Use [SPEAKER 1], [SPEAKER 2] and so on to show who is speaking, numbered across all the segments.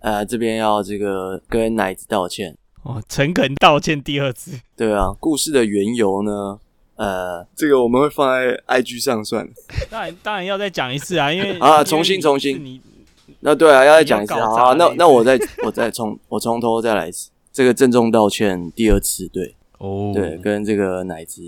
[SPEAKER 1] 呃，这边要这个跟奶子道歉。
[SPEAKER 2] 哦，诚恳道歉第二次。
[SPEAKER 1] 对啊，故事的缘由呢，呃，这个我们会放在 IG 上算了。
[SPEAKER 2] 当然，当然要再讲一次啊，因为
[SPEAKER 1] 啊
[SPEAKER 2] 因为
[SPEAKER 1] 重新
[SPEAKER 2] 你
[SPEAKER 1] 重新
[SPEAKER 2] 是你
[SPEAKER 1] 那对啊，要再讲一次。
[SPEAKER 2] 你要
[SPEAKER 1] 好
[SPEAKER 2] 搞
[SPEAKER 1] 啊、
[SPEAKER 2] 砸
[SPEAKER 1] 那
[SPEAKER 2] 了
[SPEAKER 1] 那我再我再从我从头再来一次，这个郑重道歉第二次，对
[SPEAKER 3] 哦，
[SPEAKER 1] 对，跟这个奶子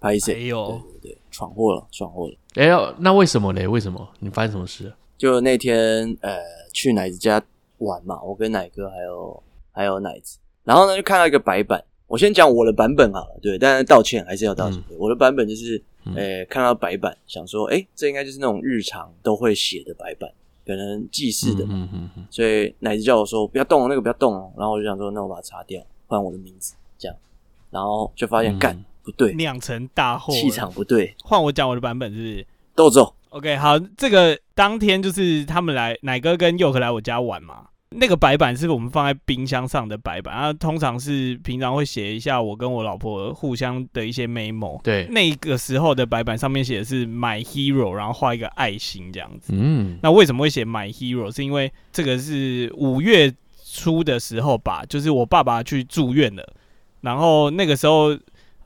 [SPEAKER 1] 拍
[SPEAKER 2] 哎
[SPEAKER 1] 谁？
[SPEAKER 2] 呦，
[SPEAKER 1] 对，闯祸了，闯祸了。
[SPEAKER 3] 哎、那为什么嘞？为什么？你发生什么事了？
[SPEAKER 1] 就那天呃去奶子家玩嘛，我跟奶哥还有还有奶子，然后呢就看到一个白板。我先讲我的版本好了，对，但是道歉还是要道歉。对我的版本就是，
[SPEAKER 3] 嗯
[SPEAKER 1] 呃，看到白板，想说，哎、这应该就是那种日常都会写的白板，可能记事的，
[SPEAKER 3] 嗯嗯嗯
[SPEAKER 1] 所以奶子叫我说不要动哦，那个不要动哦。然后我就想说，那我把它擦掉，换我的名字这样。然后就发现
[SPEAKER 3] 嗯
[SPEAKER 1] 干、不对，
[SPEAKER 2] 酿成大祸了。
[SPEAKER 1] 气场不对，
[SPEAKER 2] 换我讲我的版本是不是？
[SPEAKER 1] 豆走。
[SPEAKER 2] OK，好，这个当天就是他们来奶哥跟佑可来我家玩嘛。那个白板是我们放在冰箱上的白板，啊，通常是平常会写一下我跟我老婆互相的一些 memo。
[SPEAKER 3] 对，
[SPEAKER 2] 那个时候的白板上面写的是 My Hero，然后画一个爱心这样子。
[SPEAKER 3] 嗯，
[SPEAKER 2] 那为什么会写 My Hero？是因为这个是五月初的时候吧，就是我爸爸去住院了，然后那个时候，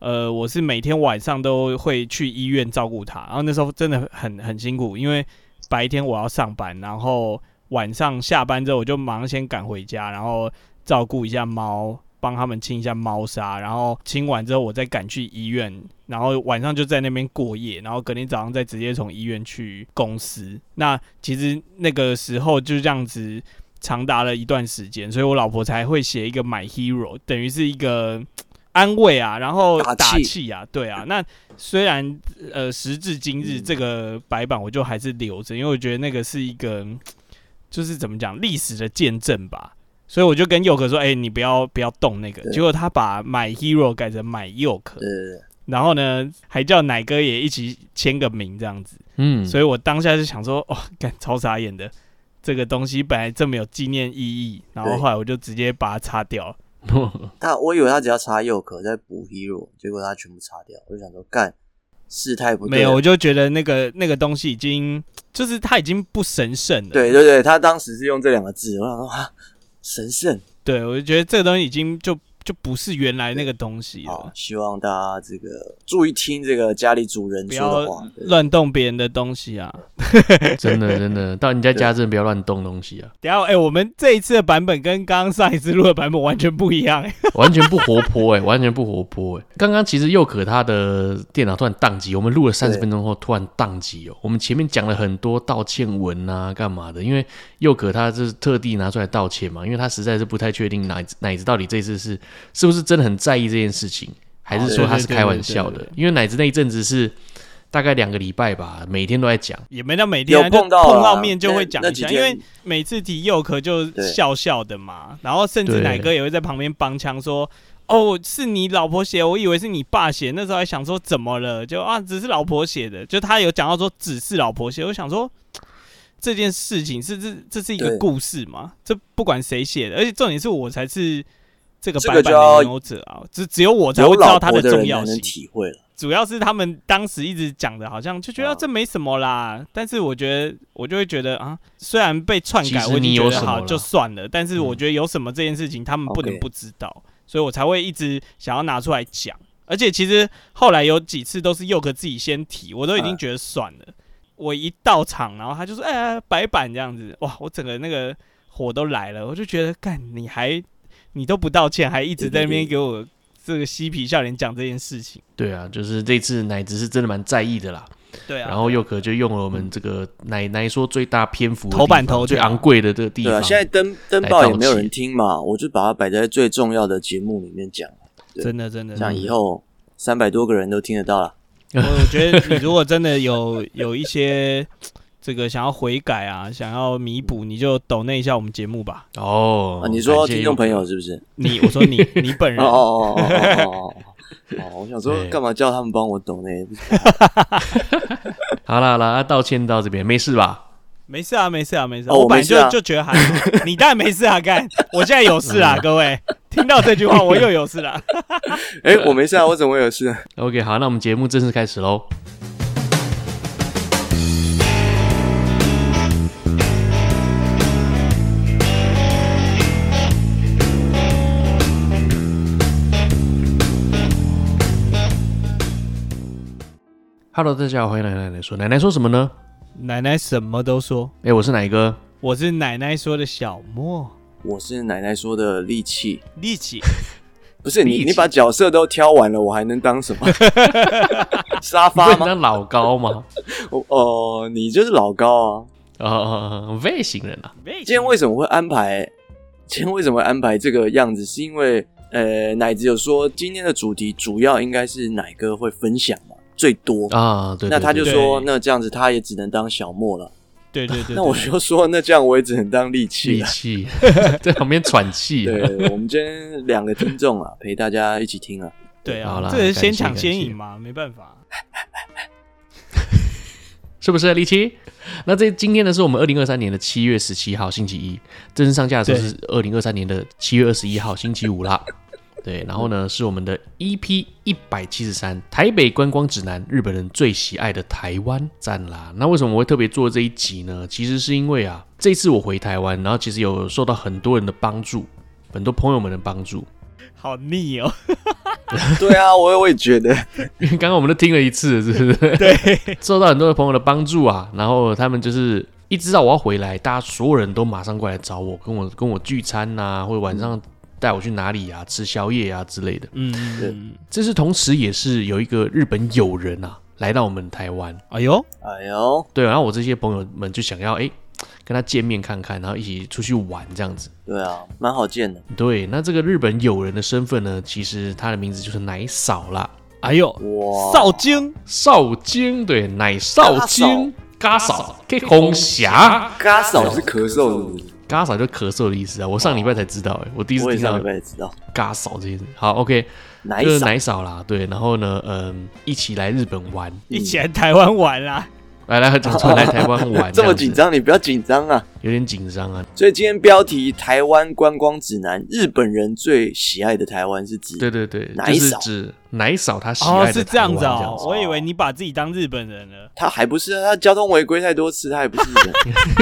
[SPEAKER 2] 呃，我是每天晚上都会去医院照顾他，然后那时候真的很很辛苦，因为白天我要上班，然后晚上下班之后我就忙先赶回家，然后照顾一下猫。帮他们清一下猫砂，然后清完之后我再赶去医院，然后晚上就在那边过夜，然后隔天早上再直接从医院去公司。那其实那个时候就这样子长达了一段时间，所以我老婆才会写一个 My Hero，等于是一个嘖安慰啊，然后
[SPEAKER 1] 打气
[SPEAKER 2] 打气啊，对啊。那虽然呃时至今日
[SPEAKER 1] 嗯
[SPEAKER 2] 这个白板我就还是留着，因为我觉得那个是一个嘖就是怎么讲历史的见证吧。所以我就跟佑可说：“哎、你不要不要动那个。”
[SPEAKER 1] 对
[SPEAKER 2] 结果他把 My Hero 改成 My 佑可，
[SPEAKER 1] 呃，
[SPEAKER 2] 然后呢，还叫奶哥也一起签个名这样子，
[SPEAKER 3] 嗯，
[SPEAKER 2] 所以我当下就想说，哦，干超傻眼的，这个东西本来这么有纪念意义，然后
[SPEAKER 1] 对
[SPEAKER 2] 后来我就直接把它擦掉，
[SPEAKER 1] 他我以为他只要擦右壳再补 hero，结果他全部擦掉。我就想说，干事态不对，
[SPEAKER 2] 没有，我，就觉得那个那个东西已经就是它已经不神圣了，
[SPEAKER 1] 对对对，他当时是用这两个字，我想说啊，神圣。
[SPEAKER 2] 对，我就觉得这个东西已经就就不是原来那个东西
[SPEAKER 1] 好
[SPEAKER 2] 了，，
[SPEAKER 1] 希望大家这个注意听这个家里主人
[SPEAKER 2] 不
[SPEAKER 1] 说的
[SPEAKER 2] 要
[SPEAKER 1] 话。对
[SPEAKER 2] 乱动别人的东西啊。
[SPEAKER 3] 真的真的，到你家家真的不要乱动东西啊，
[SPEAKER 2] 等一下，哎、我们这一次的版本跟刚刚上一次录的版本完全不一样、哎，
[SPEAKER 3] 完全不活泼哎、 完全不活泼哎、刚刚其实佑可他的电脑突然宕机，我们录了三十
[SPEAKER 1] 对
[SPEAKER 3] 分钟后突然宕机哦。我们前面讲了很多道歉文啊，干嘛的？因为佑可他就是特地拿出来道歉嘛，因为他实在是不太确定奶子奶子到底这次是是不是真的很在意这件事情，还是说他是开玩笑
[SPEAKER 2] 对对
[SPEAKER 3] 的
[SPEAKER 2] 对对？
[SPEAKER 3] 因为奶子那一阵子是大概两个礼拜吧，每天都在讲。
[SPEAKER 2] 也没到每天啊、
[SPEAKER 1] 有
[SPEAKER 2] 就
[SPEAKER 1] 碰到啦
[SPEAKER 2] 碰到面就会讲
[SPEAKER 1] 那
[SPEAKER 2] 一
[SPEAKER 1] 那几
[SPEAKER 2] 下，
[SPEAKER 1] 天
[SPEAKER 2] 因为每次提佑可就笑笑的嘛，然后甚至
[SPEAKER 3] 对
[SPEAKER 2] 奶哥也会在旁边帮腔说：“哦，是你老婆写，我以为是你爸写。”那时候还想说怎么了，就啊，只是老婆写的，就他有讲到说只是老婆写，我想说。这件事情是这这是一个
[SPEAKER 1] 对
[SPEAKER 2] 故事嘛？这不管谁写的，而且重点是我才是这个
[SPEAKER 1] 这
[SPEAKER 2] 白
[SPEAKER 1] 个
[SPEAKER 2] 板的
[SPEAKER 1] 就要
[SPEAKER 2] 拥有者啊，只只有我才
[SPEAKER 1] 有
[SPEAKER 2] 会知道
[SPEAKER 1] 老
[SPEAKER 2] 它
[SPEAKER 1] 婆
[SPEAKER 2] 重
[SPEAKER 1] 人
[SPEAKER 2] 要
[SPEAKER 1] 才能
[SPEAKER 2] 性。
[SPEAKER 1] 体会了。
[SPEAKER 2] 主要是他们当时一直讲的，好像就觉得、
[SPEAKER 1] 啊
[SPEAKER 2] 啊这没什么啦。但是我觉得，我就会觉得啊，虽然被篡
[SPEAKER 3] 其
[SPEAKER 2] 改，
[SPEAKER 3] 实
[SPEAKER 2] 我已经
[SPEAKER 3] 你
[SPEAKER 2] 觉
[SPEAKER 3] 有
[SPEAKER 2] 得
[SPEAKER 3] 什么
[SPEAKER 2] 好
[SPEAKER 3] 啦
[SPEAKER 2] 就算了。但是我
[SPEAKER 3] 嗯
[SPEAKER 2] 觉得有什么这件事情，他们不能
[SPEAKER 1] OK
[SPEAKER 2] 不知道，所以我才会一直想要拿出来讲。而且其实后来有几次都是佑哥自己先提，我都已经
[SPEAKER 3] 啊
[SPEAKER 1] 嗯
[SPEAKER 2] 觉得算了。我一到场，然后他就说：“哎、白板这样子，哇！”我整个那个火都来了，我就觉得，干你还你都不道歉，还一直
[SPEAKER 1] 对
[SPEAKER 2] 在
[SPEAKER 1] 对
[SPEAKER 2] 那边
[SPEAKER 1] 对
[SPEAKER 2] 给我这个嬉皮笑脸讲这件事情。
[SPEAKER 3] 对啊，就是这次奶子是真的蛮在意的啦。
[SPEAKER 2] 对啊，嗯
[SPEAKER 3] 然后佑可就用了我们这个奶奶说最大篇幅的地
[SPEAKER 2] 头版
[SPEAKER 3] 方
[SPEAKER 2] 头条
[SPEAKER 3] 最昂贵的这个地
[SPEAKER 1] 对
[SPEAKER 3] 方，
[SPEAKER 1] 啊，现在登登
[SPEAKER 3] 来
[SPEAKER 1] 报
[SPEAKER 3] 道
[SPEAKER 1] 也没有
[SPEAKER 3] 歉
[SPEAKER 1] 人听嘛，我就把它摆在最重要的节目里面讲，对
[SPEAKER 2] 真的真的，
[SPEAKER 1] 这样以后三百多个人都听得到了。
[SPEAKER 2] 我我觉得你如果真的有 有一些这个想要悔改啊，想要弥补，你就抖那一下我们节目吧。
[SPEAKER 3] 哦、
[SPEAKER 1] 啊，你说
[SPEAKER 3] 感谢
[SPEAKER 1] 听众朋
[SPEAKER 3] 佑
[SPEAKER 1] 友是不是？
[SPEAKER 2] 你我 说你你本
[SPEAKER 1] 哦哦
[SPEAKER 2] 人，
[SPEAKER 1] 哦哦哦哦哦！哦，我想说
[SPEAKER 3] 对
[SPEAKER 1] 干嘛叫他们帮我懂呢？
[SPEAKER 3] 可好啦好啦，道歉到这边没事吧？
[SPEAKER 2] 没事啊没事啊没事啊，
[SPEAKER 1] 哦
[SPEAKER 2] 我本
[SPEAKER 1] 我
[SPEAKER 2] 来
[SPEAKER 1] 没事
[SPEAKER 2] 就
[SPEAKER 1] 啊
[SPEAKER 2] 就觉得还好， 你当然没事啊，干，我现在有事
[SPEAKER 1] 嗯
[SPEAKER 2] 啊，各位听到这 句话我又有事了。
[SPEAKER 1] 哎，我没事啊，我怎么会有事啊？
[SPEAKER 3] OK，好，那我们节目正式开始喽。 Hello，大家好，欢迎来奶奶说。奶奶说什么呢？
[SPEAKER 2] 奶奶什么都说，
[SPEAKER 3] 哎、我是奶哥。
[SPEAKER 2] 我是奶奶说的小莫
[SPEAKER 1] 我是奶奶说的力气，
[SPEAKER 2] 力气。
[SPEAKER 1] 不是
[SPEAKER 3] 力
[SPEAKER 1] 你
[SPEAKER 3] 气
[SPEAKER 1] 你把角色都挑完了，我还能当什么？沙
[SPEAKER 3] 你不
[SPEAKER 1] 发
[SPEAKER 3] 能
[SPEAKER 1] 吗？
[SPEAKER 3] 当老高吗？
[SPEAKER 1] 哦、哦你就是老高啊！
[SPEAKER 3] 哦，外星人啊，
[SPEAKER 1] 今天为什么会安排？今天为什么会安排这个样子？是因为呃，奶子有说今天的主题主要应该是奶哥会分享嘛，最多。
[SPEAKER 3] 啊，对
[SPEAKER 1] 那他就
[SPEAKER 3] 对
[SPEAKER 1] 说，
[SPEAKER 2] 对
[SPEAKER 1] 那这样子他也只能当小莫了。
[SPEAKER 2] 对对对，
[SPEAKER 1] 那我
[SPEAKER 2] 对
[SPEAKER 1] 就说，那这样我也只能当利
[SPEAKER 3] 对
[SPEAKER 1] 器
[SPEAKER 3] 力
[SPEAKER 1] 了。
[SPEAKER 3] 气 在旁边喘气、 啊。
[SPEAKER 1] 对，我们今天两个听众啊， 陪大家一起听啊。
[SPEAKER 2] 对
[SPEAKER 3] 好
[SPEAKER 2] 啊
[SPEAKER 3] 啦，
[SPEAKER 2] 这是先抢
[SPEAKER 3] 感谢感
[SPEAKER 2] 先
[SPEAKER 3] 谢
[SPEAKER 2] 赢嘛，没办法。
[SPEAKER 3] 是不是李奇？那这今天呢，是我们二零二三年的七月十七号星期一，正式上架的时候是二零二三年的七月二十一号星期五啦。 对，然后呢是我们的 EP 一百七十三《台北观光指南》，日本人最喜爱的台湾站啦。那为什么我会特别做这一集呢？其实是因为啊，这次我回台湾，然后其实有受到很多人的帮助，很多朋友们的帮助。
[SPEAKER 2] 好腻哦，
[SPEAKER 1] 对啊，我也我也觉得，
[SPEAKER 3] 因 为刚刚我们都听了一次，是不是？对， 受到很多的朋友的帮助啊，然后他们就是一知道我要回来，大家所有人都马上过来找我，跟我跟我聚餐呐、或者晚上带我去哪里啊，吃宵夜啊之类的。
[SPEAKER 2] 嗯嗯
[SPEAKER 1] 对
[SPEAKER 2] 嗯，
[SPEAKER 3] 这是同时也是有一个日本友人啊来到我们台湾，
[SPEAKER 2] 哎呦，
[SPEAKER 1] 哎呦，
[SPEAKER 3] 对，然后我这些朋友们就想要哎跟他见面看看，然后一起出去玩这样子。
[SPEAKER 1] 对啊，蛮好见的。
[SPEAKER 3] 对，那这个日本友人的身份呢，其实他的名字就是奶嫂啦。
[SPEAKER 2] 哎呦，
[SPEAKER 1] 哇，
[SPEAKER 2] 少精，
[SPEAKER 3] 少京对奶少京，
[SPEAKER 1] 啊
[SPEAKER 3] 嘎嫂给红霞，
[SPEAKER 1] 嘎嫂是咳嗽是不是，
[SPEAKER 3] 嘎嫂就咳嗽的意思啊。我上礼拜才知道、欸，我第一
[SPEAKER 1] 我
[SPEAKER 3] 次
[SPEAKER 1] 也
[SPEAKER 3] 听
[SPEAKER 1] 上
[SPEAKER 3] 到
[SPEAKER 1] 礼拜也知道。
[SPEAKER 3] 嘎嫂这件事。好，OK，
[SPEAKER 1] 奶
[SPEAKER 3] 就是
[SPEAKER 1] 嫂，
[SPEAKER 3] 奶嫂啦，对。然后呢，嗯，一起来日本玩，
[SPEAKER 2] 一起来台湾玩啊啦！
[SPEAKER 3] 来来，怎么来台湾 玩？
[SPEAKER 1] 这么
[SPEAKER 3] 样子
[SPEAKER 1] 紧，张，你不要紧张啊。
[SPEAKER 3] 有点紧张啊。
[SPEAKER 1] 所以今天标题《台湾观光指南》，日本人最喜爱的台湾是指
[SPEAKER 3] 对对对，
[SPEAKER 1] 奶嫂
[SPEAKER 3] 就是指奶嫂她喜
[SPEAKER 2] 哦，
[SPEAKER 3] 爱的
[SPEAKER 2] 是
[SPEAKER 3] 台
[SPEAKER 2] 这
[SPEAKER 3] 湾
[SPEAKER 2] 样子
[SPEAKER 3] 这
[SPEAKER 2] 哦
[SPEAKER 3] 样，子。
[SPEAKER 2] 我以为你把自己当日本人了，
[SPEAKER 1] 他还不是啊他交通违规太多次，他还不是人。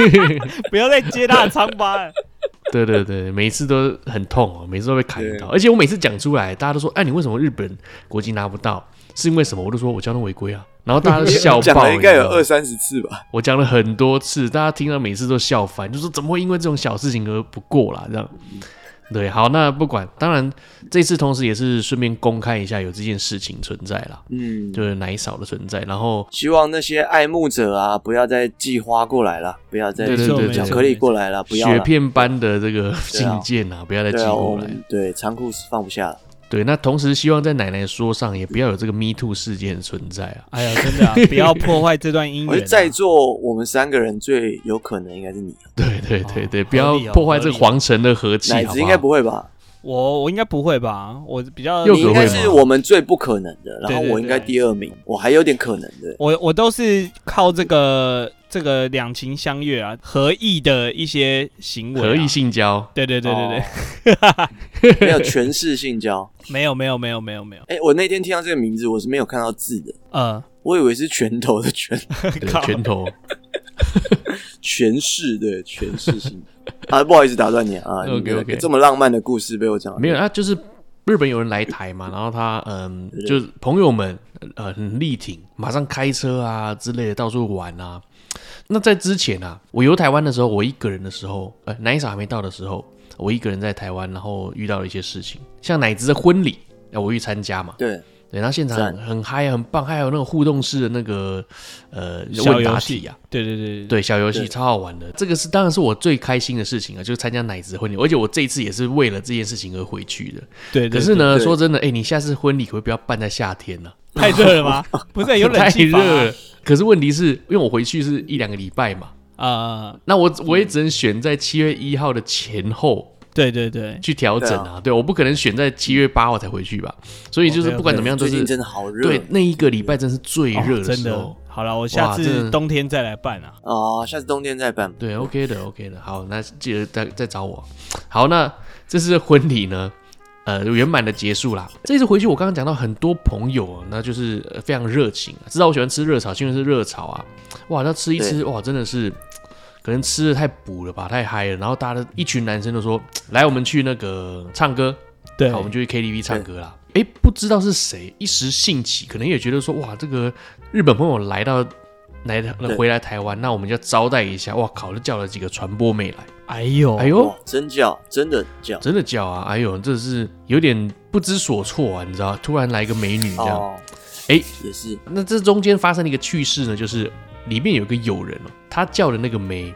[SPEAKER 2] 不要再揭他的疮疤了。
[SPEAKER 3] 对对对，每一次都很痛哦，每次都被砍
[SPEAKER 1] 对
[SPEAKER 3] 到，而且我每次讲出来，大家都说：“哎，你为什么日本国籍拿不到？是因为什么？”我就说我交通违规啊，然后大 家都笑
[SPEAKER 1] 讲
[SPEAKER 3] 爆。
[SPEAKER 1] 了应该有
[SPEAKER 3] 你知道吗
[SPEAKER 1] 二三十次吧？
[SPEAKER 3] 我讲了很多次，大家听到每次都笑翻，就说怎么会因为这种小事情而不过啦？这样，对，好，那不管，当然这次同时也是顺便公开一下有这件事情存在啦，
[SPEAKER 1] 嗯，
[SPEAKER 3] 就是奶嫂的存在，然后
[SPEAKER 1] 希望那些爱慕者啊，不要再寄花过来了，不要再
[SPEAKER 3] 对对
[SPEAKER 1] 寄
[SPEAKER 3] 对对
[SPEAKER 1] 巧克力过来了，不要
[SPEAKER 3] 雪
[SPEAKER 1] 啦
[SPEAKER 3] 片般的这个信件啊，不要再寄
[SPEAKER 1] 对啊，我
[SPEAKER 3] 过来。嗯
[SPEAKER 1] 们对仓库是放不下了。
[SPEAKER 3] 对，那同时希望在奶奶说上也不要有这个 Me Too 事件存在啊。
[SPEAKER 2] 哎呀，真的 啊，不要破坏这段姻
[SPEAKER 1] 我觉
[SPEAKER 2] 缘
[SPEAKER 1] 得
[SPEAKER 2] 啊。
[SPEAKER 1] 在座我们三个人最有可能应该是你，
[SPEAKER 3] 对对对对，
[SPEAKER 2] 哦
[SPEAKER 3] 不要
[SPEAKER 2] 合理
[SPEAKER 1] 啊
[SPEAKER 2] 哦
[SPEAKER 3] 破坏这
[SPEAKER 2] 合
[SPEAKER 3] 个
[SPEAKER 2] 理哦
[SPEAKER 3] 皇城的和气，
[SPEAKER 1] 奶
[SPEAKER 3] 好
[SPEAKER 1] 子应该
[SPEAKER 3] 好？
[SPEAKER 1] 不会吧？
[SPEAKER 2] 我我应该不会吧？我比较
[SPEAKER 3] 又
[SPEAKER 1] 你应该
[SPEAKER 3] 不会
[SPEAKER 1] 是
[SPEAKER 3] 吗
[SPEAKER 1] 我们最不可能的，然后
[SPEAKER 2] 对对
[SPEAKER 1] 我应该
[SPEAKER 2] 对
[SPEAKER 1] 第二名，我还有点可能 的。
[SPEAKER 2] 我我都是靠这个这个两情相悦啊，合意的一些行为、
[SPEAKER 1] 啊
[SPEAKER 2] 啊
[SPEAKER 3] 合意。性交。
[SPEAKER 2] 对对对对对，
[SPEAKER 1] 对对，没有全是性交。
[SPEAKER 2] 没有没有没有没有没有，
[SPEAKER 1] 哎、我那天听到这个名字，我是没有看到字的，
[SPEAKER 2] 呃，
[SPEAKER 1] 我以为是拳头的拳，
[SPEAKER 3] 对
[SPEAKER 2] 靠，
[SPEAKER 3] 拳头。
[SPEAKER 1] 全是对，全是 性啊，不好意思打断你啊。你
[SPEAKER 3] OK，OK
[SPEAKER 1] 这么浪漫的故事被我讲完
[SPEAKER 3] 没有，啊，就是日本有人来台嘛，然后他嗯，
[SPEAKER 1] 对
[SPEAKER 3] 就是朋友们呃很力挺，马上开车啊之类的到处玩啊。那在之前啊，我游台湾的时候，我一个人的时候，呃，奶嫂还没到的时候，我一个人在台湾，然后遇到了一些事情，像奶子的婚礼，呃我去参加嘛，
[SPEAKER 1] 对，
[SPEAKER 3] 对，然后现场
[SPEAKER 1] 赞
[SPEAKER 3] 很很嗨啊，很棒，还有那个互动式的那个呃
[SPEAKER 2] 小
[SPEAKER 3] 问
[SPEAKER 2] 游
[SPEAKER 3] 答
[SPEAKER 2] 戏
[SPEAKER 3] 题啊，
[SPEAKER 2] 对对对对，
[SPEAKER 3] 对，小游
[SPEAKER 1] 对
[SPEAKER 3] 戏超好玩的，这个是当然是我最开心的事情啊，就是参加奶子的婚礼，而且我这一次也是为了这件事情而回去的。
[SPEAKER 2] 对对
[SPEAKER 3] 可是，呢，
[SPEAKER 1] 对
[SPEAKER 3] 说真的，哎、你下次婚礼可不可以不要办在夏天 呢、
[SPEAKER 2] 对太热了吗？不是有冷
[SPEAKER 3] 太
[SPEAKER 2] 气
[SPEAKER 3] 热
[SPEAKER 2] 房啊
[SPEAKER 3] 了。可是问题是因为我回去是一两个礼拜嘛，
[SPEAKER 2] 呃，
[SPEAKER 3] 那我我也只能选在七月一号的前后
[SPEAKER 2] 对对对，
[SPEAKER 3] 去调整啊。对我不可能选在七月八号才回去吧。所以就
[SPEAKER 1] 哦
[SPEAKER 3] 是
[SPEAKER 2] OK，OK
[SPEAKER 3] 不管怎么样，都
[SPEAKER 1] 啊最
[SPEAKER 3] 是
[SPEAKER 1] 近真的好热，
[SPEAKER 3] 对那一个礼拜真是最
[SPEAKER 2] 哦
[SPEAKER 3] 热
[SPEAKER 2] 真
[SPEAKER 3] 时候。
[SPEAKER 2] 的。好了，我
[SPEAKER 3] 哇
[SPEAKER 2] 下
[SPEAKER 3] 真的
[SPEAKER 2] 次冬天再来办啊。
[SPEAKER 1] 啊，下次冬天再办。
[SPEAKER 3] 对，OK 的，OK 的。好，那记得再再找我。好，那这次婚礼呢，呃，圆满的结束啦。这次回去，我刚刚讲到很多朋友哦，那就是呃非常热情啊，知道我喜欢吃热炒，因为是热炒啊。哇，那吃一吃，哇，真的是。可能吃的太补了吧，太嗨了，然后大家一群男生都说，来，我们去那个唱歌，
[SPEAKER 2] 对
[SPEAKER 3] 好，我，们就去 KTV 唱歌啦。哎，不知道是谁一时兴起，可能也觉得说，哇，这个日本朋友来到来
[SPEAKER 1] 对
[SPEAKER 3] 回来台湾，那我们就招待一下。哇靠，就叫了几个传播妹来，
[SPEAKER 2] 哎呦，
[SPEAKER 3] 哎呦
[SPEAKER 1] 哇，，真叫，真的叫，
[SPEAKER 3] 真的叫啊，哎呦，这是有点不知所措啊，你知道，突然来个美女这样。
[SPEAKER 1] 哦，
[SPEAKER 3] 哎
[SPEAKER 1] 也是，
[SPEAKER 3] 那这中间发生了一个趣事呢，就是里面有一个友人哦，他叫的那个梅，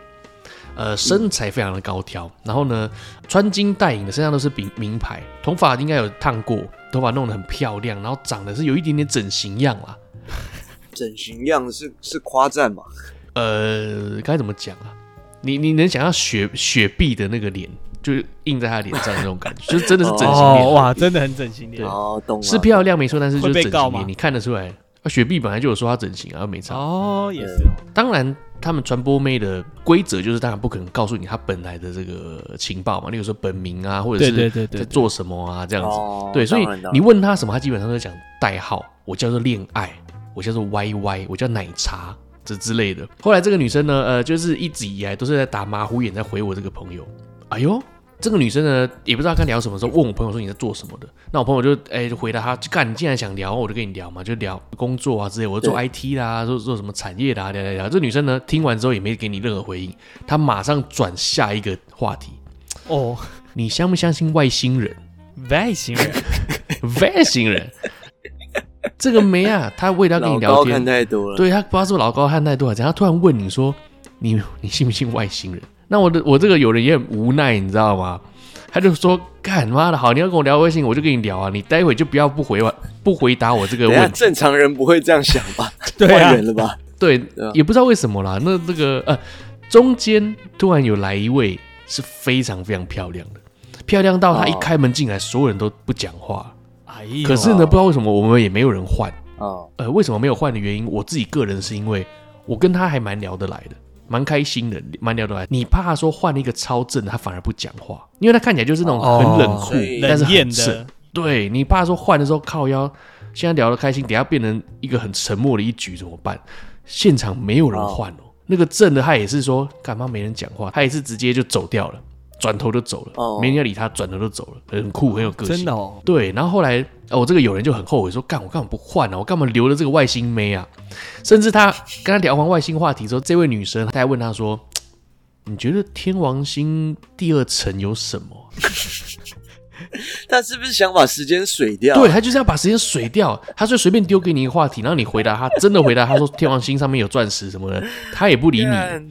[SPEAKER 2] 嗯
[SPEAKER 3] 呃，身材非常的高挑，然后呢，穿金戴银的，身上都是名名牌，头发应该有烫过，头发弄得很漂亮，然后长得是有一点点整形样啦。
[SPEAKER 1] 整形样是是夸赞嘛？
[SPEAKER 3] 呃，该怎么讲啊？你你能想象雪雪碧的那个脸，就是印在他脸上那种感 觉，就是真的是整形脸、
[SPEAKER 2] 哦哇，真的很整形脸
[SPEAKER 3] 对
[SPEAKER 1] 哦，懂了，
[SPEAKER 3] 是漂亮没错，但是就
[SPEAKER 2] 会
[SPEAKER 3] 是
[SPEAKER 2] 被
[SPEAKER 3] 整
[SPEAKER 2] 告
[SPEAKER 3] 形
[SPEAKER 2] 吗
[SPEAKER 3] 脸，你看得出来。啊雪碧本来就有说她整形啊，没差。
[SPEAKER 2] 哦，也是哦，
[SPEAKER 3] 当然，他们传播妹的规则就是，当然不可能告诉你她本来的这个情报嘛，例如说本名啊，或者
[SPEAKER 2] 对对对
[SPEAKER 3] 是
[SPEAKER 2] 对
[SPEAKER 3] 在
[SPEAKER 2] 对，
[SPEAKER 3] 做什么啊，这样子。
[SPEAKER 1] 哦
[SPEAKER 3] 对，所以
[SPEAKER 1] 当然当
[SPEAKER 3] 你
[SPEAKER 1] 然
[SPEAKER 3] 问她什么，她基本上都讲代号，我叫做恋爱，我叫做 YY，我叫奶茶。这之类的。后来这个女生呢，呃，就是一直以来都是在打马虎眼，在回我这个朋友。哎呦，这个女生呢，也不知道该聊什么，时候问我朋友说你在做什么的。那我朋友就哎就回答她，就干，你既然想聊，我就跟你聊嘛，就聊工作啊之类，我做 IT 啦，做做什么产业啦，聊聊聊。这女生呢，听完之后也没给你任何回应，她马上转下一个话题。
[SPEAKER 2] 哦，
[SPEAKER 3] 你相不相信外星人？
[SPEAKER 2] 外 星人，
[SPEAKER 3] 外星人，这个梅啊，她为了要跟
[SPEAKER 1] 老
[SPEAKER 3] 你聊
[SPEAKER 1] 高
[SPEAKER 3] 天
[SPEAKER 1] 看，太多了，
[SPEAKER 3] 对他不知道是不是老高汉太多还是怎样，他突然问你说：“你 你信不信外星人？”那我的我这个友人也很无奈，你知道吗？他就说：“干妈的好，你要跟我聊微信，我就跟你聊啊，你待会就不要不回我不回答我这个
[SPEAKER 1] 等一下
[SPEAKER 3] 问题。
[SPEAKER 1] 正常人不会这样想 吧？
[SPEAKER 2] 对啊
[SPEAKER 1] 换人了吧？”
[SPEAKER 3] 对，
[SPEAKER 1] 啊
[SPEAKER 3] 也不知道为什么啦。那这个呃，中间突然有来一位是非常非常漂亮的，漂亮到他一
[SPEAKER 1] 哦
[SPEAKER 3] 开门进来，所有人都不讲话。
[SPEAKER 2] 哎呦，
[SPEAKER 3] 可是呢，不知道为什么我们也没有人换。
[SPEAKER 1] 哦，
[SPEAKER 3] 呃，为什么没有换的原因，我自己个人是因为我跟他还蛮聊得来的，蛮开心的，蛮聊得来。你怕他说换了一个超正的，他反而不讲话，因为他看起来就是那种
[SPEAKER 2] 哦
[SPEAKER 3] 很冷酷，
[SPEAKER 1] 所以
[SPEAKER 3] 但是
[SPEAKER 2] 冷艳
[SPEAKER 3] 很正
[SPEAKER 2] 的。，
[SPEAKER 3] 对你怕说换的时候靠腰，现在聊得开心，等下变成一个很沉默的一局怎么办？现场没有人换哦，那个正的他也是说干嘛没人讲话，他也是直接就走掉了，转头就走了，
[SPEAKER 1] 哦
[SPEAKER 3] 没人要理他，转头就走了，很酷，很有个性。
[SPEAKER 2] 真的哦，
[SPEAKER 3] 对，然后后来，呃，我这个友人就很后悔，说干，我干嘛不换呢、啊？我干嘛留了这个外星妹啊？甚至他跟他聊完外星话题之后，这位女生她还问他说：“你觉得天王星第二层有什么
[SPEAKER 1] 他是不是想把时间水？”掉？
[SPEAKER 3] 对，他就是要把时间水掉，他就随便丢给你一个话题，然后你回答他，真的回答他说天王星上面有钻石什么的，他也不理你。
[SPEAKER 1] 干，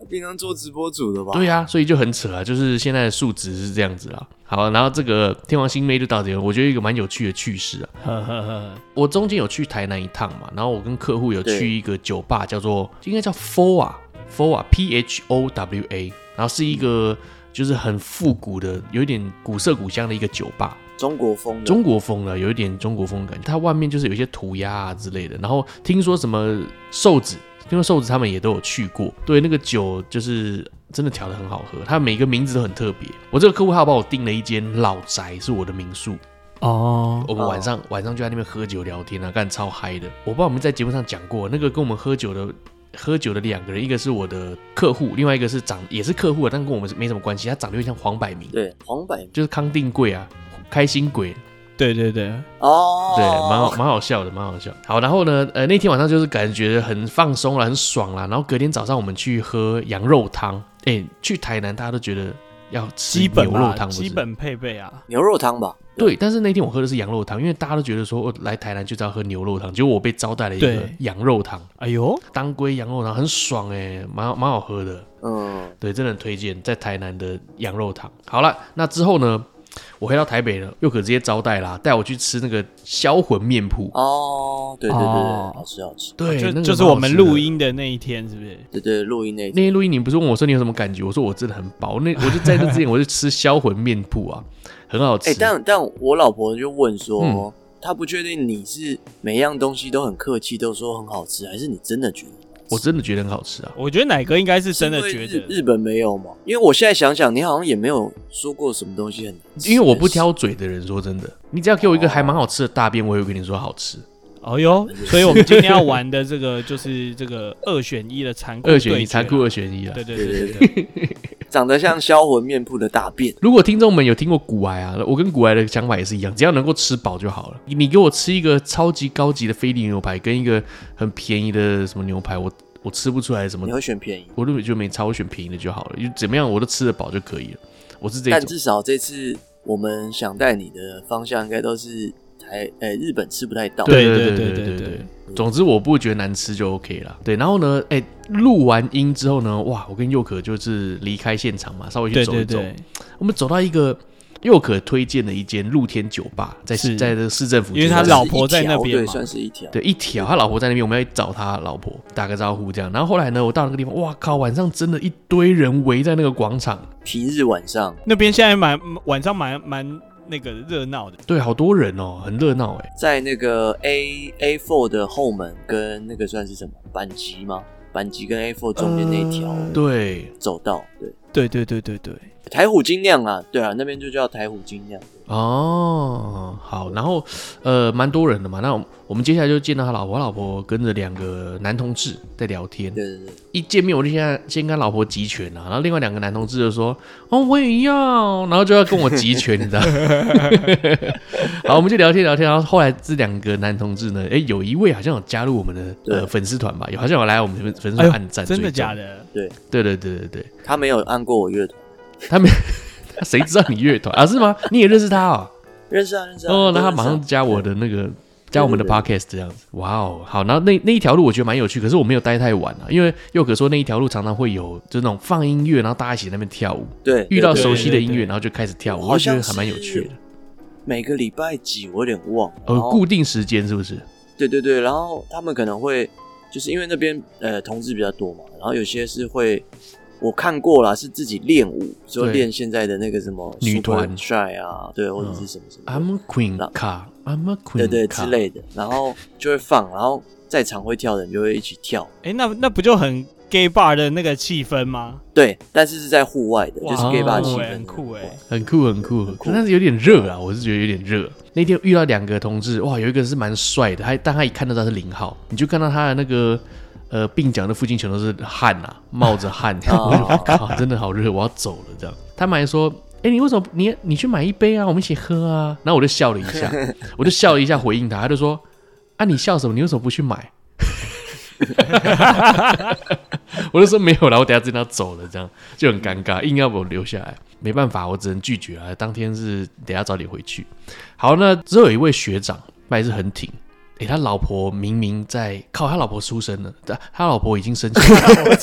[SPEAKER 1] 他平常做直播主的吧？
[SPEAKER 3] 对呀、所以就很扯啊，就是现在的数值是这样子啦。好，然后这个天王星妹就到这里，我觉得一个蛮有趣的趣事啊。
[SPEAKER 2] 呵呵呵，
[SPEAKER 3] 我中间有去台南一趟嘛，然后我跟客户有
[SPEAKER 1] 对
[SPEAKER 3] 去一个酒吧，叫做应该叫 Fowa Fowa P H O W A，然后是一个就是很复古的，有一点古色古香的一个酒吧，
[SPEAKER 1] 中国风的，
[SPEAKER 3] 中国风了，有一点中国风的感觉。它外面就是有一些涂鸦啊之类的，然后听说什么瘦子，听说瘦子他们也都有去过，对那个酒就是。真的调的很好喝，它每个名字都很特别。我这个客户还有帮我订了一间老宅，是我的民宿，
[SPEAKER 2] 哦，
[SPEAKER 3] 我们晚上、晚上就在那边喝酒聊天啊，干超嗨的。我不知道我们在节目上讲过，那个跟我们喝酒的喝酒的两个人，一个是我的客户，另外一个是长也是客户啊，但跟我们是没什么关系。他长得有点像黄百鸣，
[SPEAKER 1] 对黄百鸣
[SPEAKER 3] 就是康定贵啊，开心鬼，
[SPEAKER 2] 对对对，
[SPEAKER 1] 哦，
[SPEAKER 3] 对，蛮好，蛮好笑的，蛮好笑。好，然后呢，呃，那天晚上就是感觉很放松了，很爽啦。然后隔天早上我们去喝羊肉汤，哎、去台南大家都觉得要吃
[SPEAKER 2] 基本
[SPEAKER 3] 牛肉
[SPEAKER 2] 嘛
[SPEAKER 3] 汤，不
[SPEAKER 2] 基
[SPEAKER 3] 是
[SPEAKER 2] 本配备啊，
[SPEAKER 1] 牛肉汤吧？
[SPEAKER 3] 对，但是那天我喝的是羊肉汤，因为大家都觉得说，我来台南就是要喝牛肉汤，结果我被招待了一个
[SPEAKER 2] 对
[SPEAKER 3] 羊肉汤，
[SPEAKER 2] 哎呦，
[SPEAKER 3] 当归羊肉汤很爽哎、蛮好蛮好喝的，
[SPEAKER 1] 嗯，
[SPEAKER 3] 对，真的很推荐在台南的羊肉汤。好了，那之后呢，我回到台北了，又可直接招待啦，带我去吃那个销魂面铺，啊
[SPEAKER 1] 哦，对对对，
[SPEAKER 2] 哦
[SPEAKER 1] 对好吃好吃。
[SPEAKER 3] 对，
[SPEAKER 2] 就
[SPEAKER 3] 哎那个
[SPEAKER 2] 就是
[SPEAKER 3] 蛮好
[SPEAKER 2] 我们
[SPEAKER 3] 吃的
[SPEAKER 2] 录音的那一天，是不是？
[SPEAKER 1] 对对，录音那一集
[SPEAKER 3] 那天录音，你不是问我说你有什么感觉？我说我真的很饱，那我就在那之前我就吃销魂面铺啊，很好吃。
[SPEAKER 1] 哎、但但我老婆就问说，
[SPEAKER 3] 嗯
[SPEAKER 1] 她不确定你是每样东西都很客气，都说很好吃，还是你真的觉得？
[SPEAKER 3] 我真的觉得很好吃啊。
[SPEAKER 2] 我觉得奶哥应该是真的觉
[SPEAKER 1] 是因为日
[SPEAKER 2] 得，
[SPEAKER 1] 日本没有嘛？因为我现在想想，你好像也没有说过什么东西很难吃
[SPEAKER 3] 因为我不，挑嘴的人，说真的，你只要给我一个还蛮好吃的大便，我也会跟你说好吃。
[SPEAKER 2] 哦 呦，所以我们今天要玩的这个就是这个二选一的残酷
[SPEAKER 3] 二选
[SPEAKER 2] 对
[SPEAKER 3] 一，
[SPEAKER 2] 决啊
[SPEAKER 3] 残酷二选一啊！
[SPEAKER 2] 对对
[SPEAKER 1] 对
[SPEAKER 2] 对
[SPEAKER 1] 对
[SPEAKER 2] 对对，
[SPEAKER 1] 长得像销魂面铺的大便。
[SPEAKER 3] 如果听众们有听过骨癌啊，我跟骨癌的想法也是一样，只要能够吃饱就好了。你你给我吃一个超级高级的菲力牛排，跟一个很便宜的什么牛排，我我吃不出来什么
[SPEAKER 1] 你，会选便宜，
[SPEAKER 3] 我就就没差，我选便宜的就好了，就怎么样我都吃得饱就可以了。我是这
[SPEAKER 1] 但
[SPEAKER 3] 种，
[SPEAKER 1] 至少这次我们想带你的方向应该都是台诶、日本吃不太到。
[SPEAKER 2] 对
[SPEAKER 3] 对
[SPEAKER 2] 对
[SPEAKER 3] 对
[SPEAKER 2] 对
[SPEAKER 3] 对
[SPEAKER 2] 对
[SPEAKER 3] 总之我不会觉得难吃就 OK 了。对，然后呢，哎、录完音之后呢，哇，我跟佑可就是离开现场嘛，稍微去
[SPEAKER 2] 对
[SPEAKER 3] 走一
[SPEAKER 2] 对
[SPEAKER 3] 走。
[SPEAKER 2] 对，
[SPEAKER 3] 我们走到一个佑可推荐的一间露天酒吧，在
[SPEAKER 2] 是
[SPEAKER 3] 在这个市政府街
[SPEAKER 2] 因为
[SPEAKER 3] 上，
[SPEAKER 1] 算
[SPEAKER 2] 他
[SPEAKER 1] 是
[SPEAKER 2] 老婆在那
[SPEAKER 1] 一条
[SPEAKER 2] 边
[SPEAKER 1] 对，
[SPEAKER 2] 嘛
[SPEAKER 1] 算是一条。
[SPEAKER 3] 对，一条他老婆在那边，我们要去找他老婆打个招呼这样。然后后来呢，我到那个地方，哇靠，晚上真的一堆人围在那个广场，
[SPEAKER 1] 平日晚上
[SPEAKER 2] 那边现在蛮晚上蛮蛮那个热闹的，
[SPEAKER 3] 对，好多人哦，很热闹哎。
[SPEAKER 1] 在那个 A A four 的后门跟那个算是什么板级吗？板级跟 A four 中间那一条
[SPEAKER 2] 呃
[SPEAKER 3] 对
[SPEAKER 1] 走道，对，
[SPEAKER 2] 对对对对对，
[SPEAKER 1] 台虎精酿啊，对啊，那边就叫台虎精酿。
[SPEAKER 3] 哦，好，然后呃，蛮多人的嘛。那我们我们接下来就见到他老婆，他老婆跟着两个男同志在聊天。
[SPEAKER 1] 对对对，
[SPEAKER 3] 一见面我就先先跟他老婆集拳啊，然后另外两个男同志就说：“哦，我也要。”然后就要跟我集拳，你知道？ 好，我们就聊天聊天，然后后来这两个男同志呢，哎，有一位好像有加入我们的呃
[SPEAKER 1] 对
[SPEAKER 3] 粉丝团吧，有好像有来我们粉粉
[SPEAKER 2] 哎
[SPEAKER 3] 丝团
[SPEAKER 2] 呦
[SPEAKER 3] 按赞、
[SPEAKER 2] 真的
[SPEAKER 3] 追踪
[SPEAKER 2] 假？的？
[SPEAKER 3] 对对对对对，
[SPEAKER 1] 他没有按过我乐团，
[SPEAKER 3] 他们 谁知道你乐团啊？是吗？你也认识他哦？
[SPEAKER 1] 认识啊认识啊。
[SPEAKER 3] 哦，那他
[SPEAKER 1] 都认识啊
[SPEAKER 3] 马上加我的那个，加我们的
[SPEAKER 1] 对对
[SPEAKER 3] podcast 这样子。哇哦，好，然后那那一条路我觉得蛮有趣，可是我没有待太晚啊，因为佑可说那一条路常常会有就是那种放音乐，然后大家一起在那边跳舞，
[SPEAKER 1] 对
[SPEAKER 3] 遇到
[SPEAKER 1] 对对
[SPEAKER 3] 熟悉的
[SPEAKER 2] 对对
[SPEAKER 3] 音乐，
[SPEAKER 2] 对
[SPEAKER 3] 然后就开始跳舞，
[SPEAKER 1] 好
[SPEAKER 3] 我觉
[SPEAKER 1] 像
[SPEAKER 3] 得还蛮有趣的。
[SPEAKER 1] 每个礼拜几我有点忘，然
[SPEAKER 3] 哦，
[SPEAKER 1] 后
[SPEAKER 3] 固定时间是不是？
[SPEAKER 1] 对对对，然后他们可能会就是因为那边呃同志比较多嘛，然后有些是会我看过啦，是自己练舞，就
[SPEAKER 3] 对
[SPEAKER 1] 练现在的那个什么
[SPEAKER 3] 女团
[SPEAKER 1] 帅啊，对，或者是什么什么的
[SPEAKER 3] I'm a queen
[SPEAKER 1] 那
[SPEAKER 3] car, I'm a queen
[SPEAKER 1] 对对
[SPEAKER 3] car
[SPEAKER 1] 之类的，然后就会放，然后在场会跳的人就会一起跳。
[SPEAKER 2] 哎，那那不就很 gay bar 的那个气氛吗？
[SPEAKER 1] 对，但是是在户外的，就是
[SPEAKER 3] 哇
[SPEAKER 1] gay bar
[SPEAKER 3] 很
[SPEAKER 1] 气
[SPEAKER 3] 酷
[SPEAKER 1] 氛的
[SPEAKER 2] 欸很酷 欸
[SPEAKER 3] 很酷很酷，
[SPEAKER 1] 很酷
[SPEAKER 3] 但是有点热啊，我是觉得有点热。那天遇到两个同志，哇，有一个是蛮帅的，他但他一看得到是零号，你就看到他的那个呃鬓角那附近全都是汗啊，冒着汗，我就哦靠，真的好热，我要走了这样。他们还说。哎、你为什么你你去买一杯啊？我们一起喝啊！然后我就笑了一下，我就笑了一下回应他，他就说：“啊，你笑什么？你为什么不去买？” 我就说没有啦，我等下真的要走了，这样就很尴尬，硬要我留下来，没办法，我只能拒绝啊。当天是等下早点回去。好，那之后有一位学长，那也是很挺。诶、他老婆明明在靠，他老婆出生了，他他老婆已经生小孩，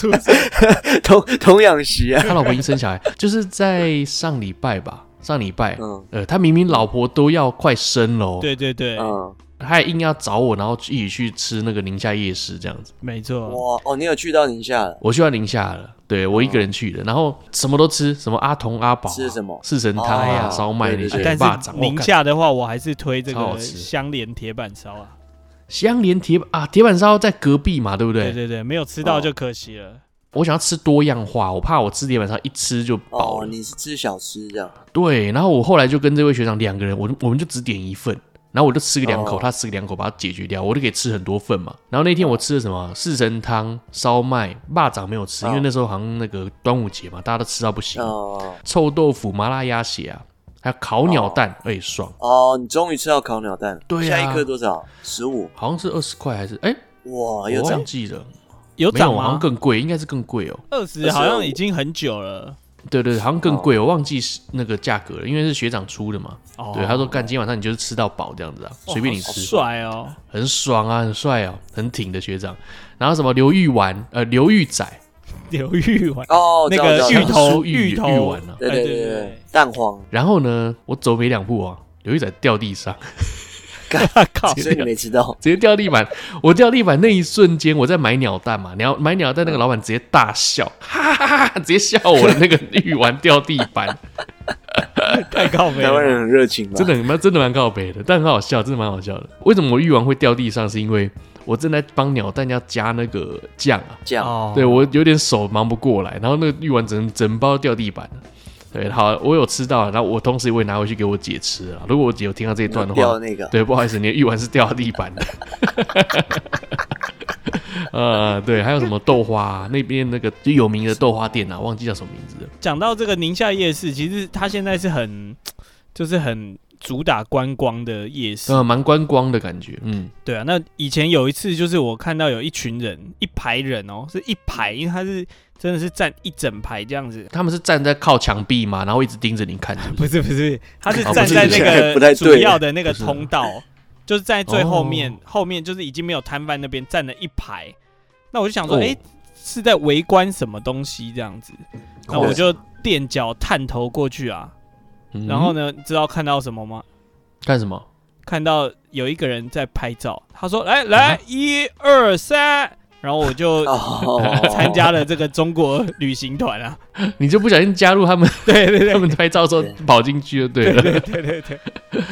[SPEAKER 1] 童童养媳啊，
[SPEAKER 3] 他老婆已经生小孩，就是在上礼拜吧，上礼拜，
[SPEAKER 1] 嗯
[SPEAKER 3] 呃，他明明老婆都要快生了、哦，
[SPEAKER 2] 对对对，
[SPEAKER 1] 嗯，
[SPEAKER 3] 他还硬要找我，然后一起去吃那个宁夏夜市这样子。
[SPEAKER 2] 没错，
[SPEAKER 1] 哇哦，你有去到宁夏了？
[SPEAKER 3] 我去到宁夏了，对我一个人去的，然后什么都吃，什么阿童阿宝啊、
[SPEAKER 1] 哦吃什么
[SPEAKER 3] 四神汤呀、
[SPEAKER 1] 哦
[SPEAKER 3] 烧麦那
[SPEAKER 1] 对对哦
[SPEAKER 3] 些
[SPEAKER 1] 对，
[SPEAKER 2] 啊哎但
[SPEAKER 3] 霸
[SPEAKER 2] 是
[SPEAKER 3] 掌。哇
[SPEAKER 2] 宁
[SPEAKER 3] 干
[SPEAKER 2] 夏的话，我还是推这
[SPEAKER 3] 超好
[SPEAKER 2] 个
[SPEAKER 3] 吃
[SPEAKER 2] 香莲铁板烧啊。
[SPEAKER 3] 香莲铁啊，铁板烧在隔壁嘛，对不对？
[SPEAKER 2] 对对对，没有吃到就可惜了。
[SPEAKER 3] 我想要吃多样化，我怕我吃铁板烧一吃就饱
[SPEAKER 1] 哦，
[SPEAKER 3] 了。
[SPEAKER 1] 你是吃小吃这样？
[SPEAKER 3] 对，然后我后来就跟这位学长两个人，我就我们就只点一份，然后我就吃个两口，
[SPEAKER 1] 哦
[SPEAKER 3] 他吃个两口，把它解决掉，我就可以吃很多份嘛。然后那天我吃了什
[SPEAKER 2] 哦
[SPEAKER 3] 么四神汤、烧麦、霸掌没有吃，因为
[SPEAKER 1] 哦
[SPEAKER 3] 那时候好像那个端午节嘛，大家都吃到不行。
[SPEAKER 1] 哦
[SPEAKER 3] 臭豆腐、麻辣鸭血啊，还有烤鸟蛋，哎、爽！
[SPEAKER 1] 哦，你终于吃到烤鸟蛋了。
[SPEAKER 3] 对啊
[SPEAKER 1] 下一颗多少？十五。
[SPEAKER 3] 好像是二十块还是哎、
[SPEAKER 1] 哇，
[SPEAKER 3] 我
[SPEAKER 2] 哦
[SPEAKER 1] 又
[SPEAKER 3] 忘
[SPEAKER 1] 涨
[SPEAKER 3] 记了，
[SPEAKER 2] 有
[SPEAKER 3] 没有，
[SPEAKER 2] 涨
[SPEAKER 3] 好像
[SPEAKER 2] 吗？
[SPEAKER 3] 更贵，应该是更贵哦。
[SPEAKER 2] 二十好像已经很久了。
[SPEAKER 3] 对对，对好像更贵，我忘记是那个价格了，因为是学长出的嘛。
[SPEAKER 2] 哦，
[SPEAKER 3] 对，他说干，今天晚上你就是吃到饱这样子啊，
[SPEAKER 2] 哇
[SPEAKER 3] 随便你
[SPEAKER 2] 好
[SPEAKER 3] 吃，
[SPEAKER 2] 帅哦，
[SPEAKER 3] 很爽啊，很帅哦，很挺的学长。然后什么刘玉丸，呃，刘玉仔，
[SPEAKER 2] 刘玉丸，
[SPEAKER 1] 哦，
[SPEAKER 2] 那
[SPEAKER 1] 知道知道
[SPEAKER 2] 个
[SPEAKER 1] 知
[SPEAKER 2] 芋
[SPEAKER 1] 道
[SPEAKER 2] 头
[SPEAKER 3] 酥芋
[SPEAKER 2] 芋头
[SPEAKER 3] 芋丸啊
[SPEAKER 1] 对
[SPEAKER 2] 哎
[SPEAKER 1] 对
[SPEAKER 2] 对哦
[SPEAKER 1] 对对，蛋黄。
[SPEAKER 3] 然后呢，我走没两步啊，刘玉仔掉地上，
[SPEAKER 2] 对，靠，
[SPEAKER 1] 所以你没吃到，
[SPEAKER 3] 直接掉地板。我掉地板那一瞬间，我在买鸟蛋嘛，鸟买鸟蛋那个老板直接大笑， 哈哈哈哈，直接笑我的那个鱼丸掉地板，
[SPEAKER 2] 太靠背
[SPEAKER 1] 台湾
[SPEAKER 2] 了。
[SPEAKER 1] 人很热情吧？
[SPEAKER 3] 真的蛮真的蛮靠北的，但很好笑，真的蛮好笑的。为什么我鱼丸会掉地上？是因为我正在帮鸟蛋要加那个酱啊，
[SPEAKER 1] 这样，
[SPEAKER 2] 哦
[SPEAKER 3] 对我有点手忙不过来，然后那个鱼丸整整包掉地板了。对，好，我有吃到，然后我同时我也拿回去给我姐吃啊。如果我姐有听到这一段的话，
[SPEAKER 1] 掉那个，
[SPEAKER 3] 对，不好意思，你的玉丸是掉到地板的。 呃，对，还有什么豆花啊、那边那个就有名的豆花店啊，忘记叫什么名字了。
[SPEAKER 2] 讲到这个宁夏夜市，其实它现在是很，就是很主打观光的夜市。
[SPEAKER 3] 呃，蛮观光的感觉，嗯，
[SPEAKER 2] 对啊，那以前有一次，就是我看到有一群人，一排人哦，是一排，因为他是真的是站一整排这样子，
[SPEAKER 3] 他们是站在靠墙壁嘛，然后一直盯着你看，是不
[SPEAKER 2] 不
[SPEAKER 3] 是？
[SPEAKER 2] 是不是，他是
[SPEAKER 3] 哦不
[SPEAKER 2] 站
[SPEAKER 3] 是
[SPEAKER 2] 在
[SPEAKER 3] 不
[SPEAKER 2] 那
[SPEAKER 3] 是
[SPEAKER 1] 不太
[SPEAKER 2] 个主
[SPEAKER 1] 对
[SPEAKER 2] 要的那个
[SPEAKER 3] 不是
[SPEAKER 2] 通道，就是在最后面
[SPEAKER 3] 哦，
[SPEAKER 2] 后面就是已经没有摊贩那边站了一排，那我就想说，
[SPEAKER 3] 哦
[SPEAKER 2] 哎，是在围观什么东西这样子，那我就垫脚探头过去啊，
[SPEAKER 3] 嗯
[SPEAKER 2] 然后呢，知道看到什么吗？
[SPEAKER 3] 干什么？
[SPEAKER 2] 看到有一个人在拍照，他说：“来来，一二三。”然后 我就
[SPEAKER 1] 哦，
[SPEAKER 2] 参加了这个中国旅行团啊。
[SPEAKER 3] 你就不小心加入他们，
[SPEAKER 2] 对对对
[SPEAKER 3] 他们拍照的时候
[SPEAKER 1] 对
[SPEAKER 3] 跑进去就对了，
[SPEAKER 2] 对对对对，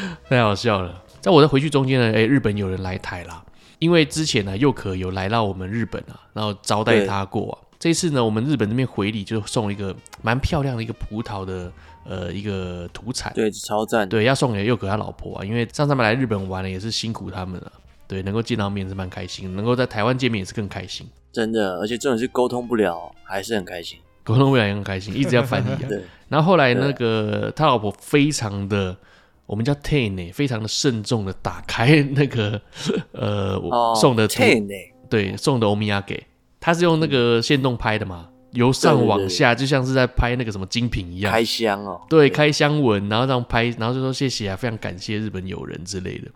[SPEAKER 3] 太好笑了。在我在回去中间呢，哎、日本有人来台啦，因为之前呢、佑可有来到我们日本啊，然后招待他过、啊。这一次呢，我们日本这边回礼就送了一个蛮漂亮的一个葡萄的呃一个土产，
[SPEAKER 1] 对，超赞，
[SPEAKER 3] 对，要送给佑可他老婆啊，因为上次他们来日本玩了也是辛苦他们了、啊对，能够见到面是蛮开心，能够在台湾见面也是更开心，
[SPEAKER 1] 真的，而且这种是沟通不了，还是很开心。
[SPEAKER 3] 沟通未来也很开心，一直要翻译啊。
[SPEAKER 1] 对，
[SPEAKER 3] 然后后来
[SPEAKER 1] 对啊
[SPEAKER 3] 那个他老婆非常的，我们叫 ten 呢、非常的慎重的打开那个 呃我
[SPEAKER 1] 哦，
[SPEAKER 3] 送的图
[SPEAKER 1] ten 呢、
[SPEAKER 3] 对送的欧米亚给，他是用那个线动拍的嘛，由上往下就像是在拍那个什么精品一样，
[SPEAKER 1] 开箱哦，
[SPEAKER 3] 对开箱文，然后这样拍，然后就说谢谢啊，非常感谢日本友人之类的，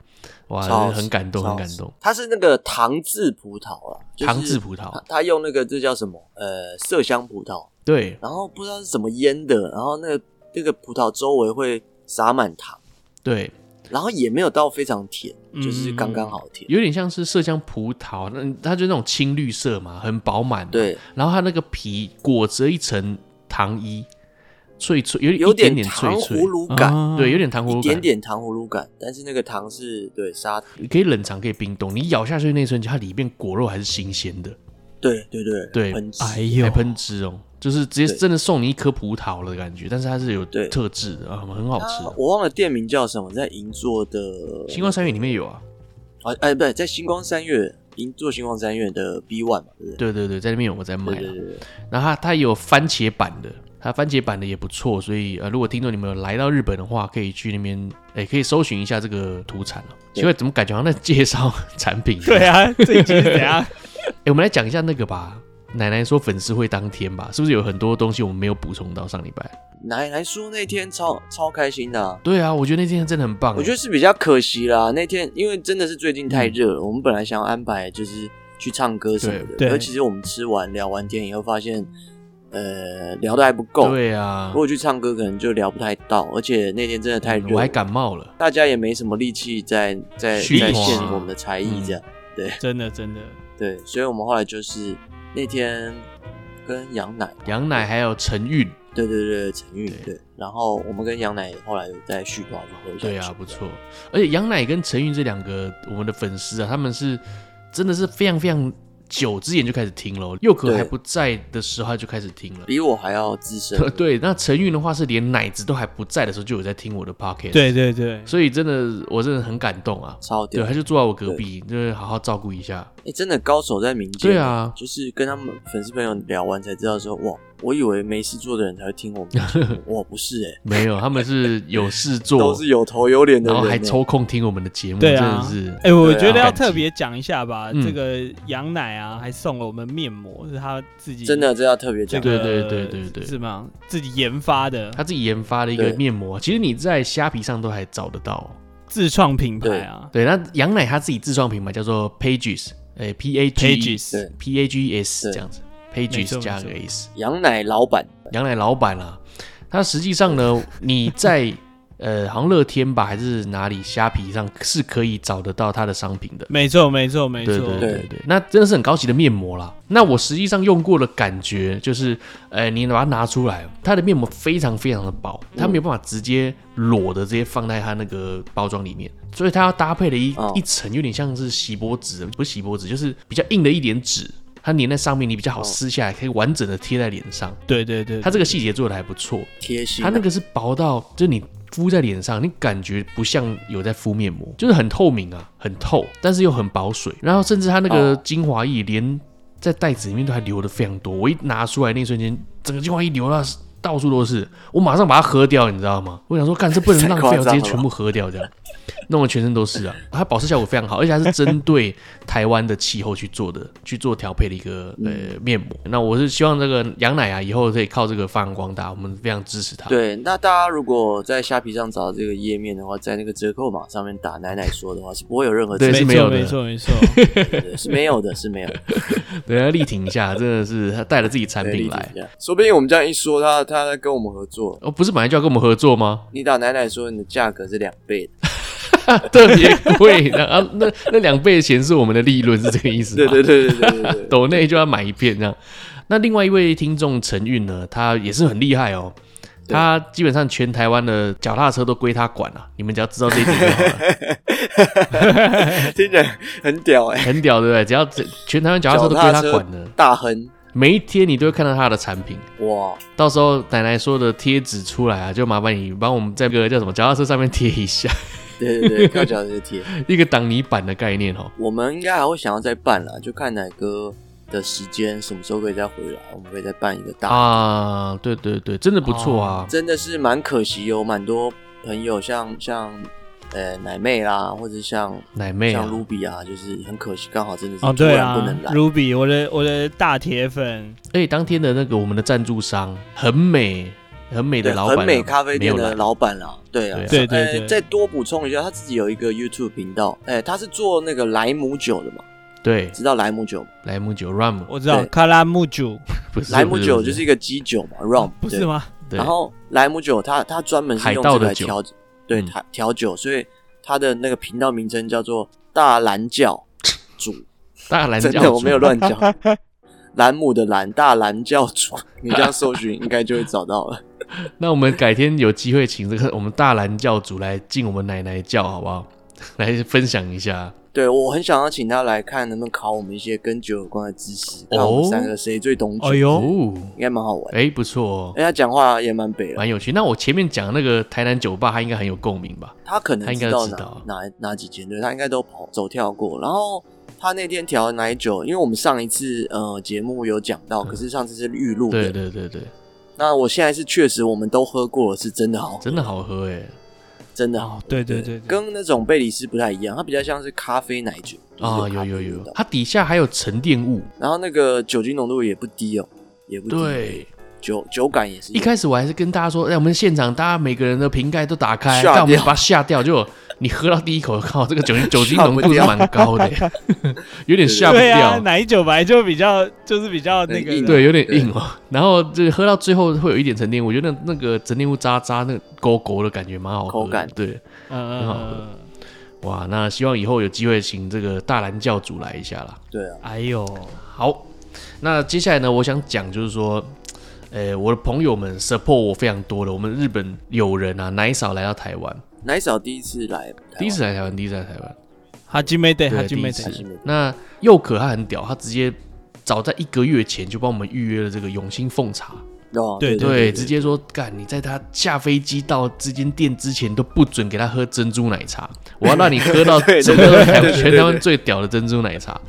[SPEAKER 3] 哇，
[SPEAKER 1] 超
[SPEAKER 3] 很感动，
[SPEAKER 1] 超
[SPEAKER 3] 很感动。
[SPEAKER 1] 它是那个糖制葡萄啊，就是、
[SPEAKER 3] 糖制葡萄
[SPEAKER 1] 它，它用那个这叫什么？呃，麝香葡萄，
[SPEAKER 3] 对
[SPEAKER 1] 然后不知道是怎么腌的，然后那个那个葡萄周围会撒满糖，
[SPEAKER 3] 对，
[SPEAKER 1] 然后也没有到非常甜，
[SPEAKER 2] 嗯
[SPEAKER 1] 就是刚刚好甜。
[SPEAKER 3] 有点像是麝香葡萄，那它就那种青绿色嘛，很饱满。，
[SPEAKER 1] 对，
[SPEAKER 3] 然后它那个皮裹着一层糖衣，脆脆，有
[SPEAKER 1] 有
[SPEAKER 3] 一点点脆
[SPEAKER 1] 糖
[SPEAKER 3] 脆
[SPEAKER 1] 葫，芦感，
[SPEAKER 2] 啊
[SPEAKER 3] 对，有点糖葫
[SPEAKER 1] 一
[SPEAKER 3] 芦
[SPEAKER 1] 点
[SPEAKER 3] 感，
[SPEAKER 1] 点糖葫芦感，但是那个糖是对砂，
[SPEAKER 3] 可以冷藏，可以冰冻。你咬下去那一瞬间，它里面果肉还是新鲜的，
[SPEAKER 1] 对对对
[SPEAKER 3] 对啊
[SPEAKER 1] 很直
[SPEAKER 2] 哎呦
[SPEAKER 3] 还，喷汁哦，就是直接
[SPEAKER 1] 对
[SPEAKER 3] 真的送你一颗葡萄的感觉，但是它是有
[SPEAKER 1] 对
[SPEAKER 3] 特制的啊，很好吃
[SPEAKER 1] 它。我忘了店名叫什么，在银座的
[SPEAKER 3] 星光三月里面有啊，
[SPEAKER 1] 啊，哎，不对，在星光三月，银座星光三月的 B One 嘛，对不对？
[SPEAKER 3] 对对对，在那边有我在卖
[SPEAKER 1] 对
[SPEAKER 3] 啊。
[SPEAKER 1] 对对对，
[SPEAKER 3] 然后它它也有番茄版的，它番茄版的也不错，所以呃，如果听众你们有来到日本的话，可以去那边，哎，可以搜寻一下这个土产哦。
[SPEAKER 1] 对
[SPEAKER 3] 奇怪，怎么感觉好像在介绍产品？
[SPEAKER 2] 对，啊，这一集是怎样？
[SPEAKER 3] 哎，我们来讲一下那个吧。奶奶说粉丝会当天吧，是不是有很多东西我们没有补充到上礼拜？
[SPEAKER 1] 奶奶说那天超超开心的啊、
[SPEAKER 3] 对啊，我觉得那天真的很棒。
[SPEAKER 1] 我觉得是比较可惜啦。那天因为真的是最近
[SPEAKER 3] 嗯
[SPEAKER 1] 太热了，我们本来想要安排就是去唱歌什么的，
[SPEAKER 2] 对对
[SPEAKER 1] 而其实我们吃完聊完天以后，发现呃聊的还不够。
[SPEAKER 3] 对啊
[SPEAKER 1] 如，果去唱歌，可能就聊不太到，而且那天真的太热，
[SPEAKER 3] 嗯我还感冒了。
[SPEAKER 1] 大家也没什么力气在在
[SPEAKER 3] 续
[SPEAKER 1] 在
[SPEAKER 3] 团
[SPEAKER 1] 献我们的才艺这样。
[SPEAKER 2] 真的真的，
[SPEAKER 1] 对，所以我们后来就是那天跟杨奶，
[SPEAKER 3] 杨奶还有陈韵，
[SPEAKER 1] 对对对，陈韵
[SPEAKER 3] 对
[SPEAKER 1] 对，然后我们跟杨奶后来有在续团去喝一下
[SPEAKER 3] 对啊
[SPEAKER 1] 酒，
[SPEAKER 3] 不错。而且杨奶跟陈韵这两个我们的粉丝啊，他们是真的是非常非常久之前就开始听了哦，佑可
[SPEAKER 1] 对
[SPEAKER 3] 还不在的时候他就开始听了。。
[SPEAKER 1] 比我还要资深
[SPEAKER 3] 对，啊那陈韵的话是连奶子都还不在的时候就有在听我的 podcast，，
[SPEAKER 2] 对对对，
[SPEAKER 3] 所以真的我真的很感动啊。
[SPEAKER 1] 超屌
[SPEAKER 3] 对，他就坐在我隔壁，就是好好照顾一下。
[SPEAKER 1] 哎、真的高手在民间。哦
[SPEAKER 3] 对啊
[SPEAKER 1] 就是跟他们粉丝朋友聊完才知道说，哇，我以为没事做的人才会听我们的节 目，哇，不是哎、
[SPEAKER 3] 没有，他们是 有事做，
[SPEAKER 1] 都是有头有脸的
[SPEAKER 3] 然
[SPEAKER 1] 人、
[SPEAKER 3] 后还
[SPEAKER 1] 欸
[SPEAKER 3] 抽空听我们的节目，
[SPEAKER 2] 对
[SPEAKER 3] 真
[SPEAKER 2] 啊
[SPEAKER 3] 的是。
[SPEAKER 2] 哎，我
[SPEAKER 1] 对啊
[SPEAKER 2] 觉得要
[SPEAKER 3] 感激
[SPEAKER 2] 特别讲一下吧，
[SPEAKER 3] 嗯
[SPEAKER 2] 这个羊奶啊，还送了我们面膜，是他自己
[SPEAKER 1] 真的这要特别
[SPEAKER 2] 这
[SPEAKER 1] 讲。
[SPEAKER 2] 个
[SPEAKER 3] 对对对对对
[SPEAKER 2] 是吗？自己研发的
[SPEAKER 3] 他自己研发的一个
[SPEAKER 1] 对
[SPEAKER 3] 面膜，其实你在虾皮上都还找得到哦、
[SPEAKER 2] 自创品牌啊
[SPEAKER 3] 对，那羊奶他自己自创品牌叫做 Pages，哎、p A G
[SPEAKER 2] ，Pages，
[SPEAKER 1] 对
[SPEAKER 3] P A G E S
[SPEAKER 1] 对
[SPEAKER 3] 这样子
[SPEAKER 2] 没错
[SPEAKER 3] ，Pages 加个
[SPEAKER 2] 没
[SPEAKER 3] S。
[SPEAKER 1] 羊奶老板，
[SPEAKER 3] 羊奶老板啊，他实际上呢，你在呃，好像乐天吧还是哪里虾皮上是可以找得到他的商品的。
[SPEAKER 2] 没错没错没
[SPEAKER 3] 对
[SPEAKER 2] 错，
[SPEAKER 3] 对对对，那真的是很高级的面膜啦。那我实际上用过的感觉就是，呃，你把它拿出来，它的面膜非常非常的薄，它没有办法直接裸的直接放在它那个包装里面，所以它要搭配了一、
[SPEAKER 1] 哦
[SPEAKER 3] 一层，有点像是锡箔纸，不是锡箔纸，就是比较硬的一点纸，它粘在上面，你比较好撕下来，可以完整的贴在脸上。
[SPEAKER 2] 对对对，
[SPEAKER 3] 它这个细节做的还不错，
[SPEAKER 1] 贴心、
[SPEAKER 3] 它
[SPEAKER 1] 啊。
[SPEAKER 3] 那个是薄到，就是你敷在脸上，你感觉不像有在敷面膜，就是很透明啊，很透，但是又很保水。然后甚至它那个
[SPEAKER 1] 哦
[SPEAKER 3] 精华液连在袋子里面都还留的非常多。我一拿出来那一瞬间，整个计划一流到到处都是，我马上把它喝掉，你知道吗？我想说，干这不能浪费，我直接全部喝掉这样，弄得全身都是啊。它保湿效果非常好，而且它是针对台湾的气候去做的，去做调配的一个呃面膜。那我是希望这个羊奶啊，以后可以靠这个发扬光大，我们非常支持它。
[SPEAKER 1] 对，那大家如果在虾皮上找这个页面的话，在那个折扣码上面打“奶奶说”的话，是不会有任何
[SPEAKER 3] 对
[SPEAKER 1] 折
[SPEAKER 3] 是
[SPEAKER 2] 没
[SPEAKER 3] 没
[SPEAKER 2] 错，
[SPEAKER 3] 有的
[SPEAKER 2] 没错，没错。
[SPEAKER 1] 扣的，是没有的，是没有的。
[SPEAKER 3] 对，要力挺一下，真的是他带了自己产
[SPEAKER 1] 对
[SPEAKER 3] 品
[SPEAKER 1] 理解
[SPEAKER 3] 来
[SPEAKER 1] 一。下说不定我们这样一说，他他在跟我们合作。
[SPEAKER 3] 哦，不是本来就要跟我们合作吗？
[SPEAKER 1] 你打奶奶说你的价格是两倍的，
[SPEAKER 3] 特别贵的啊，那那两倍的钱是我们的利润，是这个意思吗？
[SPEAKER 1] 对对对对对对对，
[SPEAKER 3] 抖内就要买一片这样。那另外一位听众陈韵呢，他也是很厉害哦，
[SPEAKER 1] 对
[SPEAKER 3] 他基本上全台湾的脚踏车都归他管啊，你们只要知道这一点就好了，
[SPEAKER 1] 听起来很屌哎、
[SPEAKER 3] 很屌对不对？只要只全台湾脚踏车都归他管的，
[SPEAKER 1] 大亨
[SPEAKER 3] 每一天你都会看到他的产品。
[SPEAKER 1] 哇，
[SPEAKER 3] 到时候奶奶说的贴纸出来啊，就麻烦你帮我们在这个叫什么脚踏车上面贴一下，
[SPEAKER 1] 对对对，跳脚这贴，
[SPEAKER 3] 一个挡泥板的概念哦。
[SPEAKER 1] 我们应该还会想要再办啦，就看奶哥的时间什么时候可以再回来，我们可以再办一个大。
[SPEAKER 3] 啊，对对对，真的不错啊。
[SPEAKER 1] 真的是蛮可惜，有蛮多朋友像像呃奶妹啦，或者像
[SPEAKER 3] 奶妹啊
[SPEAKER 1] 像 Ruby 啊，就是很可惜，刚好真的 是
[SPEAKER 2] 哦，
[SPEAKER 1] 突
[SPEAKER 2] 对
[SPEAKER 1] 然
[SPEAKER 2] 啊
[SPEAKER 1] 不能来。
[SPEAKER 2] ，Ruby，我的我的大铁粉，
[SPEAKER 3] 而且哎当天的那个我们的赞助商很美，很美的
[SPEAKER 1] 对，
[SPEAKER 3] 老板啊、
[SPEAKER 1] 很美咖啡店
[SPEAKER 3] 没有
[SPEAKER 1] 的
[SPEAKER 3] 来
[SPEAKER 1] 老板啦，对啊，
[SPEAKER 3] 对啊
[SPEAKER 2] 对对
[SPEAKER 1] 呃
[SPEAKER 2] 对
[SPEAKER 1] 再多补充一下，他自己有一个 YouTube 频道，哎、他是做那个莱姆酒的嘛，
[SPEAKER 3] 对
[SPEAKER 1] 知道莱姆酒吗？
[SPEAKER 3] 莱姆酒 rum
[SPEAKER 2] 我知道
[SPEAKER 1] 对
[SPEAKER 2] 卡拉木酒，
[SPEAKER 3] 不是哦
[SPEAKER 1] 莱姆酒
[SPEAKER 3] 不
[SPEAKER 1] 就是一个基酒嘛，rum
[SPEAKER 2] 不
[SPEAKER 1] 哦对
[SPEAKER 2] 是吗？
[SPEAKER 3] 对
[SPEAKER 1] 然后莱姆酒它它专门是用
[SPEAKER 3] 海盗
[SPEAKER 1] 这
[SPEAKER 3] 的
[SPEAKER 1] 个来
[SPEAKER 3] 酒
[SPEAKER 1] 调，对
[SPEAKER 3] 嗯
[SPEAKER 1] 调调酒，所以它的那个频道名称叫做大蓝教主。
[SPEAKER 3] 大蓝
[SPEAKER 1] 真
[SPEAKER 3] 教
[SPEAKER 1] 的，
[SPEAKER 3] 主
[SPEAKER 1] 我没有乱讲。兰姆的兰，大兰教 主，你这样搜寻应该就会找到了。
[SPEAKER 3] 那我们改天有机会请这个我们大蓝教主来进我们奶奶教好不好？ 来分享一下，
[SPEAKER 1] 对我很想要请他来看，能不能考我们一些跟酒有关的知识，看我们三个谁最懂酒，
[SPEAKER 2] 哎呦，
[SPEAKER 3] 哦，
[SPEAKER 1] 应该蛮好玩。
[SPEAKER 3] 哎，不错哦，
[SPEAKER 1] 哎，他讲话也蛮北了，
[SPEAKER 3] 蛮有趣。那我前面讲那个台南酒吧，他应该很有共鸣吧？
[SPEAKER 1] 他可
[SPEAKER 3] 他
[SPEAKER 1] 能
[SPEAKER 3] 应该
[SPEAKER 1] 道
[SPEAKER 3] 知
[SPEAKER 1] 哪
[SPEAKER 3] 道
[SPEAKER 1] 哪哪几间，对他应该都跑走跳过。然后他那天调的奶酒，因为我们上一次呃节目有讲到，可是上次是预录
[SPEAKER 3] 对
[SPEAKER 1] 的。
[SPEAKER 3] 对对对，
[SPEAKER 1] 那我现在是确实我们都喝过了，是真的好，
[SPEAKER 3] 真的好喝哎，
[SPEAKER 1] 真的好
[SPEAKER 2] 哦，。对对对，对
[SPEAKER 1] 跟那种贝里斯不太一样，它比较像是咖啡奶酒就
[SPEAKER 3] 啊，
[SPEAKER 1] 是
[SPEAKER 3] 有
[SPEAKER 1] 咖啡
[SPEAKER 3] 有有
[SPEAKER 1] 味道，
[SPEAKER 3] 它底下还有沉淀物，
[SPEAKER 1] 然后那个酒精浓度也不低哦，也不低，
[SPEAKER 3] 对，
[SPEAKER 1] 酒酒感也是
[SPEAKER 3] 一开始我还是跟大家说，哎、我们现场大家每个人的瓶盖都打
[SPEAKER 1] 吓
[SPEAKER 3] 开，
[SPEAKER 1] 掉
[SPEAKER 3] 但我们把它吓掉，就你喝到第一口，靠，这个酒精酒 精
[SPEAKER 1] 吓
[SPEAKER 3] 浓
[SPEAKER 1] 不
[SPEAKER 3] 度是
[SPEAKER 1] 掉
[SPEAKER 3] 蛮高的， 有点吓不
[SPEAKER 2] 对啊，
[SPEAKER 3] 掉，
[SPEAKER 2] 奶酒本来就比较就是比较那
[SPEAKER 1] 很硬啊
[SPEAKER 2] 个，
[SPEAKER 3] 对，有点
[SPEAKER 1] 对
[SPEAKER 3] 硬哦。然后这个喝到最后会有一点沉淀物，我觉得那那个沉淀物渣渣那个勾勾的感觉蛮好喝
[SPEAKER 1] 口
[SPEAKER 3] 的，
[SPEAKER 1] 感
[SPEAKER 3] 对，
[SPEAKER 2] 嗯嗯
[SPEAKER 3] 很好
[SPEAKER 2] 嗯嗯，
[SPEAKER 3] 哇，那希望以后有机会请这个大蓝教主来一下啦。
[SPEAKER 1] 对啊，
[SPEAKER 2] 哎呦，
[SPEAKER 3] 好，那接下来呢，我想讲就是说，呃，我的朋友们 support 我非常多的，我们日本友人啊，奶嫂来到台湾，
[SPEAKER 1] 奶嫂啊第一次来台湾，
[SPEAKER 3] 第一次来台湾，第一次来台湾。
[SPEAKER 2] 哈基
[SPEAKER 1] 哎
[SPEAKER 2] 梅德，哈
[SPEAKER 3] 对，
[SPEAKER 2] 基
[SPEAKER 3] 第一
[SPEAKER 2] 梅德，
[SPEAKER 1] 基
[SPEAKER 3] 次
[SPEAKER 1] 梅德。
[SPEAKER 3] 那佑可他很屌，他直接早在一个月前就帮我们预约了这个永兴凤茶，
[SPEAKER 1] 哦，
[SPEAKER 2] 对
[SPEAKER 1] 对
[SPEAKER 3] 对，直接说干，你在他下飞机到这间店之前都不准给他喝珍珠奶 茶，我要让你喝到
[SPEAKER 1] 对
[SPEAKER 3] 整
[SPEAKER 1] 对
[SPEAKER 3] 个
[SPEAKER 1] 对对
[SPEAKER 3] 台湾
[SPEAKER 1] 对
[SPEAKER 3] 全
[SPEAKER 1] 对
[SPEAKER 3] 台湾
[SPEAKER 1] 对
[SPEAKER 3] 最屌的珍珠奶茶。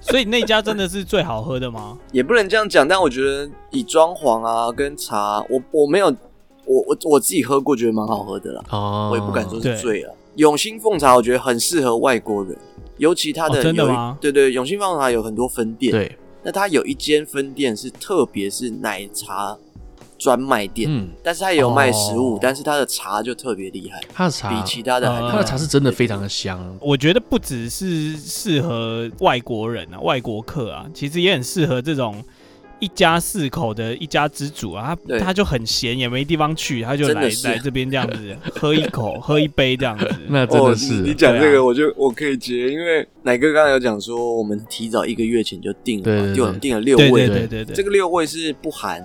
[SPEAKER 2] 所以那家真的是最好喝的吗？
[SPEAKER 1] 也不能这样讲，但我觉得以装潢啊跟茶，我我没有，我我我自己喝过，觉得蛮好喝的啦，
[SPEAKER 3] 哦，
[SPEAKER 1] 我也不敢说
[SPEAKER 2] 对
[SPEAKER 1] 是醉了。啊永兴凤茶我觉得很适合外国人，尤其它
[SPEAKER 2] 哦
[SPEAKER 1] 的
[SPEAKER 2] 真的
[SPEAKER 1] 有一
[SPEAKER 2] 吗
[SPEAKER 1] 对对，永兴凤茶有很多分店，
[SPEAKER 3] 对，
[SPEAKER 1] 那它有一间分店是特别是奶茶专卖店，
[SPEAKER 3] 嗯，
[SPEAKER 1] 但是它也有卖食物，
[SPEAKER 2] 哦
[SPEAKER 1] 但是它的茶就特别厉害，
[SPEAKER 3] 他的茶
[SPEAKER 1] 比，其他的还
[SPEAKER 2] 嗯
[SPEAKER 1] 厉
[SPEAKER 3] 他
[SPEAKER 1] 害。
[SPEAKER 3] 的茶是真的非常的香。
[SPEAKER 2] 我觉得不只是适合外国人啊、外国客啊，其实也很适合这种一家四口的一家之主啊。他
[SPEAKER 1] 对
[SPEAKER 2] 他就很闲，也没地方去，他就
[SPEAKER 1] 真的
[SPEAKER 2] 来
[SPEAKER 1] 是啊
[SPEAKER 2] 来这边这样子喝一口、 喝一杯这样子。
[SPEAKER 3] 那真的是
[SPEAKER 1] 哦你讲这
[SPEAKER 2] 对啊
[SPEAKER 1] 个我就我可以接，因为奶哥刚才有讲说，我们提早一个月前就定了
[SPEAKER 3] 对对
[SPEAKER 1] 嘛，就
[SPEAKER 3] 对
[SPEAKER 1] 定了六
[SPEAKER 2] 对对
[SPEAKER 1] 位，
[SPEAKER 2] 对对
[SPEAKER 1] 这
[SPEAKER 2] 对，
[SPEAKER 1] 个六位是不含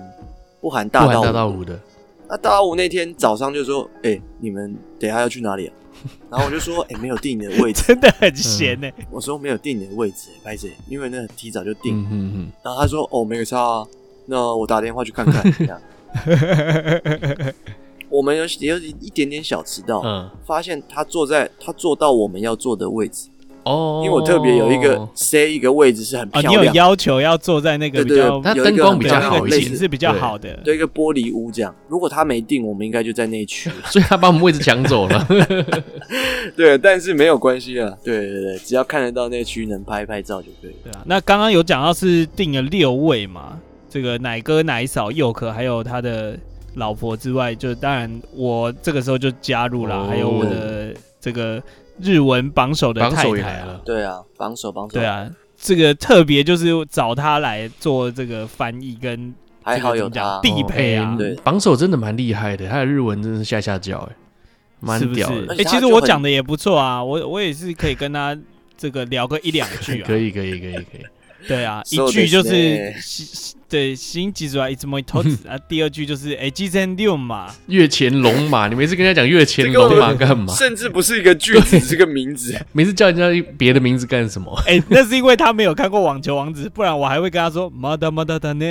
[SPEAKER 1] 不含
[SPEAKER 3] 不
[SPEAKER 1] 大
[SPEAKER 3] 含
[SPEAKER 1] 道
[SPEAKER 3] 大
[SPEAKER 1] 五
[SPEAKER 3] 道五的，
[SPEAKER 1] 那大五那天早上就说：“哎、你们等一下要去哪里、啊？” 然后我就说：“哎、没有定你的位置。”
[SPEAKER 2] 真的很欸闲
[SPEAKER 3] 嗯
[SPEAKER 2] 呢。
[SPEAKER 1] 我说：“没有定你的位置、拍谁？因为那提早就定。
[SPEAKER 3] 嗯嗯嗯，
[SPEAKER 1] 然后他说：“哦，没有差啊，那我打电话去看 看。”这样，我们有有一点点小迟到，
[SPEAKER 3] 嗯，
[SPEAKER 1] 发现他坐在他坐到我们要坐的位置，
[SPEAKER 3] 哦，
[SPEAKER 1] 因为我特别有一个塞一个位置是很
[SPEAKER 2] 啊，
[SPEAKER 1] 漂
[SPEAKER 2] 你有
[SPEAKER 1] 亮的，
[SPEAKER 2] 要求要坐在那个比
[SPEAKER 1] 对对
[SPEAKER 2] 较
[SPEAKER 1] 对，
[SPEAKER 3] 它
[SPEAKER 1] 有一
[SPEAKER 3] 灯
[SPEAKER 1] 个
[SPEAKER 3] 光比较
[SPEAKER 2] 对那
[SPEAKER 3] 好
[SPEAKER 2] 个
[SPEAKER 3] 一
[SPEAKER 1] 类
[SPEAKER 2] 景
[SPEAKER 1] 似
[SPEAKER 3] 些，
[SPEAKER 2] 是比较
[SPEAKER 3] 对
[SPEAKER 2] 好的。
[SPEAKER 1] 对一个玻璃屋这样。如果他没定，我们应该就在那一区 了。
[SPEAKER 3] 所以他把我们位置抢走了。
[SPEAKER 1] 对，但是没有关系啊。对对对，只要看得到那区能拍拍照就可以了。
[SPEAKER 2] 对啊，那刚刚有讲到是定了六位嘛，这个奶哥、奶嫂、佑可还有他的老婆之外，就当然我这个时候就加入了，
[SPEAKER 3] 哦
[SPEAKER 2] 还有我的这个日文榜首的
[SPEAKER 3] 榜
[SPEAKER 2] 太
[SPEAKER 3] 首也
[SPEAKER 2] 太
[SPEAKER 3] 来
[SPEAKER 2] 啊，
[SPEAKER 3] 了，
[SPEAKER 1] 对啊，榜首榜首。
[SPEAKER 2] 对，啊，这个特别就是找他来做这个翻译跟
[SPEAKER 1] 还好有
[SPEAKER 2] 这个
[SPEAKER 1] 他
[SPEAKER 2] 怎。么讲地陪啊
[SPEAKER 3] 哦哎
[SPEAKER 1] 对
[SPEAKER 3] 榜首真的蛮厉害的，他的日文真的是下下叫，哎，
[SPEAKER 2] 是
[SPEAKER 3] 蛮
[SPEAKER 2] 不是？
[SPEAKER 3] 屌
[SPEAKER 2] 哎、
[SPEAKER 3] 的。
[SPEAKER 1] 而且他
[SPEAKER 2] 其实
[SPEAKER 1] 就
[SPEAKER 2] 我
[SPEAKER 1] 很
[SPEAKER 2] 讲的也不错啊，我我也是可以跟他这个聊个一两句啊
[SPEAKER 3] 可。以可以可以可以，
[SPEAKER 2] 对啊，一
[SPEAKER 1] そう
[SPEAKER 2] 句
[SPEAKER 1] です
[SPEAKER 2] 就
[SPEAKER 1] ね
[SPEAKER 2] 是新对新技术啊，一直摸头子啊，第二句就是哎，季三六嘛，
[SPEAKER 3] 月前龙马，你每次跟人家讲月前
[SPEAKER 1] 这个我
[SPEAKER 3] 龙马干嘛？
[SPEAKER 1] 甚至不是一个句子，是个名 字。
[SPEAKER 3] 每次叫人家别的名字干什么？
[SPEAKER 2] 哎，那是因为他没有看过网球王子，不然我还会跟他说马达马达达呢。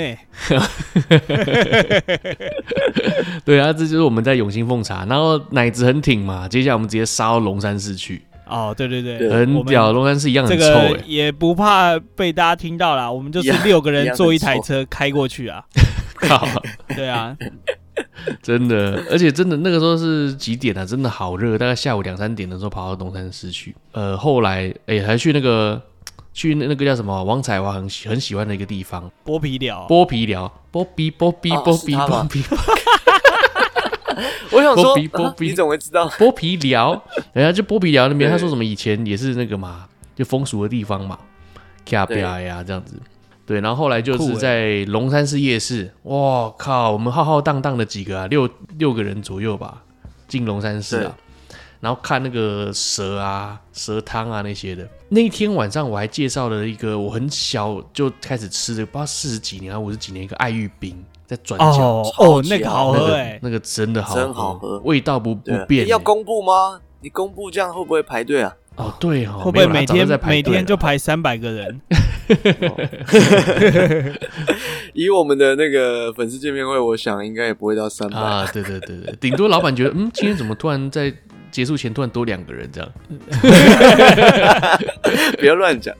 [SPEAKER 3] 对啊，这就是我们在永兴奉茶，然后奶子很挺嘛，接下来我们直接杀到龙山寺去，
[SPEAKER 2] 哦，对对对，
[SPEAKER 1] 对
[SPEAKER 3] 很
[SPEAKER 2] 我们
[SPEAKER 3] 屌，龙山寺一样
[SPEAKER 2] 这
[SPEAKER 3] 很臭
[SPEAKER 2] 个
[SPEAKER 3] 哎，
[SPEAKER 2] 也不怕被大家听到啦，我们就是
[SPEAKER 1] 呀
[SPEAKER 2] 六个人
[SPEAKER 1] 呀
[SPEAKER 2] 坐一
[SPEAKER 1] 没
[SPEAKER 2] 台
[SPEAKER 1] 错
[SPEAKER 2] 车开过去啊。
[SPEAKER 3] 靠，
[SPEAKER 2] 对啊，
[SPEAKER 3] 真的，而且真的那个时候是几点啊？真的好热，大概下午两三点的时候跑到龙山寺去，呃，后来哎还去那个去那个叫什么王彩华很喜很喜欢的一个地方，
[SPEAKER 2] 剥皮聊，
[SPEAKER 3] 剥皮寮，剥皮剥皮
[SPEAKER 1] 哦
[SPEAKER 3] 剥
[SPEAKER 1] 是
[SPEAKER 3] 皮
[SPEAKER 1] 他
[SPEAKER 3] 剥
[SPEAKER 1] 吗
[SPEAKER 3] 皮
[SPEAKER 1] 我想说
[SPEAKER 3] 波比波，
[SPEAKER 1] 啊
[SPEAKER 3] 比
[SPEAKER 1] 你怎么会知道？
[SPEAKER 3] 剥皮寮， 人家就剥皮寮那边，
[SPEAKER 1] 对
[SPEAKER 3] 他说什么以前也是那个嘛，就风俗的地方嘛，卡比
[SPEAKER 1] 对
[SPEAKER 3] 亚呀这样子。对，然后后来就
[SPEAKER 2] 酷
[SPEAKER 3] 是
[SPEAKER 2] 欸
[SPEAKER 3] 在龙山寺夜市，哇靠，我们浩浩荡荡的几个啊，六六个人左右吧，进龙山寺啊，然后看那个蛇啊、蛇汤啊那些的。那一天晚上我还介绍了一个我很小就开始吃的，不知道四十几年还啊是五十几年一个爱玉冰，在转角，
[SPEAKER 2] 哦
[SPEAKER 1] 超
[SPEAKER 2] 哦，
[SPEAKER 1] 级
[SPEAKER 2] 那个好
[SPEAKER 1] 好
[SPEAKER 3] 那
[SPEAKER 2] 喝
[SPEAKER 3] 个
[SPEAKER 2] 哎，
[SPEAKER 3] 那个真的好，
[SPEAKER 1] 真好喝
[SPEAKER 3] 味道不
[SPEAKER 1] 对
[SPEAKER 3] 不
[SPEAKER 1] 啊，
[SPEAKER 3] 变欸、
[SPEAKER 1] 要公布吗？你公布这样会不会排队啊？
[SPEAKER 3] 哦，对哦，
[SPEAKER 2] 会不会
[SPEAKER 3] 没有啦
[SPEAKER 2] 每
[SPEAKER 3] 早就
[SPEAKER 2] 天
[SPEAKER 3] 在排
[SPEAKER 2] 每
[SPEAKER 3] 队
[SPEAKER 2] 天
[SPEAKER 3] 了
[SPEAKER 2] 就排三百个人？
[SPEAKER 1] 以我们的那个粉丝见面会，我想应该也不会到三百、
[SPEAKER 3] 啊？对对对对，顶多老板觉得，嗯，今天怎么突然在结束前突然多两个人这样？
[SPEAKER 1] 不要乱讲。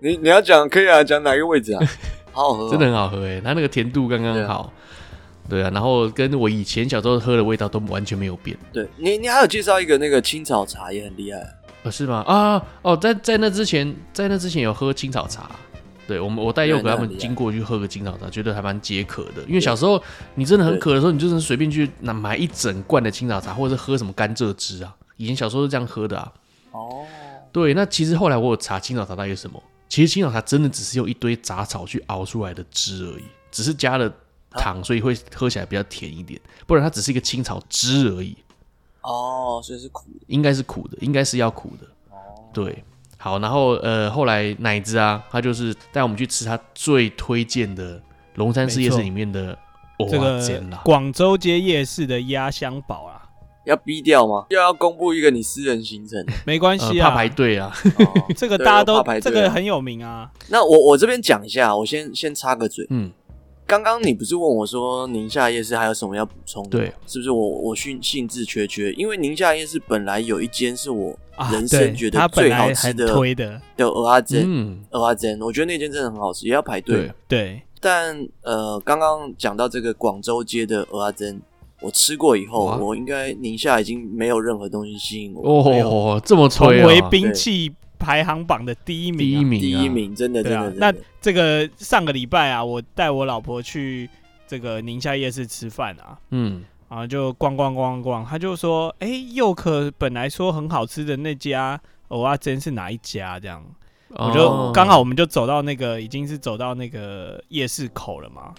[SPEAKER 1] 你你要讲可以啊，讲哪个位置啊？好好喝、
[SPEAKER 3] 真的，很好喝诶，它那个甜度刚刚好。对啊，然后跟我以前小时候喝的味道都完全没有变，
[SPEAKER 1] 对你你还有介绍一个那个青草茶也很厉害啊、
[SPEAKER 3] 呃，是吗？啊，哦，在在那之前，在那之前有喝青草茶，对我们我带
[SPEAKER 1] 对
[SPEAKER 3] 佑哥
[SPEAKER 1] 那
[SPEAKER 3] 他
[SPEAKER 1] 很
[SPEAKER 3] 们
[SPEAKER 1] 厉害
[SPEAKER 2] 啊
[SPEAKER 3] 经过去喝个青草茶，觉得还蛮解渴的。因为小时候你真的很渴的时候，你就是随便去拿买一整罐的青草茶，或者是喝什么甘蔗汁啊。以前小时候是这样喝的啊，
[SPEAKER 1] 哦，
[SPEAKER 3] 对，那其实后来我有查青草茶到底是什么，其实青草茶真的只是用一堆杂草去熬出来的汁而已，只是加了糖，所以会喝起来比较甜一点，不然它只是一个青草汁而已，
[SPEAKER 1] 哦，所以是苦的。
[SPEAKER 3] 应该是苦的，应该是要苦的。对，好，然后呃，后来奶子啊，他就是带我们去吃他最推荐的龙山寺夜市里面的
[SPEAKER 2] 这
[SPEAKER 3] 蚵仔煎
[SPEAKER 2] 个
[SPEAKER 3] 啦。
[SPEAKER 2] 广州街夜市的鸭香堡啊，
[SPEAKER 1] 要逼掉吗？又要公布一个你私人行程？
[SPEAKER 2] 没关
[SPEAKER 3] 呃，
[SPEAKER 2] 系啊，
[SPEAKER 3] 怕排队啊，
[SPEAKER 1] 哦
[SPEAKER 2] 这个
[SPEAKER 1] 对
[SPEAKER 2] 大家
[SPEAKER 1] 我
[SPEAKER 2] 都
[SPEAKER 1] 怕排
[SPEAKER 2] 这
[SPEAKER 1] 队
[SPEAKER 2] 个
[SPEAKER 1] 啊
[SPEAKER 2] 很有名啊。
[SPEAKER 1] 那我我这边讲一下，我先先插个嘴。
[SPEAKER 3] 嗯，
[SPEAKER 1] 刚刚你不是问我说宁夏夜市还有什么要补充的吗？
[SPEAKER 3] 对，
[SPEAKER 1] 是不是我我兴兴致缺缺？因为宁夏夜市本来有一间是我
[SPEAKER 2] 啊，
[SPEAKER 1] 人
[SPEAKER 2] 对
[SPEAKER 1] 生觉
[SPEAKER 2] 他
[SPEAKER 1] 得
[SPEAKER 2] 本
[SPEAKER 1] 最好
[SPEAKER 2] 来
[SPEAKER 1] 吃
[SPEAKER 2] 很
[SPEAKER 1] 的
[SPEAKER 2] 推的，
[SPEAKER 1] 的蚵仔煎，
[SPEAKER 3] 嗯，
[SPEAKER 1] 蚵仔煎，我觉得那间真的很好吃，也要排队。
[SPEAKER 3] 对，
[SPEAKER 2] 对，
[SPEAKER 1] 但呃，刚刚讲到这个广州街的蚵仔煎，我吃过以后
[SPEAKER 3] 哇，
[SPEAKER 1] 我应该宁夏已经没有任何东西吸引我。
[SPEAKER 2] 哎呦
[SPEAKER 3] 哦，这么
[SPEAKER 2] 重
[SPEAKER 3] 推
[SPEAKER 2] 回
[SPEAKER 3] 啊，
[SPEAKER 2] 兵器排行榜的第一
[SPEAKER 3] 第一
[SPEAKER 2] 名啊。
[SPEAKER 3] 名，
[SPEAKER 1] 第一，名，真的真
[SPEAKER 2] 对啊
[SPEAKER 1] 的，真
[SPEAKER 2] 那
[SPEAKER 1] 的，
[SPEAKER 2] 这个上个礼拜啊，我带我老婆去这个宁夏夜市吃饭啊，
[SPEAKER 3] 嗯，
[SPEAKER 2] 然后就逛逛逛逛，他就说：“哎，佑可本来说很好吃的那家蚵仔煎是哪一家？”这样，我
[SPEAKER 3] 哦
[SPEAKER 2] 就刚好我们就走到那个已经是走到那个夜市口了嘛，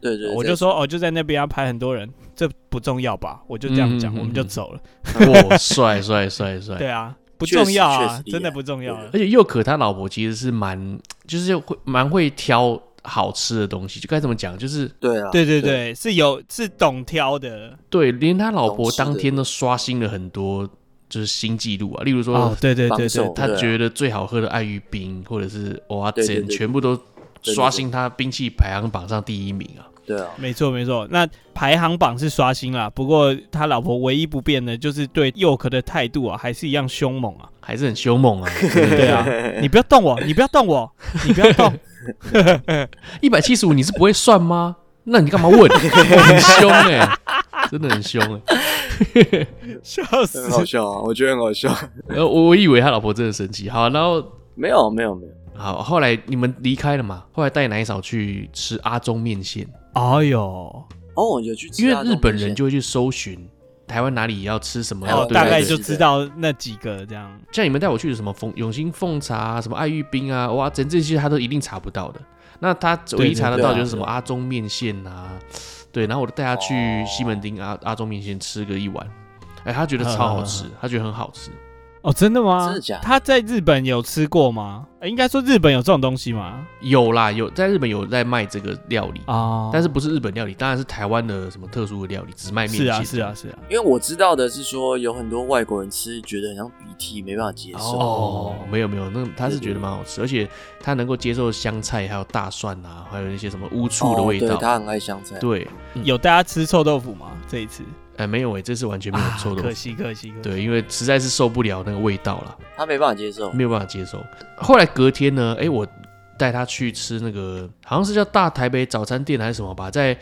[SPEAKER 1] 对对，对
[SPEAKER 2] 我就说哦，就在那边要拍很多人，这不重要吧？我就这样讲，
[SPEAKER 3] 嗯嗯嗯
[SPEAKER 2] 我们就走了。
[SPEAKER 3] 哇，帅帅帅帅！
[SPEAKER 2] 对啊，不
[SPEAKER 1] 确实
[SPEAKER 2] 重要
[SPEAKER 1] 确
[SPEAKER 2] 啊
[SPEAKER 1] 实，厉害
[SPEAKER 2] 真的不重要啊
[SPEAKER 3] 而。且佑可他老婆其实是蛮，就是会蛮会挑好吃的东西，就该怎么讲，就是
[SPEAKER 1] 对啊，
[SPEAKER 2] 对对对，是有是懂挑的
[SPEAKER 3] 对，连他老
[SPEAKER 1] 懂
[SPEAKER 3] 婆
[SPEAKER 1] 吃的
[SPEAKER 3] 当天都刷新了很多就是新纪录啊，例如说、
[SPEAKER 2] 哦，对对对
[SPEAKER 1] 榜
[SPEAKER 2] 对
[SPEAKER 1] 首，
[SPEAKER 3] 他
[SPEAKER 1] 对啊
[SPEAKER 3] 觉得最好喝的爱玉冰或者是蚵仔
[SPEAKER 1] 对对
[SPEAKER 3] 煎，
[SPEAKER 1] 对
[SPEAKER 3] 全部都
[SPEAKER 1] 对
[SPEAKER 3] 刷新他兵器排行榜上第一名啊。
[SPEAKER 1] 对啊，
[SPEAKER 2] 没错没错，那排行榜是刷新啦，不过他老婆唯一不变的就是对佑可的态度啊，还是一样凶猛啊。
[SPEAKER 3] 还是很凶猛 啊。
[SPEAKER 2] 对啊，你不要动我，你不要动我，你不要动。
[SPEAKER 3] 一百七十五你是不会算吗？那你干嘛问？ 很凶哎、真的很凶哎、
[SPEAKER 2] 笑
[SPEAKER 1] 很好
[SPEAKER 2] 死！
[SPEAKER 1] 笑啊，我觉得很好笑。
[SPEAKER 3] 呃，我我以为他老婆真的生气。好，然后
[SPEAKER 1] 没有没有没有，
[SPEAKER 3] 好，后来你们离开了嘛？后来带奶嫂去吃阿忠面线，
[SPEAKER 2] 哎呦，
[SPEAKER 1] 哦，有去吃
[SPEAKER 3] 因为
[SPEAKER 1] 啊
[SPEAKER 3] 日本
[SPEAKER 1] 这
[SPEAKER 3] 人
[SPEAKER 1] 种东西
[SPEAKER 3] 就会去搜寻台湾哪里要吃什么，
[SPEAKER 1] 哦
[SPEAKER 3] 对不对
[SPEAKER 2] 大概
[SPEAKER 3] 哎对
[SPEAKER 2] 就知道那几个这样。
[SPEAKER 3] 像你们带我去的什么凤永兴凤茶、啊、什么爱玉冰啊，哇，整这些他都一定查不到的。那他唯一查得到就是什么阿中面线啊，对，然后我就带他去西门町
[SPEAKER 2] 哦
[SPEAKER 3] 阿阿中面线吃个一碗，哎，他觉得超好 吃，他觉得很好吃。
[SPEAKER 2] 哦，真的吗？
[SPEAKER 1] 真的假的
[SPEAKER 2] 他在日本有吃过吗？呃应该说日本有这种东西吗？
[SPEAKER 3] 有啦，有在日本有在卖这个料理，
[SPEAKER 2] 啊，
[SPEAKER 3] 但是不是日本料理，当然是台湾的什么特殊的料理，只卖面
[SPEAKER 2] 是
[SPEAKER 3] 线。
[SPEAKER 2] 啊是啊。是啊，
[SPEAKER 1] 因为我知道的是说，有很多外国人吃觉得很像鼻涕，没办法接受。
[SPEAKER 3] 哦，没有没有，那他是
[SPEAKER 1] 对对
[SPEAKER 3] 觉得蛮好吃，而且他能够接受香菜，还有大蒜啊，还有那些什么乌醋的味
[SPEAKER 1] 哦对
[SPEAKER 3] 道。
[SPEAKER 1] 他很爱香菜。
[SPEAKER 3] 对，
[SPEAKER 2] 有大家吃臭豆腐吗？这一次
[SPEAKER 3] 哎，没有哎，这次完全没有
[SPEAKER 2] 啊
[SPEAKER 3] 臭豆腐
[SPEAKER 2] 可。惜可惜可惜。
[SPEAKER 3] 对，因为实在是受不了那个味道了，
[SPEAKER 1] 他没办法接受。
[SPEAKER 3] 没有办法接受。后来隔天呢，哎，我带他去吃那个好像是叫大台北早餐店还是什么吧，在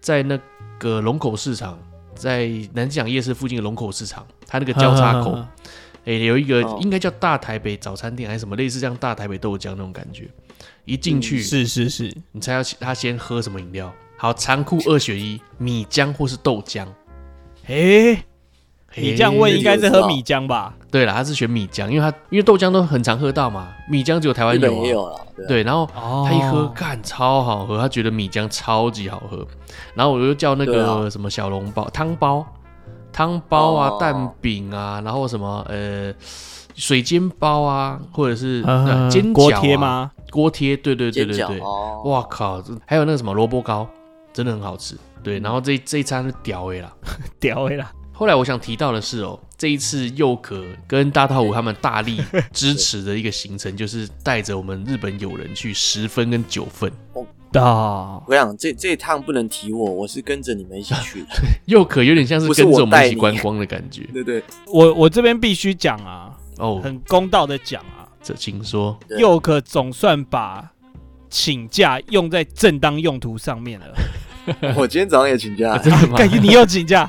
[SPEAKER 3] 在那个龙口市场，在南机场夜市附近的龙口市场，它那个交叉口，哎，有一个
[SPEAKER 1] 哦
[SPEAKER 3] 应该叫大台北早餐店还是什么，类似像大台北豆浆那种感觉。一进
[SPEAKER 1] 嗯
[SPEAKER 3] 去，
[SPEAKER 2] 是是是，
[SPEAKER 3] 你猜要他先喝什么饮料？好，残酷二选一，米浆或是豆浆。
[SPEAKER 2] 诶，你这样问
[SPEAKER 3] 嘿
[SPEAKER 2] 应该是喝米浆吧？
[SPEAKER 3] 对了，他是选米浆，因为他因为豆浆都很常喝到嘛，米浆只有台湾
[SPEAKER 1] 日本
[SPEAKER 3] 有、啊，
[SPEAKER 1] 也有了，对啊
[SPEAKER 3] 对，然后
[SPEAKER 2] 哦
[SPEAKER 3] 他一喝，干超好喝，他觉得米浆超级好喝，然后我又叫那
[SPEAKER 1] 对
[SPEAKER 3] 个
[SPEAKER 1] 啊
[SPEAKER 3] 什么小笼包、汤包、汤包啊、
[SPEAKER 1] 哦
[SPEAKER 3] 蛋饼啊，然后什么呃水煎包啊，或者是、
[SPEAKER 2] 呃
[SPEAKER 3] 呃、煎饺、啊、
[SPEAKER 2] 锅贴？吗？
[SPEAKER 3] 锅贴，对对对
[SPEAKER 1] 煎
[SPEAKER 3] 对
[SPEAKER 1] 饺
[SPEAKER 3] 对，
[SPEAKER 1] 哦，
[SPEAKER 3] 哇靠，这还有那个什么萝卜糕，真的很好吃。对，然后这这一餐是屌哎、啦。
[SPEAKER 2] 屌诶啦！
[SPEAKER 3] 后来我想提到的是哦，这一次佑可跟大道五他们大力支持的一个行程，就是带着我们日本友人去十分跟九份。
[SPEAKER 2] 到
[SPEAKER 1] 我跟你讲，这这一趟不能提我，我是跟着你们 一起去的。
[SPEAKER 3] 佑可有点像是
[SPEAKER 1] 不是
[SPEAKER 3] 跟着
[SPEAKER 1] 我
[SPEAKER 3] 我们
[SPEAKER 1] 带
[SPEAKER 3] 一起
[SPEAKER 1] 你啊
[SPEAKER 3] 观光的感觉
[SPEAKER 1] 对对
[SPEAKER 2] 我我这边必须讲啊，
[SPEAKER 3] 哦。
[SPEAKER 2] 很公道的讲啊，
[SPEAKER 3] 这 请说，
[SPEAKER 1] 对
[SPEAKER 2] 佑可总算把请假用在正当用途上面
[SPEAKER 3] ，
[SPEAKER 2] 了。
[SPEAKER 1] 对，我今天早上也请假
[SPEAKER 3] 真的吗？
[SPEAKER 2] 感觉你又请假，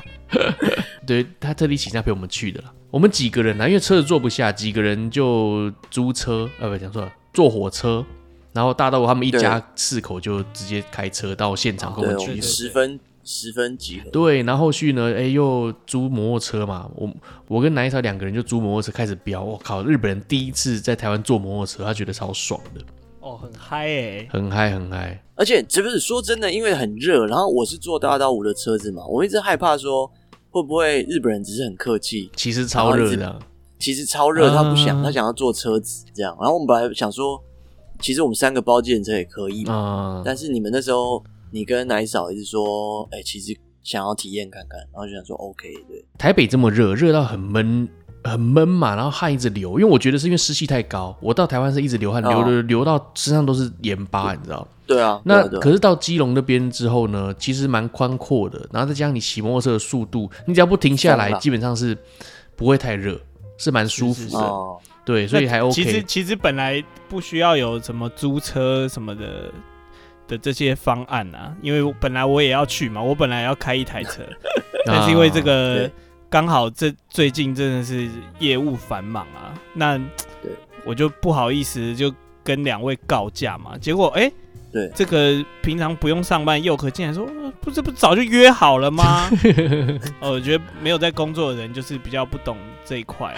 [SPEAKER 3] 对他特地请假陪我们去的啦。我们几个人呢、啊，因为车子坐不下，几个人就租车，呃，不讲错了，坐火车。然后大道五他们一家四口就直接开车到现场跟我
[SPEAKER 1] 对，
[SPEAKER 3] 们
[SPEAKER 1] 我
[SPEAKER 3] 聚
[SPEAKER 1] 们
[SPEAKER 3] 合。
[SPEAKER 1] 十分十分集合。
[SPEAKER 3] 对，然后后续呢，哎，又租摩托车嘛，我我跟南一超两个人就租摩托车开始飙。我靠，日本人第一次在台湾坐摩托车，他觉得超爽的，
[SPEAKER 2] 哦，很嗨哎、
[SPEAKER 3] 很嗨很嗨。
[SPEAKER 1] 而且这不是说真的，因为很热，然后我是坐大道五的车子嘛，我一直害怕说会不会日本人只是很客气，
[SPEAKER 3] 其实超热的啊、
[SPEAKER 1] 其实超热，他不想，
[SPEAKER 3] 嗯
[SPEAKER 2] 啊
[SPEAKER 1] 他想要坐车子这样。然后我们本来想说，其实我们三个包计程车也可以嘛，
[SPEAKER 3] 嗯，
[SPEAKER 1] 但是你们那时候你跟奶嫂一直说，哎、其实想要体验看看，然后就想说 OK，对，
[SPEAKER 3] 台北这么热，热到很闷，很闷嘛，然后汗一直流，因为我觉得是因为湿气太高。我到台湾是一直流汗，
[SPEAKER 1] 哦
[SPEAKER 3] 流流流到身上都是盐巴，你知道？
[SPEAKER 1] 对啊，
[SPEAKER 3] 那
[SPEAKER 1] 对啊对啊
[SPEAKER 3] 可是到基隆那边之后呢，其实蛮宽阔的，然后再加上你骑摩托车的速度，你只要不停下来，
[SPEAKER 1] 疯了
[SPEAKER 3] 基本上是不会太热，是蛮舒
[SPEAKER 2] 是
[SPEAKER 3] 服的。
[SPEAKER 2] 是是
[SPEAKER 1] 哦，
[SPEAKER 3] 对，所以还
[SPEAKER 2] 那其实
[SPEAKER 3] OK。
[SPEAKER 2] 其实本来不需要有什么租车什么的的这些方案啊，因为我本来我也要去嘛，我本来要开一台 车，但是因为这
[SPEAKER 3] 啊
[SPEAKER 2] 个
[SPEAKER 1] 对
[SPEAKER 2] 刚好这最近真的是业务繁忙啊，那
[SPEAKER 1] 对
[SPEAKER 2] 我就不好意思就跟两位告假嘛，结果哎。
[SPEAKER 1] 对
[SPEAKER 2] 这个平常不用上班，又可竟然说，呃不是不是早就约好了 吗？哦，我觉得没有在工作的人就是比较不懂这一块啊、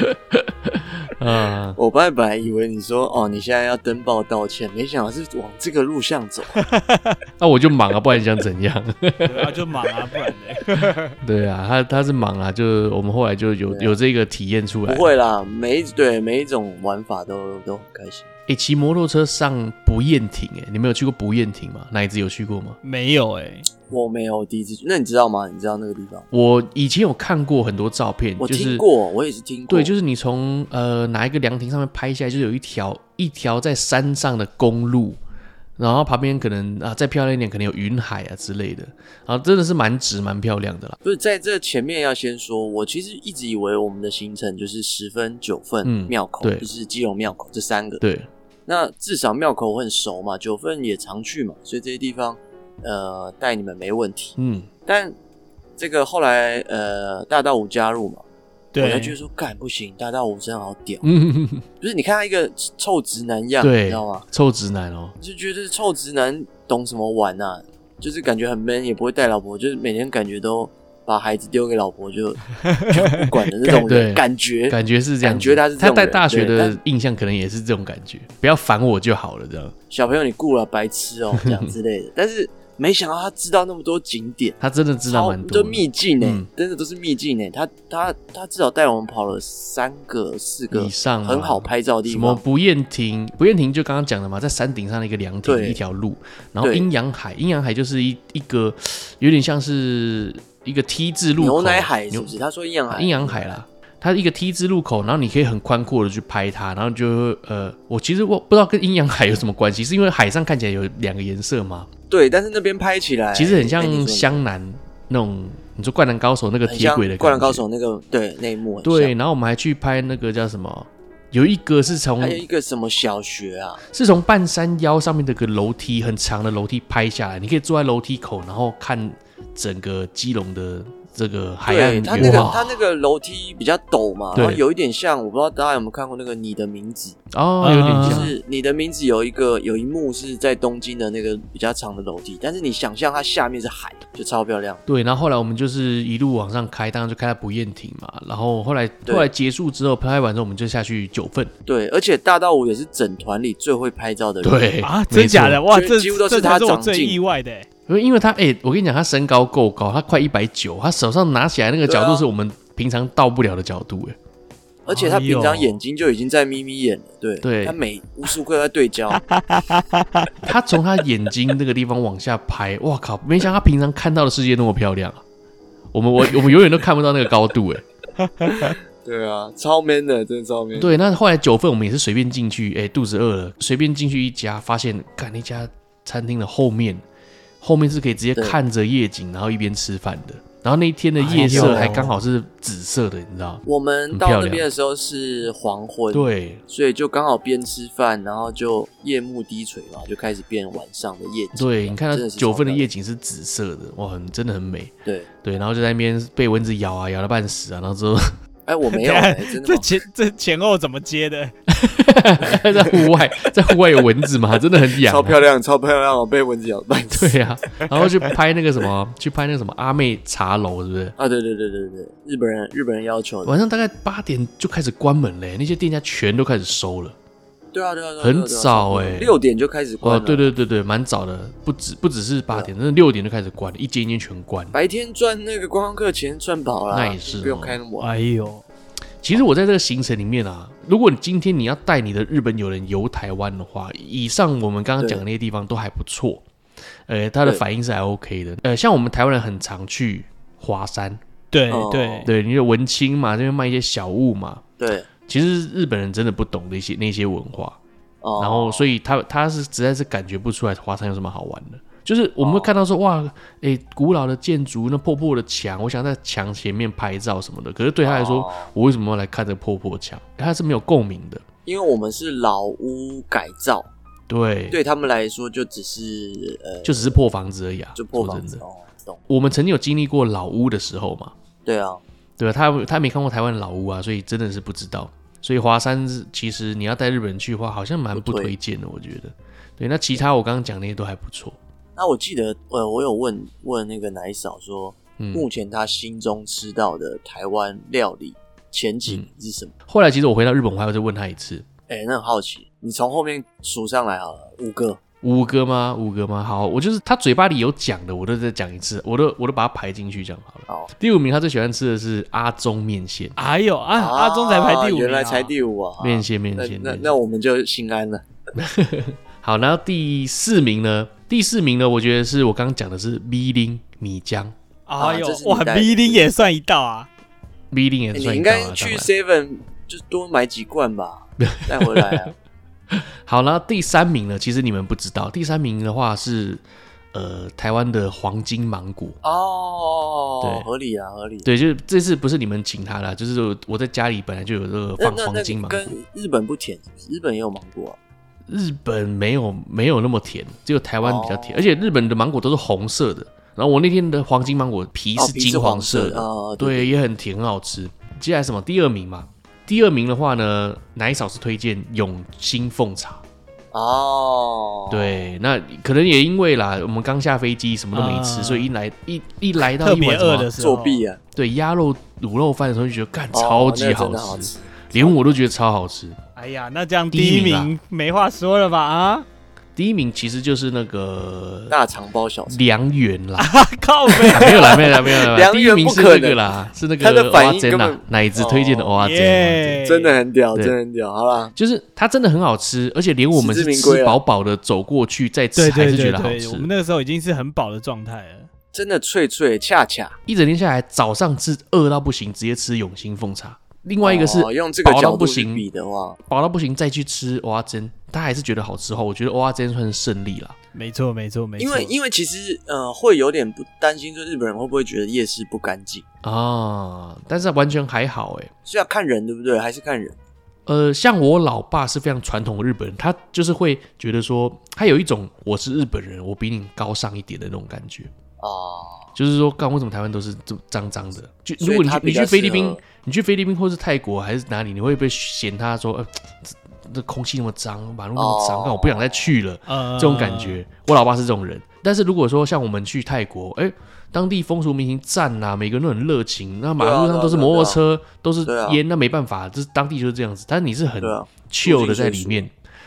[SPEAKER 3] 嗯，
[SPEAKER 1] 我本来本来以为你说哦，你现在要登报道歉，没想到是往这个路向走。
[SPEAKER 3] 那我就忙啊，不然你想怎样？
[SPEAKER 2] 对啊，就忙啊，不然的。
[SPEAKER 3] 对啊，他他是忙啊，就我们后来就有
[SPEAKER 1] 对啊
[SPEAKER 3] 有这个体验出
[SPEAKER 1] 不
[SPEAKER 3] 来。
[SPEAKER 1] 会啦，每一对每一种玩法都都很开心。
[SPEAKER 3] 诶，欸骑摩托车上不厌亭，诶，你们有去过不厌亭吗？哪一只有去过吗？
[SPEAKER 2] 没有哎、
[SPEAKER 1] 我没有第一次去，那你知道吗？你知道那个地方？
[SPEAKER 3] 我以前有看过很多照片，
[SPEAKER 1] 我
[SPEAKER 3] 就是
[SPEAKER 1] 听过，我也是听过。
[SPEAKER 3] 对，就是你从呃哪一个凉亭上面拍下来，就是有一条一条在山上的公路，然后旁边可能啊再漂亮一点，可能有云海啊之类的，啊真的是蛮值蛮漂亮的啦。
[SPEAKER 1] 不是在这前面要先说，我其实一直以为我们的行程就是十分、九份、
[SPEAKER 3] 嗯
[SPEAKER 1] 庙口，
[SPEAKER 3] 对
[SPEAKER 1] 就是基隆庙口这三个。
[SPEAKER 3] 对，
[SPEAKER 1] 那至少庙口我很熟嘛，九份也常去嘛，所以这些地方呃带你们没问题。
[SPEAKER 3] 嗯，
[SPEAKER 1] 但这个后来呃大道五加入嘛，我才
[SPEAKER 2] 对
[SPEAKER 1] 觉得说干不行，大道五真的好屌，
[SPEAKER 3] 嗯，
[SPEAKER 1] 不是你看他一个臭直男样，
[SPEAKER 3] 对
[SPEAKER 1] 你知道吗？
[SPEAKER 3] 臭直男哦，
[SPEAKER 1] 就觉得臭直男懂什么玩啊？就是感觉很 man，也不会带老婆，就是每天感觉都把孩子丢给老婆就就不管 的那种人，
[SPEAKER 3] 对
[SPEAKER 1] 感觉
[SPEAKER 3] 感觉是这
[SPEAKER 1] 感
[SPEAKER 3] 样子，
[SPEAKER 1] 觉他是这
[SPEAKER 3] 他
[SPEAKER 1] 种人
[SPEAKER 3] 带大学
[SPEAKER 1] 对
[SPEAKER 3] 的印象可能也是这种感觉，不要烦我就好了，这样。
[SPEAKER 1] 小朋友你雇了白痴哦、这样之类的。但是没想到他知道那么多景点，
[SPEAKER 3] 他真的知道
[SPEAKER 1] 超
[SPEAKER 3] 蛮多
[SPEAKER 1] 都
[SPEAKER 3] 的，
[SPEAKER 1] 秘境呢、
[SPEAKER 3] 嗯
[SPEAKER 1] 真的都是秘境呢、他他他至少带我们跑了三个四个
[SPEAKER 3] 以上啊
[SPEAKER 1] 很好拍照的地
[SPEAKER 3] 什么
[SPEAKER 1] 方，
[SPEAKER 3] 不厌亭，不厌亭就刚刚讲的嘛，在山顶上的一个凉亭，
[SPEAKER 1] 对
[SPEAKER 3] 一条路，然后
[SPEAKER 1] 对
[SPEAKER 3] 阴阳海，阴阳海就是一一个有点像是一个 T 字路口，
[SPEAKER 1] 牛奶海是
[SPEAKER 3] 牛啊
[SPEAKER 1] 不是？他说阴阳海，
[SPEAKER 3] 阴阳海啦，它一个 T 字路口，然后你可以很宽阔的去拍它，然后你就会呃，我其实我不知道跟阴阳海有什么关系，是因为海上看起来有两个颜色嘛，
[SPEAKER 1] 对，但是那边拍起来
[SPEAKER 3] 其实很
[SPEAKER 1] 哎你
[SPEAKER 3] 像
[SPEAKER 1] 说
[SPEAKER 3] 湘南那种，你说灌篮高手那个
[SPEAKER 1] 哎很
[SPEAKER 3] 铁
[SPEAKER 1] 像
[SPEAKER 3] 轨的
[SPEAKER 1] 《灌篮
[SPEAKER 3] 感
[SPEAKER 1] 高
[SPEAKER 3] 觉
[SPEAKER 1] 手》那个对那一幕很像，
[SPEAKER 3] 对，然后我们还去拍那个叫什么，有一个是从
[SPEAKER 1] 还有一个什么小学啊，
[SPEAKER 3] 是从半山腰上面的个楼梯很长的楼梯拍下来，你可以坐在楼梯口，然后看整个基隆的这个海岸
[SPEAKER 1] 对他那
[SPEAKER 3] 远
[SPEAKER 1] 个
[SPEAKER 3] 望。
[SPEAKER 1] 他那个楼梯比较陡嘛，
[SPEAKER 3] 对
[SPEAKER 1] 然后有一点像，我不知道大家有没有看过那个《你的名字
[SPEAKER 3] 哦，有点
[SPEAKER 2] 啊》，
[SPEAKER 1] 就
[SPEAKER 3] 像，
[SPEAKER 1] 是《你的名字》有一个有一幕是在东京的那个比较长的楼梯，但是你想象它下面是海，就超漂亮。
[SPEAKER 3] 对。然后后来我们就是一路往上开，当然就开到不厌亭嘛。然后后来
[SPEAKER 1] 对
[SPEAKER 3] 后来结束之后，拍完之后我们就下去九份，
[SPEAKER 1] 对，而且大道五也是整团里最会拍照的人，
[SPEAKER 3] 对
[SPEAKER 2] 啊，真假？
[SPEAKER 3] 没
[SPEAKER 2] 的
[SPEAKER 3] 错
[SPEAKER 2] 哇，
[SPEAKER 1] 就
[SPEAKER 2] 这
[SPEAKER 1] 几乎都是
[SPEAKER 2] 这才
[SPEAKER 1] 他
[SPEAKER 2] 是我
[SPEAKER 1] 长
[SPEAKER 2] 最
[SPEAKER 1] 进
[SPEAKER 2] 意外的欸。
[SPEAKER 3] 因为因为他哎、我跟你讲，他身高够高，他快一百九，他手上拿起来那个角
[SPEAKER 1] 对
[SPEAKER 3] 度
[SPEAKER 1] 啊
[SPEAKER 3] 是我们平常到不了的角度、哎，
[SPEAKER 1] 而且他平
[SPEAKER 2] 哎
[SPEAKER 1] 常
[SPEAKER 2] 呦
[SPEAKER 1] 眼睛就已经在眯眯眼了，对，
[SPEAKER 3] 对
[SPEAKER 1] 他每无时无刻在对 焦，
[SPEAKER 3] 他从他眼睛那个地方往下拍，哇靠！没想到他平常看到的世界那么漂亮啊！我们我我们永远都看不到那个高度哎、
[SPEAKER 1] 对啊，超 man 的，真的超 man。
[SPEAKER 3] 对，那后来九份我们也是随便进去，哎、肚子饿了，随便进去一家，发现干那家餐厅的后面，后面是可以直接
[SPEAKER 1] 对
[SPEAKER 3] 看着夜景，然后一边吃饭的。然后那一天的夜
[SPEAKER 2] 哎
[SPEAKER 3] 色
[SPEAKER 2] 呦
[SPEAKER 3] 还刚好是紫色的，你知道？
[SPEAKER 1] 我们
[SPEAKER 3] 很漂
[SPEAKER 1] 到那
[SPEAKER 3] 亮
[SPEAKER 1] 边的时候是黄昏，
[SPEAKER 3] 对，
[SPEAKER 1] 所以就刚好边吃饭，然后就夜幕低垂嘛，就开始变晚上的夜景。
[SPEAKER 3] 对，你看
[SPEAKER 1] 真
[SPEAKER 3] 它
[SPEAKER 1] 的是
[SPEAKER 3] 九份
[SPEAKER 1] 超漂
[SPEAKER 3] 的
[SPEAKER 1] 亮
[SPEAKER 3] 夜景是紫色的，哇，很真的很美。
[SPEAKER 1] 对，
[SPEAKER 3] 对，然后就在那边被蚊子咬啊，咬了半死啊，然后之后
[SPEAKER 1] 哎，我没 有、
[SPEAKER 2] 等下
[SPEAKER 1] 哎真的
[SPEAKER 2] 这
[SPEAKER 1] 吗？
[SPEAKER 2] 前这前后怎么接的？
[SPEAKER 3] 在户外，在户外有蚊子嘛，真的很痒、啊。
[SPEAKER 1] 亮，超漂亮，我被蚊子咬半次。
[SPEAKER 3] 对呀、啊，然后去拍那个什么，去拍那个什么阿妹茶楼，是不是？
[SPEAKER 1] 啊，对对对对对，日本人日本人要求的，
[SPEAKER 3] 晚上大概八点就开始关门嘞，那些店家全都开始收了。
[SPEAKER 1] 对啊对啊，对啊
[SPEAKER 3] 很
[SPEAKER 1] 对啊对啊
[SPEAKER 3] 早哎
[SPEAKER 1] 六点就开始关
[SPEAKER 3] 哦，
[SPEAKER 1] 了。
[SPEAKER 3] 对，对对对，蛮早的，不止不只是八点，真的六点就开始关了，一间一间全关。
[SPEAKER 1] 白天赚那个观光客钱赚饱了，
[SPEAKER 3] 那也是哦
[SPEAKER 1] 不用开那么晚。
[SPEAKER 2] 哎呦，
[SPEAKER 3] 其实我在这个行程里面啊，如果你今天你要带你的日本友人游台湾的话，以上我们刚刚讲的那些地方都还不错，呃，他的
[SPEAKER 1] 对
[SPEAKER 3] 反应是还 OK 的。呃，像我们台湾人很常去华山，
[SPEAKER 2] 对
[SPEAKER 1] 哦
[SPEAKER 2] 对，
[SPEAKER 3] 对，你的文青嘛，这边卖一些小物嘛，
[SPEAKER 1] 对，
[SPEAKER 3] 其实日本人真的不懂的一些那些文化，
[SPEAKER 1] 哦，
[SPEAKER 3] 然后所以他他是实在是感觉不出来华山有什么好玩的。就是我们会看到
[SPEAKER 1] 哦
[SPEAKER 3] 说哇，诶、古老的建筑，那破破的墙，我想在墙前面拍照什么的。可是对他来说，
[SPEAKER 1] 哦
[SPEAKER 3] 我为什么要来看这破破墙？他是没有共鸣的。
[SPEAKER 1] 因为我们是老屋改造，
[SPEAKER 3] 对，
[SPEAKER 1] 对他们来说就只是呃，
[SPEAKER 3] 就只是破房子而已啊。
[SPEAKER 1] 就破
[SPEAKER 3] 说
[SPEAKER 1] 房
[SPEAKER 3] 真
[SPEAKER 1] 子
[SPEAKER 3] 的，
[SPEAKER 1] 哦，懂？
[SPEAKER 3] 我们曾经有经历过老屋的时候嘛，
[SPEAKER 1] 对啊，
[SPEAKER 3] 对啊，他他没看过台湾的老屋啊，所以真的是不知道。所以华山是其实你要带日本人去的话，好像蛮
[SPEAKER 1] 不
[SPEAKER 3] 不
[SPEAKER 1] 推
[SPEAKER 3] 推荐的，我觉得。对，那其他我刚刚讲那些都还不错。
[SPEAKER 1] 那我记得，呃，我有问问那个奶嫂说，
[SPEAKER 3] 嗯
[SPEAKER 1] 目前她心中吃到的台湾料理前景
[SPEAKER 3] 嗯
[SPEAKER 1] 是什么？
[SPEAKER 3] 后来其实我回到日本，我还要再问他一次，
[SPEAKER 1] 哎、那很好奇，你从后面数上来好了，五个。
[SPEAKER 3] 五哥吗？五哥吗？好，我就是他嘴巴里有讲的，我都再讲一次，我都我都把它排进去讲好了。
[SPEAKER 1] 好，
[SPEAKER 3] 第五名他最喜欢吃的是阿忠面线，
[SPEAKER 2] 哎呦啊，阿忠才排第五，
[SPEAKER 1] 原来才。第五啊！
[SPEAKER 3] 面线面
[SPEAKER 1] 那
[SPEAKER 3] 线。
[SPEAKER 1] 那
[SPEAKER 3] 面线
[SPEAKER 1] 那我们就心安了。
[SPEAKER 3] 好，然后第四名呢？第四名呢？我觉得是我刚刚讲的是米林米浆，
[SPEAKER 2] 哎
[SPEAKER 1] 啊
[SPEAKER 2] 呦
[SPEAKER 1] 这是，你
[SPEAKER 2] 哇
[SPEAKER 1] 带的
[SPEAKER 2] ，B 零也算一道啊。
[SPEAKER 3] 米林也
[SPEAKER 1] 哎
[SPEAKER 3] 是
[SPEAKER 1] 你
[SPEAKER 3] 算一
[SPEAKER 1] 应
[SPEAKER 3] 道啊
[SPEAKER 1] 该去
[SPEAKER 3] 当然
[SPEAKER 1] Seven 就多买几罐吧，带回来啊。
[SPEAKER 3] 好了，第三名呢，其实你们不知道，第三名的话是呃台湾的黄金芒果。
[SPEAKER 1] 哦
[SPEAKER 3] 对，
[SPEAKER 1] 合理啊，合理。
[SPEAKER 3] 对，就是这次不是你们请他啦，就是我在家里本来就有这个
[SPEAKER 1] 那
[SPEAKER 3] 放
[SPEAKER 1] 那
[SPEAKER 3] 黄金
[SPEAKER 1] 那
[SPEAKER 3] 芒果。
[SPEAKER 1] 跟日本不甜是不是？日本也有芒果啊、
[SPEAKER 3] 日本没有没有那么甜，只有台湾比较
[SPEAKER 1] 哦
[SPEAKER 3] 甜，而且日本的芒果都是红色的。然后我那天的黄金芒果皮
[SPEAKER 1] 哦
[SPEAKER 3] 是
[SPEAKER 1] 皮
[SPEAKER 3] 金黄色
[SPEAKER 1] 色
[SPEAKER 3] 的，
[SPEAKER 1] 的啊，对，
[SPEAKER 3] 对，也很甜，很好吃。接下来什么？第二名嘛，第二名的话呢，奶嫂是推荐永兴凤茶。
[SPEAKER 1] 哦，，
[SPEAKER 3] 对，那可能也因为啦，我们刚下飞机，什么都没
[SPEAKER 1] 嗯
[SPEAKER 3] 吃，
[SPEAKER 2] 啊
[SPEAKER 3] 所以一来一一来到
[SPEAKER 2] 特
[SPEAKER 3] 一
[SPEAKER 2] 别
[SPEAKER 3] 碗
[SPEAKER 2] 饿
[SPEAKER 3] 什
[SPEAKER 2] 的
[SPEAKER 3] 么，
[SPEAKER 2] 时候，
[SPEAKER 1] 作弊啊，
[SPEAKER 3] 对鸭肉卤肉饭的时候就觉得干
[SPEAKER 1] 哦
[SPEAKER 3] 超级
[SPEAKER 1] 那个
[SPEAKER 3] 好
[SPEAKER 1] 真
[SPEAKER 3] 吃，
[SPEAKER 1] 的好吃。
[SPEAKER 3] 连我都觉得超好吃。
[SPEAKER 2] 哎呀，那这样
[SPEAKER 3] 第
[SPEAKER 2] 第
[SPEAKER 3] 一
[SPEAKER 2] 一
[SPEAKER 3] 名啊
[SPEAKER 2] 名没话说了吧？啊，
[SPEAKER 3] 第一名其实就是那个
[SPEAKER 1] 大肠包小肠，
[SPEAKER 3] 良缘啦，
[SPEAKER 2] 靠背
[SPEAKER 3] 啊没有啦，没有啦，没有啦，
[SPEAKER 1] 良
[SPEAKER 3] 第一
[SPEAKER 1] 缘
[SPEAKER 3] 名
[SPEAKER 1] 不
[SPEAKER 3] 是
[SPEAKER 1] 可
[SPEAKER 3] 那个
[SPEAKER 1] 能
[SPEAKER 3] 啦，是那个
[SPEAKER 1] 他的反应
[SPEAKER 3] 蚵仔煎
[SPEAKER 1] 根
[SPEAKER 3] 啦
[SPEAKER 1] 本，哦
[SPEAKER 3] 奶子推荐的蚵仔煎啦。
[SPEAKER 2] 耶，
[SPEAKER 1] 真的很屌，
[SPEAKER 3] 对
[SPEAKER 1] 真的很屌。好啦，
[SPEAKER 3] 就是它真的很好吃，而且连我们
[SPEAKER 1] 实
[SPEAKER 3] 是
[SPEAKER 1] 至名归
[SPEAKER 3] 吃
[SPEAKER 1] 啊
[SPEAKER 3] 饱饱的走过去再吃
[SPEAKER 2] 对
[SPEAKER 3] 还
[SPEAKER 2] 对
[SPEAKER 3] 是觉
[SPEAKER 2] 对
[SPEAKER 3] 得好
[SPEAKER 2] 对，我们
[SPEAKER 3] 吃。
[SPEAKER 2] 那个时候已经是很饱的状态了。
[SPEAKER 1] 真的脆脆恰恰。
[SPEAKER 3] 一整天下来，早上是饿到不行，直接吃永兴凤茶；另外一个是
[SPEAKER 1] 哦用这个
[SPEAKER 3] 饱到
[SPEAKER 1] 角
[SPEAKER 3] 不
[SPEAKER 1] 度去
[SPEAKER 3] 行，
[SPEAKER 1] 比的话，
[SPEAKER 3] 饱到不行再去吃蚵仔煎，他还是觉得好吃的话，哦我觉得蚵仔煎算是胜利了。
[SPEAKER 2] 没错，没错，没错。
[SPEAKER 1] 因为因为其实呃会有点不担心，说日本人会不会觉得夜市不干净，
[SPEAKER 3] 啊，但是完全还好哎。
[SPEAKER 1] 是要看人对不对？还是看人？
[SPEAKER 3] 呃，像我老爸是非常传统的日本人，他就是会觉得说，他有一种我是日本人，我比你高尚一点的那种感觉，
[SPEAKER 1] 哦，
[SPEAKER 3] 就是说，干为什么台湾都是这么脏脏的？就
[SPEAKER 1] 所以
[SPEAKER 3] 如果你去
[SPEAKER 1] 他
[SPEAKER 3] 你
[SPEAKER 1] 比较
[SPEAKER 3] 去菲律宾
[SPEAKER 1] 适合，
[SPEAKER 3] 你去菲律宾或是泰国还是哪里，你会不会嫌他说，呃，这这空气那么脏，马路那么脏，
[SPEAKER 1] 哦
[SPEAKER 3] 干、我不想再去了。
[SPEAKER 2] 呃
[SPEAKER 1] 嗯
[SPEAKER 3] 这种感，觉。我老爸是这种人，但是如果说像我们去泰国，哎、当地风俗民情赞呐、每个人都很热情，那马路上都是摩托车，都是
[SPEAKER 1] 啊对啊
[SPEAKER 3] 烟，那没办法，就是当地就是这样子。但你是很
[SPEAKER 1] 对啊，
[SPEAKER 3] chill 的在里面。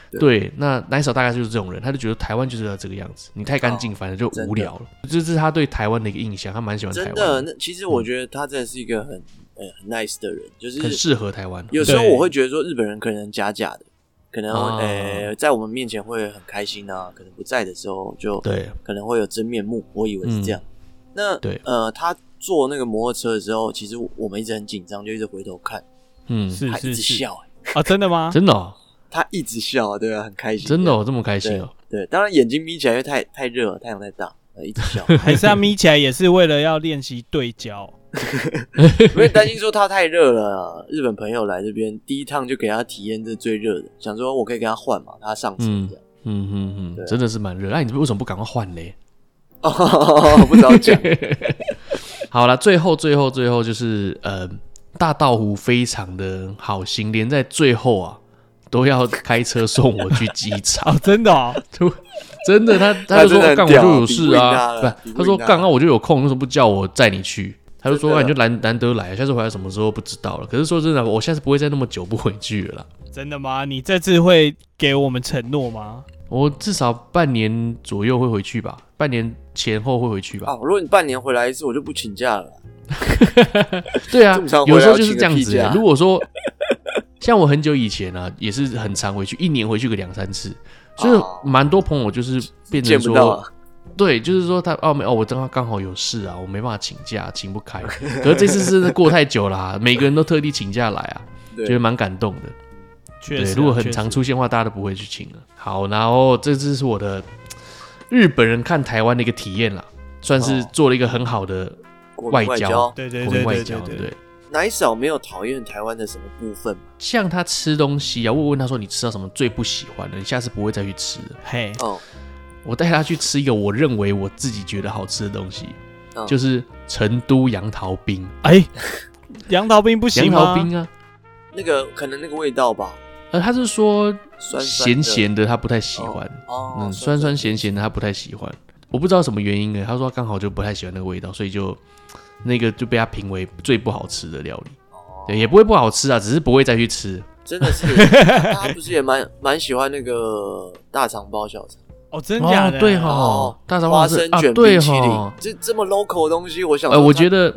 [SPEAKER 1] 对
[SPEAKER 3] 对，那奶嫂大概就是这种人，他就觉得台湾就是要这个样子，你太
[SPEAKER 1] 哦
[SPEAKER 3] 干净，反正就无聊了。这是他对台湾的一个印象，他蛮喜欢台
[SPEAKER 1] 真
[SPEAKER 3] 湾
[SPEAKER 1] 的。
[SPEAKER 3] 的，
[SPEAKER 1] 那其实我觉得他真的是一个很呃很 nice 的人，就是
[SPEAKER 3] 很适合台湾。
[SPEAKER 1] 有时候
[SPEAKER 2] 对
[SPEAKER 1] 我会觉得说日本人可能假假的，可能
[SPEAKER 3] 啊
[SPEAKER 1] 呃在我们面前会很开心啊，可能不在的时候就
[SPEAKER 3] 对，
[SPEAKER 1] 可能会有真面目，我以为是这样。那
[SPEAKER 3] 嗯对
[SPEAKER 1] 呃，他坐那个摩托车的时候，其实我们一直很紧张，就一直回头看，
[SPEAKER 3] 嗯，
[SPEAKER 2] 是
[SPEAKER 1] 他一
[SPEAKER 2] 是
[SPEAKER 1] 直
[SPEAKER 2] 是
[SPEAKER 1] 笑、欸，
[SPEAKER 2] 啊，真的 吗？
[SPEAKER 3] 真的、哦，
[SPEAKER 1] 他一直笑啊，对啊，很开心，
[SPEAKER 3] 真的、哦、这么开
[SPEAKER 1] 对
[SPEAKER 3] 心哦。
[SPEAKER 1] 对，当然眼睛眯起来，因为太太热了，太阳太大，呃一直 笑，
[SPEAKER 2] 还是他眯起来也是为了要练习对焦？
[SPEAKER 1] 因为担心说他太热了。日本朋友来这边第一趟就给他体验这最热的，想说我可以跟他换嘛，他上车这样。
[SPEAKER 3] 嗯嗯
[SPEAKER 1] 对
[SPEAKER 3] 嗯，
[SPEAKER 1] 啊
[SPEAKER 3] 真的是蛮热。那、你为什么不赶快换嘞？
[SPEAKER 1] 哦，不早 讲，
[SPEAKER 3] 好了，最后最后最后就是呃，大道湖非常的好心，连在最后啊都要开车送我去机场。
[SPEAKER 2] 哦，真的哦，
[SPEAKER 3] 真的，他
[SPEAKER 1] 那
[SPEAKER 3] 他
[SPEAKER 1] 真
[SPEAKER 3] 就说
[SPEAKER 1] 的很
[SPEAKER 3] 干我
[SPEAKER 1] 屌
[SPEAKER 3] 就有
[SPEAKER 1] 比
[SPEAKER 3] 事
[SPEAKER 1] 不赢
[SPEAKER 3] 啊
[SPEAKER 1] 他，了比
[SPEAKER 3] 不是，
[SPEAKER 1] 不
[SPEAKER 3] 他
[SPEAKER 1] 赢
[SPEAKER 3] 说
[SPEAKER 1] 他
[SPEAKER 3] 干刚我就有空，为什么不叫我载你去？他就说
[SPEAKER 1] 真的
[SPEAKER 3] 啊你就难难得来，下次回来什么时候不知道了。可是说真的，我下次不会再那么久不回去了啦。
[SPEAKER 2] 真的吗？你这次会给我们承诺吗？
[SPEAKER 3] 我至少半年左右会回去吧，半年前后会回去吧。
[SPEAKER 1] 啊！如果你半年回来一次，我就不请假了。
[SPEAKER 3] 对啊
[SPEAKER 1] 这么常，回来
[SPEAKER 3] 有时候
[SPEAKER 1] 要
[SPEAKER 3] 就是
[SPEAKER 1] 请
[SPEAKER 3] 这样
[SPEAKER 1] 个屁
[SPEAKER 3] 子欸、
[SPEAKER 1] 假
[SPEAKER 3] 如果说 像我很久以前啊，也是很常回去，一年回去个两三次，所
[SPEAKER 1] 哦
[SPEAKER 3] 以蛮多朋友就是变成
[SPEAKER 1] 见不到
[SPEAKER 3] 说，
[SPEAKER 1] 啊
[SPEAKER 3] 对，就是说他哦没哦，我刚刚刚好有事啊，我没办法请假，请不开。可是这次真的过太久啦、每个人都特地请假来啊，觉 得
[SPEAKER 1] 对，
[SPEAKER 3] 蛮感动的。
[SPEAKER 2] 确
[SPEAKER 3] 对，
[SPEAKER 2] 实啊，
[SPEAKER 3] 如果很
[SPEAKER 2] 确实
[SPEAKER 3] 常出现的话，大家都不会去请了。好，然后这次是我的日本人看台湾的一个体验啦，算是
[SPEAKER 1] 哦
[SPEAKER 3] 做了一个很好的
[SPEAKER 1] 国
[SPEAKER 3] 外
[SPEAKER 1] 民外
[SPEAKER 3] 交
[SPEAKER 1] 交，
[SPEAKER 2] 对对
[SPEAKER 3] 国
[SPEAKER 2] 对
[SPEAKER 3] 民外
[SPEAKER 2] 对
[SPEAKER 3] 交，
[SPEAKER 2] 对
[SPEAKER 3] 对不
[SPEAKER 2] 对
[SPEAKER 3] 对。
[SPEAKER 1] 奶嫂没有讨厌台湾的什么部分吗
[SPEAKER 3] 像他吃东西啊，我问他说你吃到什么最不喜欢的，你下次不会再去吃了。
[SPEAKER 2] 嘿，
[SPEAKER 1] 哦，
[SPEAKER 3] 我带他去吃一个我认为我自己觉得好吃的东西，
[SPEAKER 1] 嗯
[SPEAKER 3] 就是成都杨桃冰。
[SPEAKER 2] 哎，杨桃冰不
[SPEAKER 3] 杨
[SPEAKER 2] 行吗？
[SPEAKER 3] 桃冰啊，
[SPEAKER 1] 那个可能那个味道吧，
[SPEAKER 3] 呃，他是说
[SPEAKER 1] 酸酸
[SPEAKER 3] 咸
[SPEAKER 1] 的
[SPEAKER 3] 咸的，他不太喜欢。
[SPEAKER 1] 哦，
[SPEAKER 3] 嗯，酸酸咸咸的他不太喜欢，我不知道什么原因呢。欸他说他刚好就不太喜欢那个味道，所以就那个就被他评为最不好吃的料理。
[SPEAKER 1] 哦
[SPEAKER 3] 对，也不会不好吃啊，只是不会再去吃。
[SPEAKER 1] 真的是， 他不是也蛮蛮喜欢那个大肠包小肠
[SPEAKER 2] 哦，真假的？
[SPEAKER 3] 哦对哈、
[SPEAKER 1] 哦
[SPEAKER 3] 大肠包
[SPEAKER 1] 花
[SPEAKER 3] 小
[SPEAKER 1] 生
[SPEAKER 3] 肠
[SPEAKER 1] 卷
[SPEAKER 3] 啊，对
[SPEAKER 1] 冰淇
[SPEAKER 3] 哈、
[SPEAKER 1] 淋，这这么 local 的东西，我想
[SPEAKER 3] 呃，
[SPEAKER 1] 说
[SPEAKER 3] 我
[SPEAKER 1] 他
[SPEAKER 3] 觉得，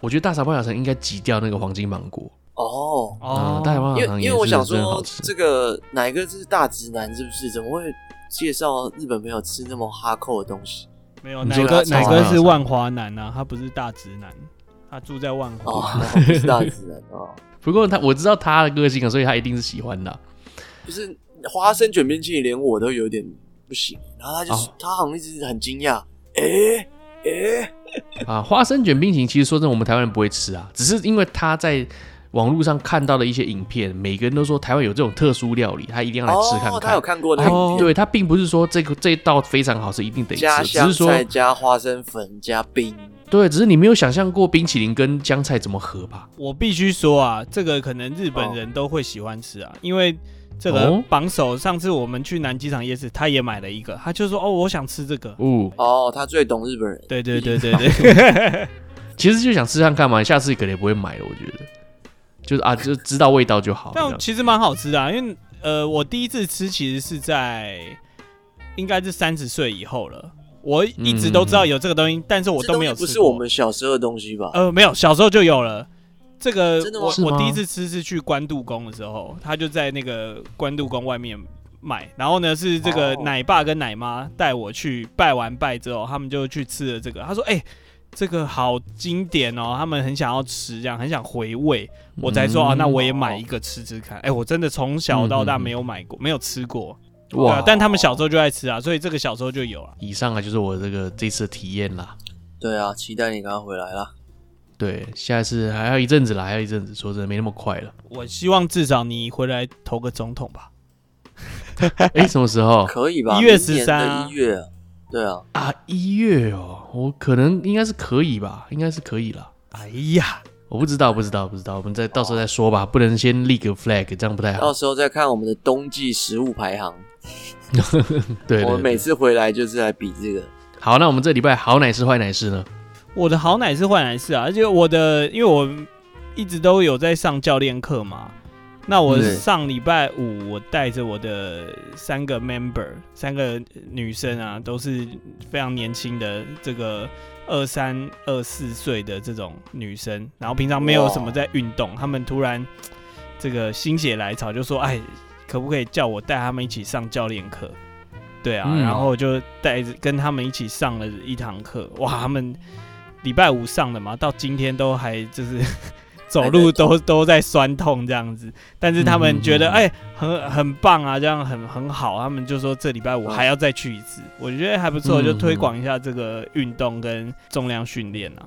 [SPEAKER 3] 我觉得大傻包小肠应该挤掉那个黄金芒果。
[SPEAKER 1] 哦，
[SPEAKER 2] 哦
[SPEAKER 3] 嗯，，大傻包
[SPEAKER 1] 因为
[SPEAKER 3] 小肠也
[SPEAKER 1] 因为我
[SPEAKER 3] 是
[SPEAKER 1] 想
[SPEAKER 3] 真的好
[SPEAKER 1] 说
[SPEAKER 3] 吃。
[SPEAKER 1] 这个哪一个是大直男，是不是？怎么会介绍日本朋友吃那么哈扣的东西？
[SPEAKER 2] 没有
[SPEAKER 3] 你
[SPEAKER 2] 奶
[SPEAKER 3] 说啊
[SPEAKER 2] 哥，
[SPEAKER 1] 他
[SPEAKER 2] 奶
[SPEAKER 1] 超
[SPEAKER 2] 哥
[SPEAKER 3] 大
[SPEAKER 2] 是
[SPEAKER 3] 肠
[SPEAKER 2] 万华男啊，他不是大直男，他住在万华。
[SPEAKER 1] 哦，不是大直男哦，
[SPEAKER 3] 不过他我知道他的个性啊，所以他一定是喜欢的啊、
[SPEAKER 1] 不是花生卷冰淇淋连我都有点不行，然后他就是、
[SPEAKER 3] 哦
[SPEAKER 1] 他好像一直很惊讶，诶、诶、
[SPEAKER 3] 啊，花生卷冰淇淋其实说真的，我们台湾人不会吃啊，只是因为他在网络上看到的一些影片，每个人都说台湾有这种特殊料理，他一定要来吃看
[SPEAKER 1] 哦，他
[SPEAKER 3] 看。
[SPEAKER 1] 有看过那
[SPEAKER 3] 他
[SPEAKER 1] 个影片
[SPEAKER 3] 对他并不是说这个这一道非常好吃，一定得吃
[SPEAKER 1] 加，
[SPEAKER 3] 只
[SPEAKER 1] 香
[SPEAKER 3] 是说
[SPEAKER 1] 菜加花生粉加冰，
[SPEAKER 3] 对，只是你没有想象过冰淇淋跟香菜怎么合吧？
[SPEAKER 2] 我必须说啊，这个可能日本人都会喜欢吃啊，因为这个
[SPEAKER 3] 哦
[SPEAKER 2] 榜首上次我们去南机场夜市，他也买了一个，他就说哦，我想吃这个。
[SPEAKER 3] 哦，
[SPEAKER 1] 哦，他最懂日本人，
[SPEAKER 2] 对对对对对，
[SPEAKER 3] 其实就想吃看看嘛，下次可能也不会买了，我觉得。就是啊，就知道味道就好。这
[SPEAKER 2] 但
[SPEAKER 3] 样
[SPEAKER 2] 其实蛮好吃的、啊，因为呃，我第一次吃其实是在应该是三十岁以后了，我一直都知道有这个东西，但是我
[SPEAKER 1] 这
[SPEAKER 2] 都
[SPEAKER 1] 东
[SPEAKER 2] 没
[SPEAKER 1] 西
[SPEAKER 2] 有吃
[SPEAKER 1] 不
[SPEAKER 2] 过。
[SPEAKER 1] 是我们小时候的东西吧？
[SPEAKER 2] 呃，没有，小时候就有了。这个
[SPEAKER 1] 真的吗
[SPEAKER 2] 我
[SPEAKER 3] 是吗
[SPEAKER 2] 我第一次吃是去关渡宫的时候，他就在那个关渡宫外面买。然后呢，是这个
[SPEAKER 1] 哦
[SPEAKER 2] 奶爸跟奶妈带我去拜完拜之后，他们就去吃了这个。他说：“哎、这个好经典哦，他们很想要吃，这样很想回味。”我才说、
[SPEAKER 3] 嗯
[SPEAKER 2] 啊，那我也买一个吃吃看。哎、我真的从小到大没有买过，没有吃过。对啊
[SPEAKER 3] 哇，
[SPEAKER 2] 但他们小时候就爱吃啊，所以这个小时候就有了。
[SPEAKER 3] 以上啊就是我这个这次的体验啦。
[SPEAKER 1] 对啊，期待你赶快回来啦。
[SPEAKER 3] 对，下一次还要一阵子啦，还要一阵子，说真的没那么快了。
[SPEAKER 2] 我希望至少你回来投个总统吧。
[SPEAKER 3] 哎，什么时候
[SPEAKER 1] 可以吧？
[SPEAKER 2] 1月
[SPEAKER 1] 明年
[SPEAKER 2] 13啊
[SPEAKER 1] 的一月啊，对啊，
[SPEAKER 3] 啊？一月哦，我可能应该是可以吧，应该是可以啦。
[SPEAKER 2] 哎呀。
[SPEAKER 3] 我不知道，不知道，不知道，我们再到时候再说吧，不能先立个 flag，这样不太好
[SPEAKER 1] 到。时候再看我们的冬季食物排行。我
[SPEAKER 3] 对对
[SPEAKER 1] 们每
[SPEAKER 3] 对，
[SPEAKER 1] 次回来就是来比这个，
[SPEAKER 3] 好，那我们这礼拜好奶是坏奶是呢？
[SPEAKER 2] 我的好奶是坏奶是啊，而且我的因为我一直都有在上教练课嘛，那我
[SPEAKER 1] 对
[SPEAKER 2] 上礼拜五我带着我的三个 member 三个女生啊，都是非常年轻的这个二三二四岁的这种女生，然后平常没有什么在运动，她们突然这个心血来潮就说，哎，可不可以叫我带他们一起上教练课？对啊，
[SPEAKER 3] 嗯
[SPEAKER 2] 然后就带着跟他们一起上了一堂课，哇，他们礼拜五上的嘛，到今天都还就是 走路都都在酸痛这样子，但是他们觉得
[SPEAKER 3] 嗯
[SPEAKER 2] 哎、很很棒啊，这样很很好，他们就说这礼拜五
[SPEAKER 1] 嗯
[SPEAKER 2] 还要再去一次，我觉得还不错，
[SPEAKER 3] 嗯
[SPEAKER 2] 就推广一下这个运动跟重量训练啊，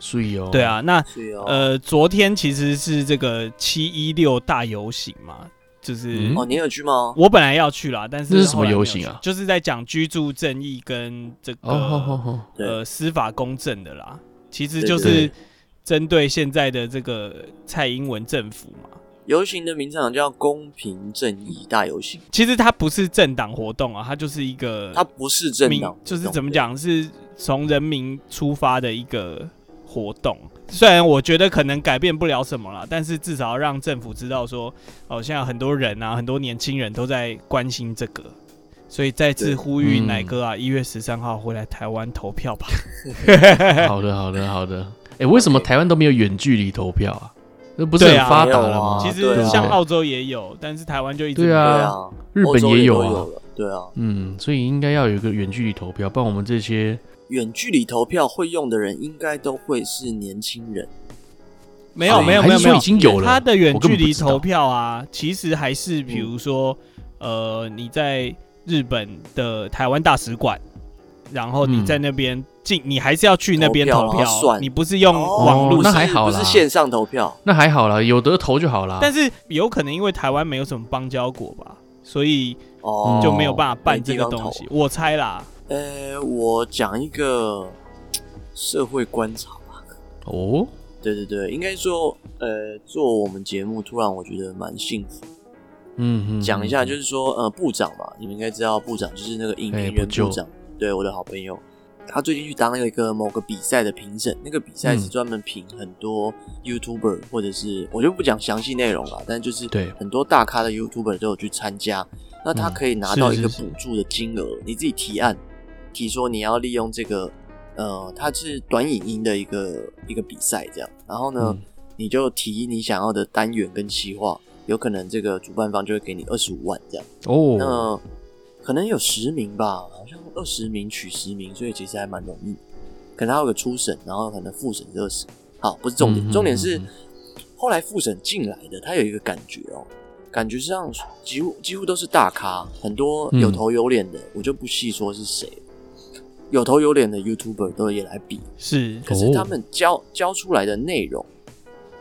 [SPEAKER 3] 所以哦，
[SPEAKER 2] 对，啊，那
[SPEAKER 1] 所以哦，
[SPEAKER 2] 呃，昨天其实是这个七一六大游行嘛，就是
[SPEAKER 3] 嗯
[SPEAKER 1] 哦，你有去吗？
[SPEAKER 2] 我本来要去啦，但是
[SPEAKER 3] 这是什么
[SPEAKER 2] 后来没有
[SPEAKER 3] 游
[SPEAKER 2] 去
[SPEAKER 3] 行啊
[SPEAKER 2] 就是在讲居住正义跟这个、
[SPEAKER 3] 哦吼吼吼，
[SPEAKER 1] 对
[SPEAKER 2] 呃司法公正的啦，其实
[SPEAKER 1] 对
[SPEAKER 2] 就
[SPEAKER 1] 对
[SPEAKER 2] 是针对现在的这个蔡英文政府嘛。
[SPEAKER 1] 游行的名称叫“公平正义大游行
[SPEAKER 2] 其实它不是政党活动啊，它就是一”，个
[SPEAKER 1] 它不是政
[SPEAKER 2] 民
[SPEAKER 1] 党活动，
[SPEAKER 2] 就是怎么讲，是从人民出发的一个活动。虽然我觉得可能改变不了什么了，但是至少要让政府知道说，哦，现在很多人啊，很多年轻人都在关心这个。所以再次
[SPEAKER 1] 对
[SPEAKER 2] 呼吁
[SPEAKER 3] 嗯
[SPEAKER 2] 奶哥啊，一、月十三号回来台湾投票吧。
[SPEAKER 3] 好的，好的，好的。哎，为什么
[SPEAKER 1] OK
[SPEAKER 3] 台湾都没有远距离投票啊？这不是
[SPEAKER 2] 对
[SPEAKER 3] 很
[SPEAKER 2] 啊
[SPEAKER 3] 发达
[SPEAKER 1] 没
[SPEAKER 3] 了
[SPEAKER 1] 有啊
[SPEAKER 3] 吗？
[SPEAKER 2] 其
[SPEAKER 1] 对
[SPEAKER 2] 实
[SPEAKER 1] 啊
[SPEAKER 2] 像澳洲也有，但是台湾就一直
[SPEAKER 3] 对
[SPEAKER 1] 对
[SPEAKER 3] 啊
[SPEAKER 1] 啊，
[SPEAKER 3] 日本
[SPEAKER 1] 欧洲也
[SPEAKER 3] 有
[SPEAKER 1] 都
[SPEAKER 3] 啊。
[SPEAKER 1] 有了，对啊，
[SPEAKER 3] 嗯，所以应该要有一个远距离投票，不然我们这些
[SPEAKER 1] 远距离投票会用的人应该都会是年轻人，
[SPEAKER 2] 没有
[SPEAKER 1] 啊
[SPEAKER 2] 没有
[SPEAKER 3] 哎还
[SPEAKER 2] 没
[SPEAKER 3] 是
[SPEAKER 2] 有没
[SPEAKER 3] 说
[SPEAKER 2] 有
[SPEAKER 3] 已，经有了
[SPEAKER 2] 他的远
[SPEAKER 3] 我根
[SPEAKER 2] 距
[SPEAKER 3] 本不
[SPEAKER 2] 离
[SPEAKER 3] 知道
[SPEAKER 2] 投票啊，其实还是比如说，呃，你在日本的台湾大使馆，然后你
[SPEAKER 3] 嗯
[SPEAKER 2] 在那边进，你还是要去那边
[SPEAKER 1] 投票
[SPEAKER 2] 投
[SPEAKER 1] 然后
[SPEAKER 2] 票，
[SPEAKER 1] 算
[SPEAKER 2] 你不是用
[SPEAKER 1] 哦
[SPEAKER 2] 网
[SPEAKER 1] 不
[SPEAKER 2] 络
[SPEAKER 1] 是
[SPEAKER 3] 那还好
[SPEAKER 1] 不
[SPEAKER 3] 啦
[SPEAKER 1] 是线上投票，
[SPEAKER 3] 那还好啦，有得投就好啦。
[SPEAKER 2] 但是有可能因为台湾没有什么邦交国吧，所以
[SPEAKER 1] 哦，
[SPEAKER 2] 就没有办法办
[SPEAKER 1] 没
[SPEAKER 2] 这
[SPEAKER 1] 地
[SPEAKER 2] 个
[SPEAKER 1] 方
[SPEAKER 2] 东
[SPEAKER 1] 投
[SPEAKER 2] 西。我猜啦，
[SPEAKER 1] 呃，我讲一个社会观察吧。
[SPEAKER 3] 哦，
[SPEAKER 1] 对对对，应该说，呃，做我们节目，突然我觉得蛮幸福。
[SPEAKER 3] 嗯嗯，
[SPEAKER 1] 讲一下，就是是说，呃，部长嘛，你们应该知道，部长就是那个影
[SPEAKER 3] 哎
[SPEAKER 1] 评
[SPEAKER 3] 不
[SPEAKER 1] 人
[SPEAKER 3] 就
[SPEAKER 1] 部长，对我的好朋友，他最近去当那个某个比赛的评审，那个比赛是
[SPEAKER 3] 嗯
[SPEAKER 1] 专门评很多 YouTuber 或者是我就不讲详细内容了，但就是
[SPEAKER 3] 对
[SPEAKER 1] 很多大咖的 YouTuber 都有去参加，那他
[SPEAKER 3] 嗯
[SPEAKER 1] 可以拿
[SPEAKER 3] 是
[SPEAKER 1] 到
[SPEAKER 3] 是
[SPEAKER 1] 一个
[SPEAKER 3] 是
[SPEAKER 1] 补助的金额，你自己提案，提说你要利用这个，呃，它是短影音的一个一个比赛这样，然后呢，
[SPEAKER 3] 嗯
[SPEAKER 1] 你就提你想要的单元跟企划，有可能这个主办方就会给你二十五万这样。
[SPEAKER 3] 哦，
[SPEAKER 1] 那可能有十名吧，好像二十名取十名，所以其实还蛮容易。可能还有个初审，然后可能复审是二十。好，不是重
[SPEAKER 3] 嗯
[SPEAKER 1] 点，
[SPEAKER 3] 嗯
[SPEAKER 1] 重点是
[SPEAKER 3] 嗯
[SPEAKER 1] 后来复审进来的，他有一个感觉哦，感觉上几乎几乎都是大咖，很多有头有脸的，我就不细说是谁。有头有脸的 YouTuber 都也来比，
[SPEAKER 2] 是
[SPEAKER 1] 可是他们教、教出来的内容，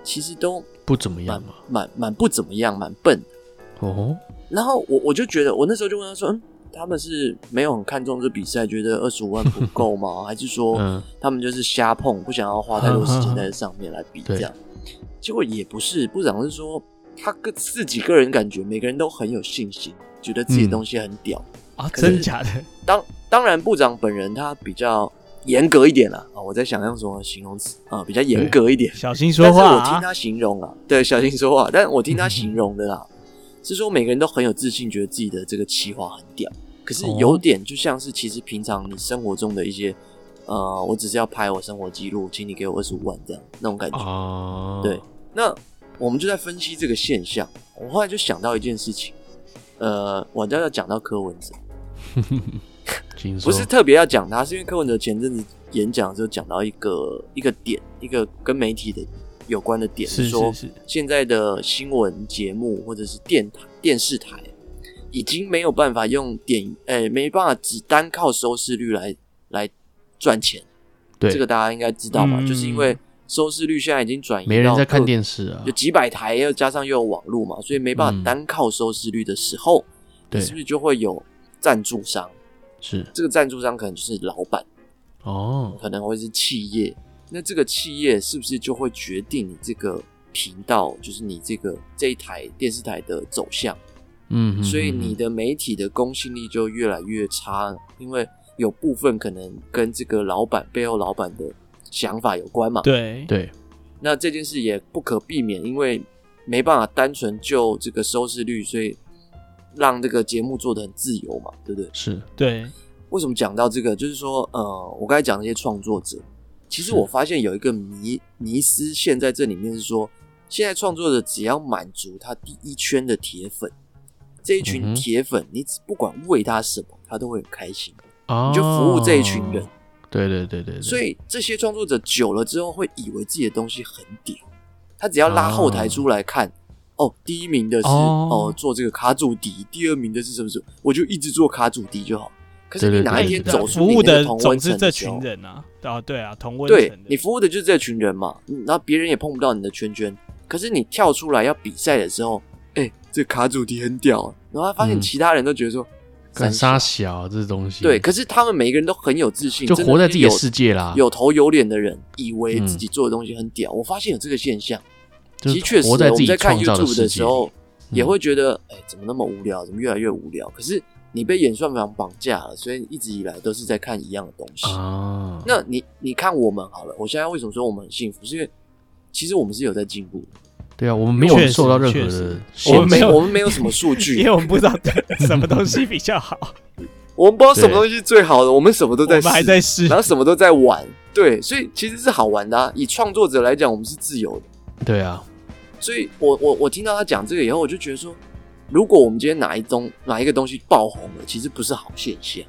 [SPEAKER 1] 其实都
[SPEAKER 3] 不怎么样
[SPEAKER 1] 蛮
[SPEAKER 3] 嘛。
[SPEAKER 1] 蛮蛮不怎么样，蛮笨的。
[SPEAKER 3] 哦，
[SPEAKER 1] 然后我我就觉得，我那时候就问他说，嗯，他们是没有很看重这比赛，觉得二十五万不够吗？还是说
[SPEAKER 3] 嗯，
[SPEAKER 1] 他们就是瞎碰，不想要花太多时间在这上面来比
[SPEAKER 3] 对
[SPEAKER 1] 这样？结果也不是，部长是说他个自己个人感觉，每个人都很有信心，觉得自己的东西很屌。
[SPEAKER 2] 啊，
[SPEAKER 1] 可是
[SPEAKER 2] 真 假的？
[SPEAKER 1] 当当然，部长本人他比较严格一点啦啊，我在想用什么形容词啊，比较严格一点。
[SPEAKER 2] 小心说
[SPEAKER 1] 但是
[SPEAKER 2] 话
[SPEAKER 1] 我听
[SPEAKER 2] 啊！
[SPEAKER 1] 他形容啊， 对，小心说话。但我听他形容的啦，
[SPEAKER 2] 嗯
[SPEAKER 1] 是说每个人都很有自信，觉得自己的这个企划很屌。可是有点就像是，其实平常你生活中的一些，呃，我只是要拍我生活记录，请你给我二十五万这样那种感觉。
[SPEAKER 3] 哦，
[SPEAKER 1] 对，那我们就在分析这个现象。我后来就想到一件事情，呃，我就要讲到柯文哲，
[SPEAKER 3] 请
[SPEAKER 1] 不
[SPEAKER 3] 说。
[SPEAKER 1] 是特别要讲他，是因为柯文哲前阵子演讲的时候讲到一个一个点，一个跟媒体的有关的点，
[SPEAKER 2] 是
[SPEAKER 1] 说
[SPEAKER 2] 是是，
[SPEAKER 1] 现在的新闻节目或者是电台、电视台，已经没有办法用点，诶、没办法只单靠收视率来来赚钱。
[SPEAKER 3] 对，
[SPEAKER 1] 这个大家应该知道嘛，
[SPEAKER 2] 嗯
[SPEAKER 1] 就是因为收视率现在已经转移，
[SPEAKER 3] 没人在看，电视啊
[SPEAKER 1] 有。几百台，又加上又有网络嘛，所以没办
[SPEAKER 3] 嗯
[SPEAKER 1] 法单靠收视率的时候，
[SPEAKER 3] 对，
[SPEAKER 1] 是不是就会有赞助商？
[SPEAKER 3] 是
[SPEAKER 1] 这个赞助商可能就是老板，
[SPEAKER 3] 哦，
[SPEAKER 1] 可能会是企业。那这个企业是不是就会决定你这个频道，就是你这个这一台电视台的走向？
[SPEAKER 3] 嗯，嗯
[SPEAKER 1] 所以
[SPEAKER 3] 嗯
[SPEAKER 1] 你的媒体的公信力就越来越差，因为有部分可能跟这个老板背后老板的想法有关嘛。
[SPEAKER 2] 对
[SPEAKER 3] 对
[SPEAKER 1] 那这件事也不可避免，因为没办法单纯就这个收视率，所以让这个节目做的很自由嘛，对不对？
[SPEAKER 3] 是
[SPEAKER 2] 对，
[SPEAKER 1] 为什么讲到这个？就是说，呃，我刚才讲那些创作者，其实我发现有一个迷迷思，现在这里面是说，现在创作者只要满足他第一圈的铁粉，这一
[SPEAKER 3] 嗯哼
[SPEAKER 1] 群铁粉，你只不管喂他什么，他都会很开心，
[SPEAKER 3] 哦，
[SPEAKER 1] 你就服务这一群人。
[SPEAKER 3] 对对对对对，
[SPEAKER 1] 所以这些创作者久了之后，会以为自己的东西很屌，他只要拉后台出来看。哦，第一名的是
[SPEAKER 3] 哦
[SPEAKER 1] 哦做这个卡主题，第二名的是什么什么，我就一直做卡主题就好。可是
[SPEAKER 3] 对
[SPEAKER 1] 你
[SPEAKER 3] 对
[SPEAKER 1] 哪
[SPEAKER 3] 对
[SPEAKER 1] 一
[SPEAKER 3] 对
[SPEAKER 1] 天
[SPEAKER 3] 对
[SPEAKER 1] 走
[SPEAKER 2] 服
[SPEAKER 1] 出你
[SPEAKER 2] 务
[SPEAKER 1] 那个
[SPEAKER 2] 的
[SPEAKER 1] 同
[SPEAKER 2] 总
[SPEAKER 1] 温
[SPEAKER 2] 是
[SPEAKER 1] 层
[SPEAKER 2] 这
[SPEAKER 1] 的时
[SPEAKER 2] 群
[SPEAKER 1] 候，
[SPEAKER 2] 人啊，啊对啊，同温
[SPEAKER 1] 对
[SPEAKER 2] 层
[SPEAKER 1] 你
[SPEAKER 2] 的，
[SPEAKER 1] 服务的就是这群人嘛，嗯然后别人也碰不到你的圈圈。可是你跳出来要比赛的时候，哎、这卡主题很屌，啊然后他发现
[SPEAKER 3] 嗯
[SPEAKER 1] 其他人都觉得说，三
[SPEAKER 3] 干沙小啊这东西，
[SPEAKER 1] 对，可是他们每一个人都很有自信，
[SPEAKER 3] 就
[SPEAKER 1] 真
[SPEAKER 3] 活在
[SPEAKER 1] 是
[SPEAKER 3] 自己的
[SPEAKER 1] 有
[SPEAKER 3] 世界啊啦，
[SPEAKER 1] 有头有脸的人，以为自己做的东西很屌。我发现有这个现象，
[SPEAKER 3] 就
[SPEAKER 1] 其实确实
[SPEAKER 3] 活在
[SPEAKER 1] 我
[SPEAKER 3] 自
[SPEAKER 1] 们
[SPEAKER 3] 己
[SPEAKER 1] 在看
[SPEAKER 3] 创造
[SPEAKER 1] YouTube
[SPEAKER 3] 世
[SPEAKER 1] 的
[SPEAKER 3] 界
[SPEAKER 1] 时。候，也
[SPEAKER 3] 嗯
[SPEAKER 1] 会觉得，哎、怎么那么无聊？怎么越来越无聊？可是你被演算法绑架了，所以一直以来都是在看一样的东西。
[SPEAKER 3] 啊，
[SPEAKER 1] 那你你看我们好了，我现在为什么说我们很幸福？是因为其实我们是有在进步的，
[SPEAKER 3] 对啊，我们没有
[SPEAKER 2] 确实
[SPEAKER 3] 受到任何
[SPEAKER 2] 确
[SPEAKER 3] 的
[SPEAKER 2] 实
[SPEAKER 3] 限
[SPEAKER 2] 我们没
[SPEAKER 3] 制
[SPEAKER 2] 有
[SPEAKER 1] 我们没有什么数
[SPEAKER 2] 因
[SPEAKER 1] 据
[SPEAKER 2] 为，我们不知道什么东西比较好，
[SPEAKER 1] 我们不知道什么东西是最好的，我们什么都
[SPEAKER 2] 我
[SPEAKER 1] 在
[SPEAKER 2] 们
[SPEAKER 1] 试，
[SPEAKER 2] 还在试
[SPEAKER 1] 然，后什么都在玩，对，所以其实是好玩的、啊。以创作者来讲，我们是自由的。
[SPEAKER 3] 对啊，
[SPEAKER 1] 所以我我我听到他讲这个以后，我就觉得说，如果我们今天哪一东哪一个东西爆红了，其实不是好现象，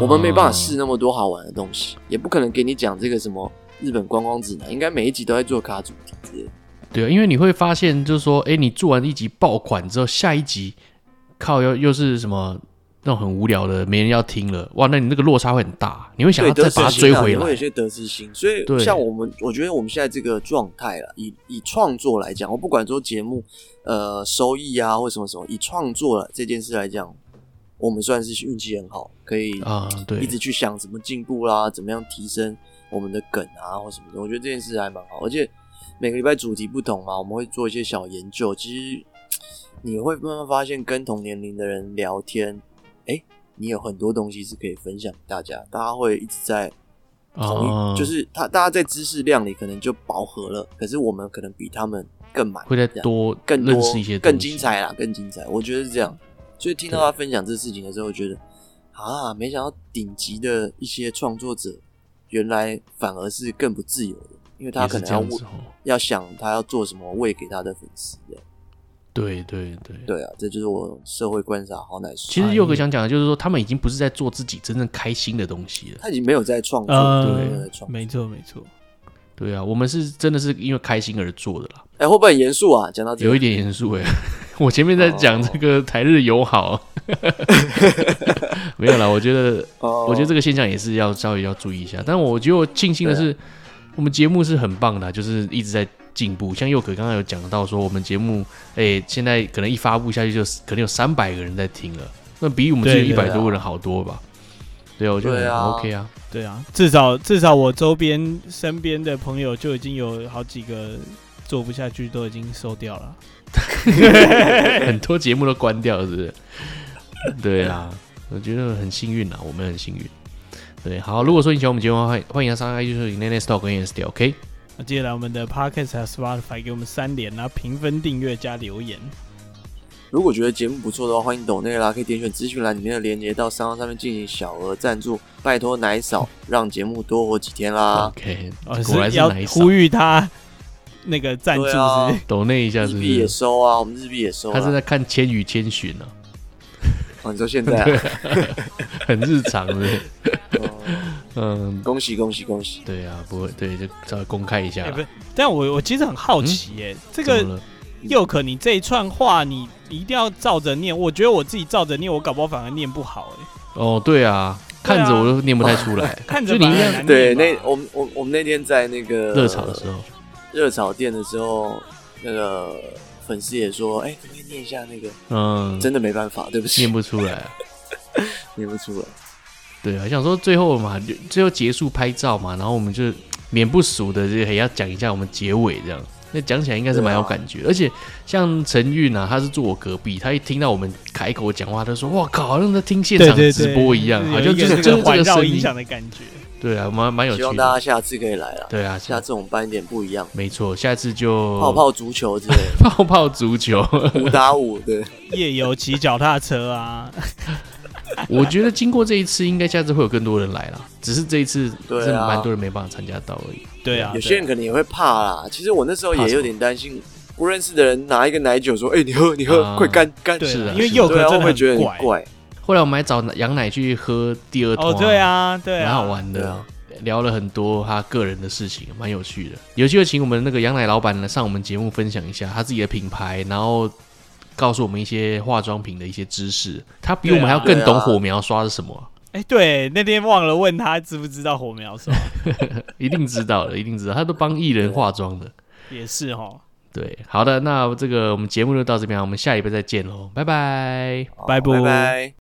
[SPEAKER 1] 我们没办法试
[SPEAKER 3] 啊。
[SPEAKER 1] 那么多好玩的东西，也不可能给你讲这个什么日本观光指南，应该每一集都在做卡主题之类的。
[SPEAKER 3] 对啊，因为你会发现，就是说，哎，你做完一集爆款之后，下一集靠又又是什么那种很无聊的，没人要听了，哇，那你那个落差会很大，你会想要
[SPEAKER 1] 对
[SPEAKER 3] 再
[SPEAKER 1] 得失
[SPEAKER 3] 把它
[SPEAKER 1] 心
[SPEAKER 3] 追
[SPEAKER 1] 啊
[SPEAKER 3] 回
[SPEAKER 1] 也会有
[SPEAKER 3] 来。
[SPEAKER 1] 些得失心。所以
[SPEAKER 3] 对
[SPEAKER 1] 像我们，我觉得我们现在这个状态了，以以创作来讲，我不管说节目呃收益啊或什么什么，以创作了这件事来讲，我们算是运气很好，可以
[SPEAKER 3] 啊对
[SPEAKER 1] 一直去想怎么进步啦，怎么样提升我们的梗啊或什么的。我觉得这件事还蛮好，而且每个礼拜主题不同嘛，我们会做一些小研究，其实。你会慢慢发现，跟同年龄的人聊天，哎，你有很多东西是可以分享给大家，大家会一直在同一，
[SPEAKER 3] 啊，
[SPEAKER 1] 就是他大家在知识量里可能就饱和了，可是我们可能比他们更满，
[SPEAKER 3] 会再
[SPEAKER 1] 这样
[SPEAKER 3] 多
[SPEAKER 1] 更多
[SPEAKER 3] 认识一些
[SPEAKER 1] 更
[SPEAKER 3] 东西
[SPEAKER 1] 精。彩啦，更精彩。我觉得是这样，所以听到他分享这事情的时候，我觉得啊，没想到顶级的一些创作者，原来反而是更不自由的，因为他
[SPEAKER 3] 也
[SPEAKER 1] 可
[SPEAKER 3] 是
[SPEAKER 1] 能
[SPEAKER 3] 这
[SPEAKER 1] 要
[SPEAKER 3] 样
[SPEAKER 1] 为
[SPEAKER 3] 子哦。
[SPEAKER 1] 要想他要做什么喂给他的粉丝这样
[SPEAKER 3] 对对对。啊
[SPEAKER 1] 对啊，这就是我社会观察好奶说，
[SPEAKER 3] 其实佑哥想讲的就是说，他们已经不是在做自己真正开心的东西了。
[SPEAKER 1] 他已经没有在创作，没有
[SPEAKER 2] 呃
[SPEAKER 1] 在，创作。
[SPEAKER 2] 没错没错，
[SPEAKER 3] 对啊，我们是真的是因为开心而做的啦。
[SPEAKER 1] 哎、会不会很严肃啊？讲到这
[SPEAKER 3] 有
[SPEAKER 1] 个
[SPEAKER 3] 一，点严肃哎， 我前面在讲这个台日友好， 没有啦，我觉得
[SPEAKER 1] 哦
[SPEAKER 3] 我觉得这个现象也是要稍微要注意一下。但我觉得我庆幸的是，
[SPEAKER 1] 啊
[SPEAKER 3] 我们节目是很棒的啊、就是一直在进步。像佑可刚刚有讲到说，我们节目哎、现在可能一发布下去就可能有三百个人在听了，那比我们之前一
[SPEAKER 2] 对对
[SPEAKER 3] 百
[SPEAKER 1] 啊
[SPEAKER 3] 多个人好多吧？对啊，我觉得
[SPEAKER 1] 对
[SPEAKER 3] 很
[SPEAKER 1] 啊
[SPEAKER 3] OK 啊。
[SPEAKER 2] 对啊，至少至少我周边身边的朋友就已经有好几个做不下去，都已经收掉了。
[SPEAKER 3] 很多节目都关掉了，是不是？对啊，我觉得很幸运啊，我们很幸运。对，好，如果说你喜欢我们节目的话，欢迎欢迎上 IG 搜索 Nene Stock 跟 Nene s t o k
[SPEAKER 2] 那接下来我们的 Podcast 和 Spotify 给我们三连啊，评分、订阅加留言。
[SPEAKER 1] 如果觉得节目不错的话，欢迎抖内啦，可以点选资讯栏里面的链接到商号上面进行小额赞助，拜托奶嫂让节目多活几天 啦。
[SPEAKER 3] OK，
[SPEAKER 2] 哦，
[SPEAKER 3] 果然
[SPEAKER 2] 是
[SPEAKER 3] 是
[SPEAKER 2] 要
[SPEAKER 3] 哪一首
[SPEAKER 2] 呼？吁他那个赞助是
[SPEAKER 1] 对啊
[SPEAKER 2] 不是？
[SPEAKER 3] 抖那一下
[SPEAKER 1] 日
[SPEAKER 3] 是不
[SPEAKER 1] 币也
[SPEAKER 3] 是？
[SPEAKER 1] 收啊，我们日币也收
[SPEAKER 3] 他是
[SPEAKER 1] 啊。
[SPEAKER 3] 在看《千与千寻》啊呢，
[SPEAKER 1] 哦，你说现在、啊
[SPEAKER 3] 很日常的。
[SPEAKER 1] 哦
[SPEAKER 3] 嗯，
[SPEAKER 1] 恭喜恭喜恭喜！
[SPEAKER 3] 对啊，不会， 对，就稍微公开一下
[SPEAKER 2] 哎
[SPEAKER 3] 啦。
[SPEAKER 2] 不是，但我我其实很好奇、耶，这个
[SPEAKER 3] 怎么了
[SPEAKER 2] 佑可，你这一串话你一定要照着念。我觉得我自己照着念，我搞不好反而念不好、哎，
[SPEAKER 3] 哦，对啊，看着我都念不太出来。
[SPEAKER 2] 看着
[SPEAKER 3] 就你
[SPEAKER 2] 反而
[SPEAKER 3] 应该
[SPEAKER 2] 很难
[SPEAKER 1] 对，
[SPEAKER 2] 念吧
[SPEAKER 1] 那我们我我们那天在那个
[SPEAKER 3] 热炒的时候，
[SPEAKER 1] 热炒店的时候，那个粉丝也说，哎、可不可以念一下那个？
[SPEAKER 3] 嗯，
[SPEAKER 1] 真的没办法，对不起，
[SPEAKER 3] 念不出来啊。
[SPEAKER 1] 念不出来。
[SPEAKER 3] 对啊，想说最后嘛，就最后结束拍照嘛，然后我们就免不俗的就还要讲一下我们结尾这样。那讲起来应
[SPEAKER 1] 啊
[SPEAKER 3] 该是蛮有感觉，而且像陈韵啊，他是坐我隔壁，他一听到我们开口讲话，他说：“哇靠，好像在听现
[SPEAKER 2] 对
[SPEAKER 3] 场
[SPEAKER 2] 对对
[SPEAKER 3] 直播一样，好
[SPEAKER 2] 有
[SPEAKER 3] 像
[SPEAKER 2] 一
[SPEAKER 3] 就
[SPEAKER 2] 个
[SPEAKER 3] 是
[SPEAKER 2] 这
[SPEAKER 3] 就
[SPEAKER 2] 个
[SPEAKER 3] 是这
[SPEAKER 2] 环
[SPEAKER 3] 个
[SPEAKER 2] 绕
[SPEAKER 3] 声
[SPEAKER 2] 音
[SPEAKER 3] 音
[SPEAKER 2] 响。的感觉。”
[SPEAKER 3] 对啊，蛮蛮有
[SPEAKER 1] 希
[SPEAKER 3] 趣
[SPEAKER 1] 望大
[SPEAKER 3] 的。
[SPEAKER 1] 家下次可以来了，
[SPEAKER 3] 对哦啊，
[SPEAKER 1] 下次我们办一点不一样，
[SPEAKER 3] 没错，下次就
[SPEAKER 1] 泡泡足球之类 的，
[SPEAKER 3] 泡泡 足球。
[SPEAKER 1] 五打五，对，
[SPEAKER 2] 夜游骑脚踏车啊，
[SPEAKER 3] 我觉得经过这一次，应该下次会有更多人来啦。只是这一次
[SPEAKER 1] 对啊
[SPEAKER 3] 真的蛮多人没办法参加到而已。
[SPEAKER 2] 对啊
[SPEAKER 1] 有，些人可能也会怕啦。其实我那时候
[SPEAKER 3] 怕
[SPEAKER 1] 也
[SPEAKER 3] 什么
[SPEAKER 1] 有点担心，不认识的人拿一个奶酒说：“哎、你喝，你喝，
[SPEAKER 3] 啊
[SPEAKER 1] 快干干。”
[SPEAKER 2] 对
[SPEAKER 3] 是啊
[SPEAKER 2] 啊，因为
[SPEAKER 3] 是啊
[SPEAKER 2] 佑可
[SPEAKER 1] 对啊，
[SPEAKER 2] 真
[SPEAKER 1] 我
[SPEAKER 2] 的
[SPEAKER 1] 会觉得
[SPEAKER 2] 很
[SPEAKER 1] 很怪。
[SPEAKER 3] 后来我们还找羊奶去喝第二桶、
[SPEAKER 2] 哦，对啊，对啊，
[SPEAKER 3] 蛮好玩
[SPEAKER 1] 对
[SPEAKER 3] 的
[SPEAKER 1] 啊，
[SPEAKER 3] 聊了很多他个人的事情，蛮有趣的。有机会请我们那个羊奶老板呢上我们节目分享一下他自己的品牌，然后告诉我们一些化妆品的一些知识。他比我们还要更
[SPEAKER 1] 对
[SPEAKER 3] 懂
[SPEAKER 1] 啊
[SPEAKER 3] 火苗刷是什么啊、
[SPEAKER 2] 哎、对，那天忘了问他知不知道火苗手，
[SPEAKER 3] 一定知道的， 一定知道。他都帮艺人化妆的。
[SPEAKER 2] 也是哦。
[SPEAKER 3] 对，好的，那这个我们节目就到这边啊，我们下礼拜再见喽，拜拜。
[SPEAKER 1] 好
[SPEAKER 2] 拜
[SPEAKER 1] 哦拜拜。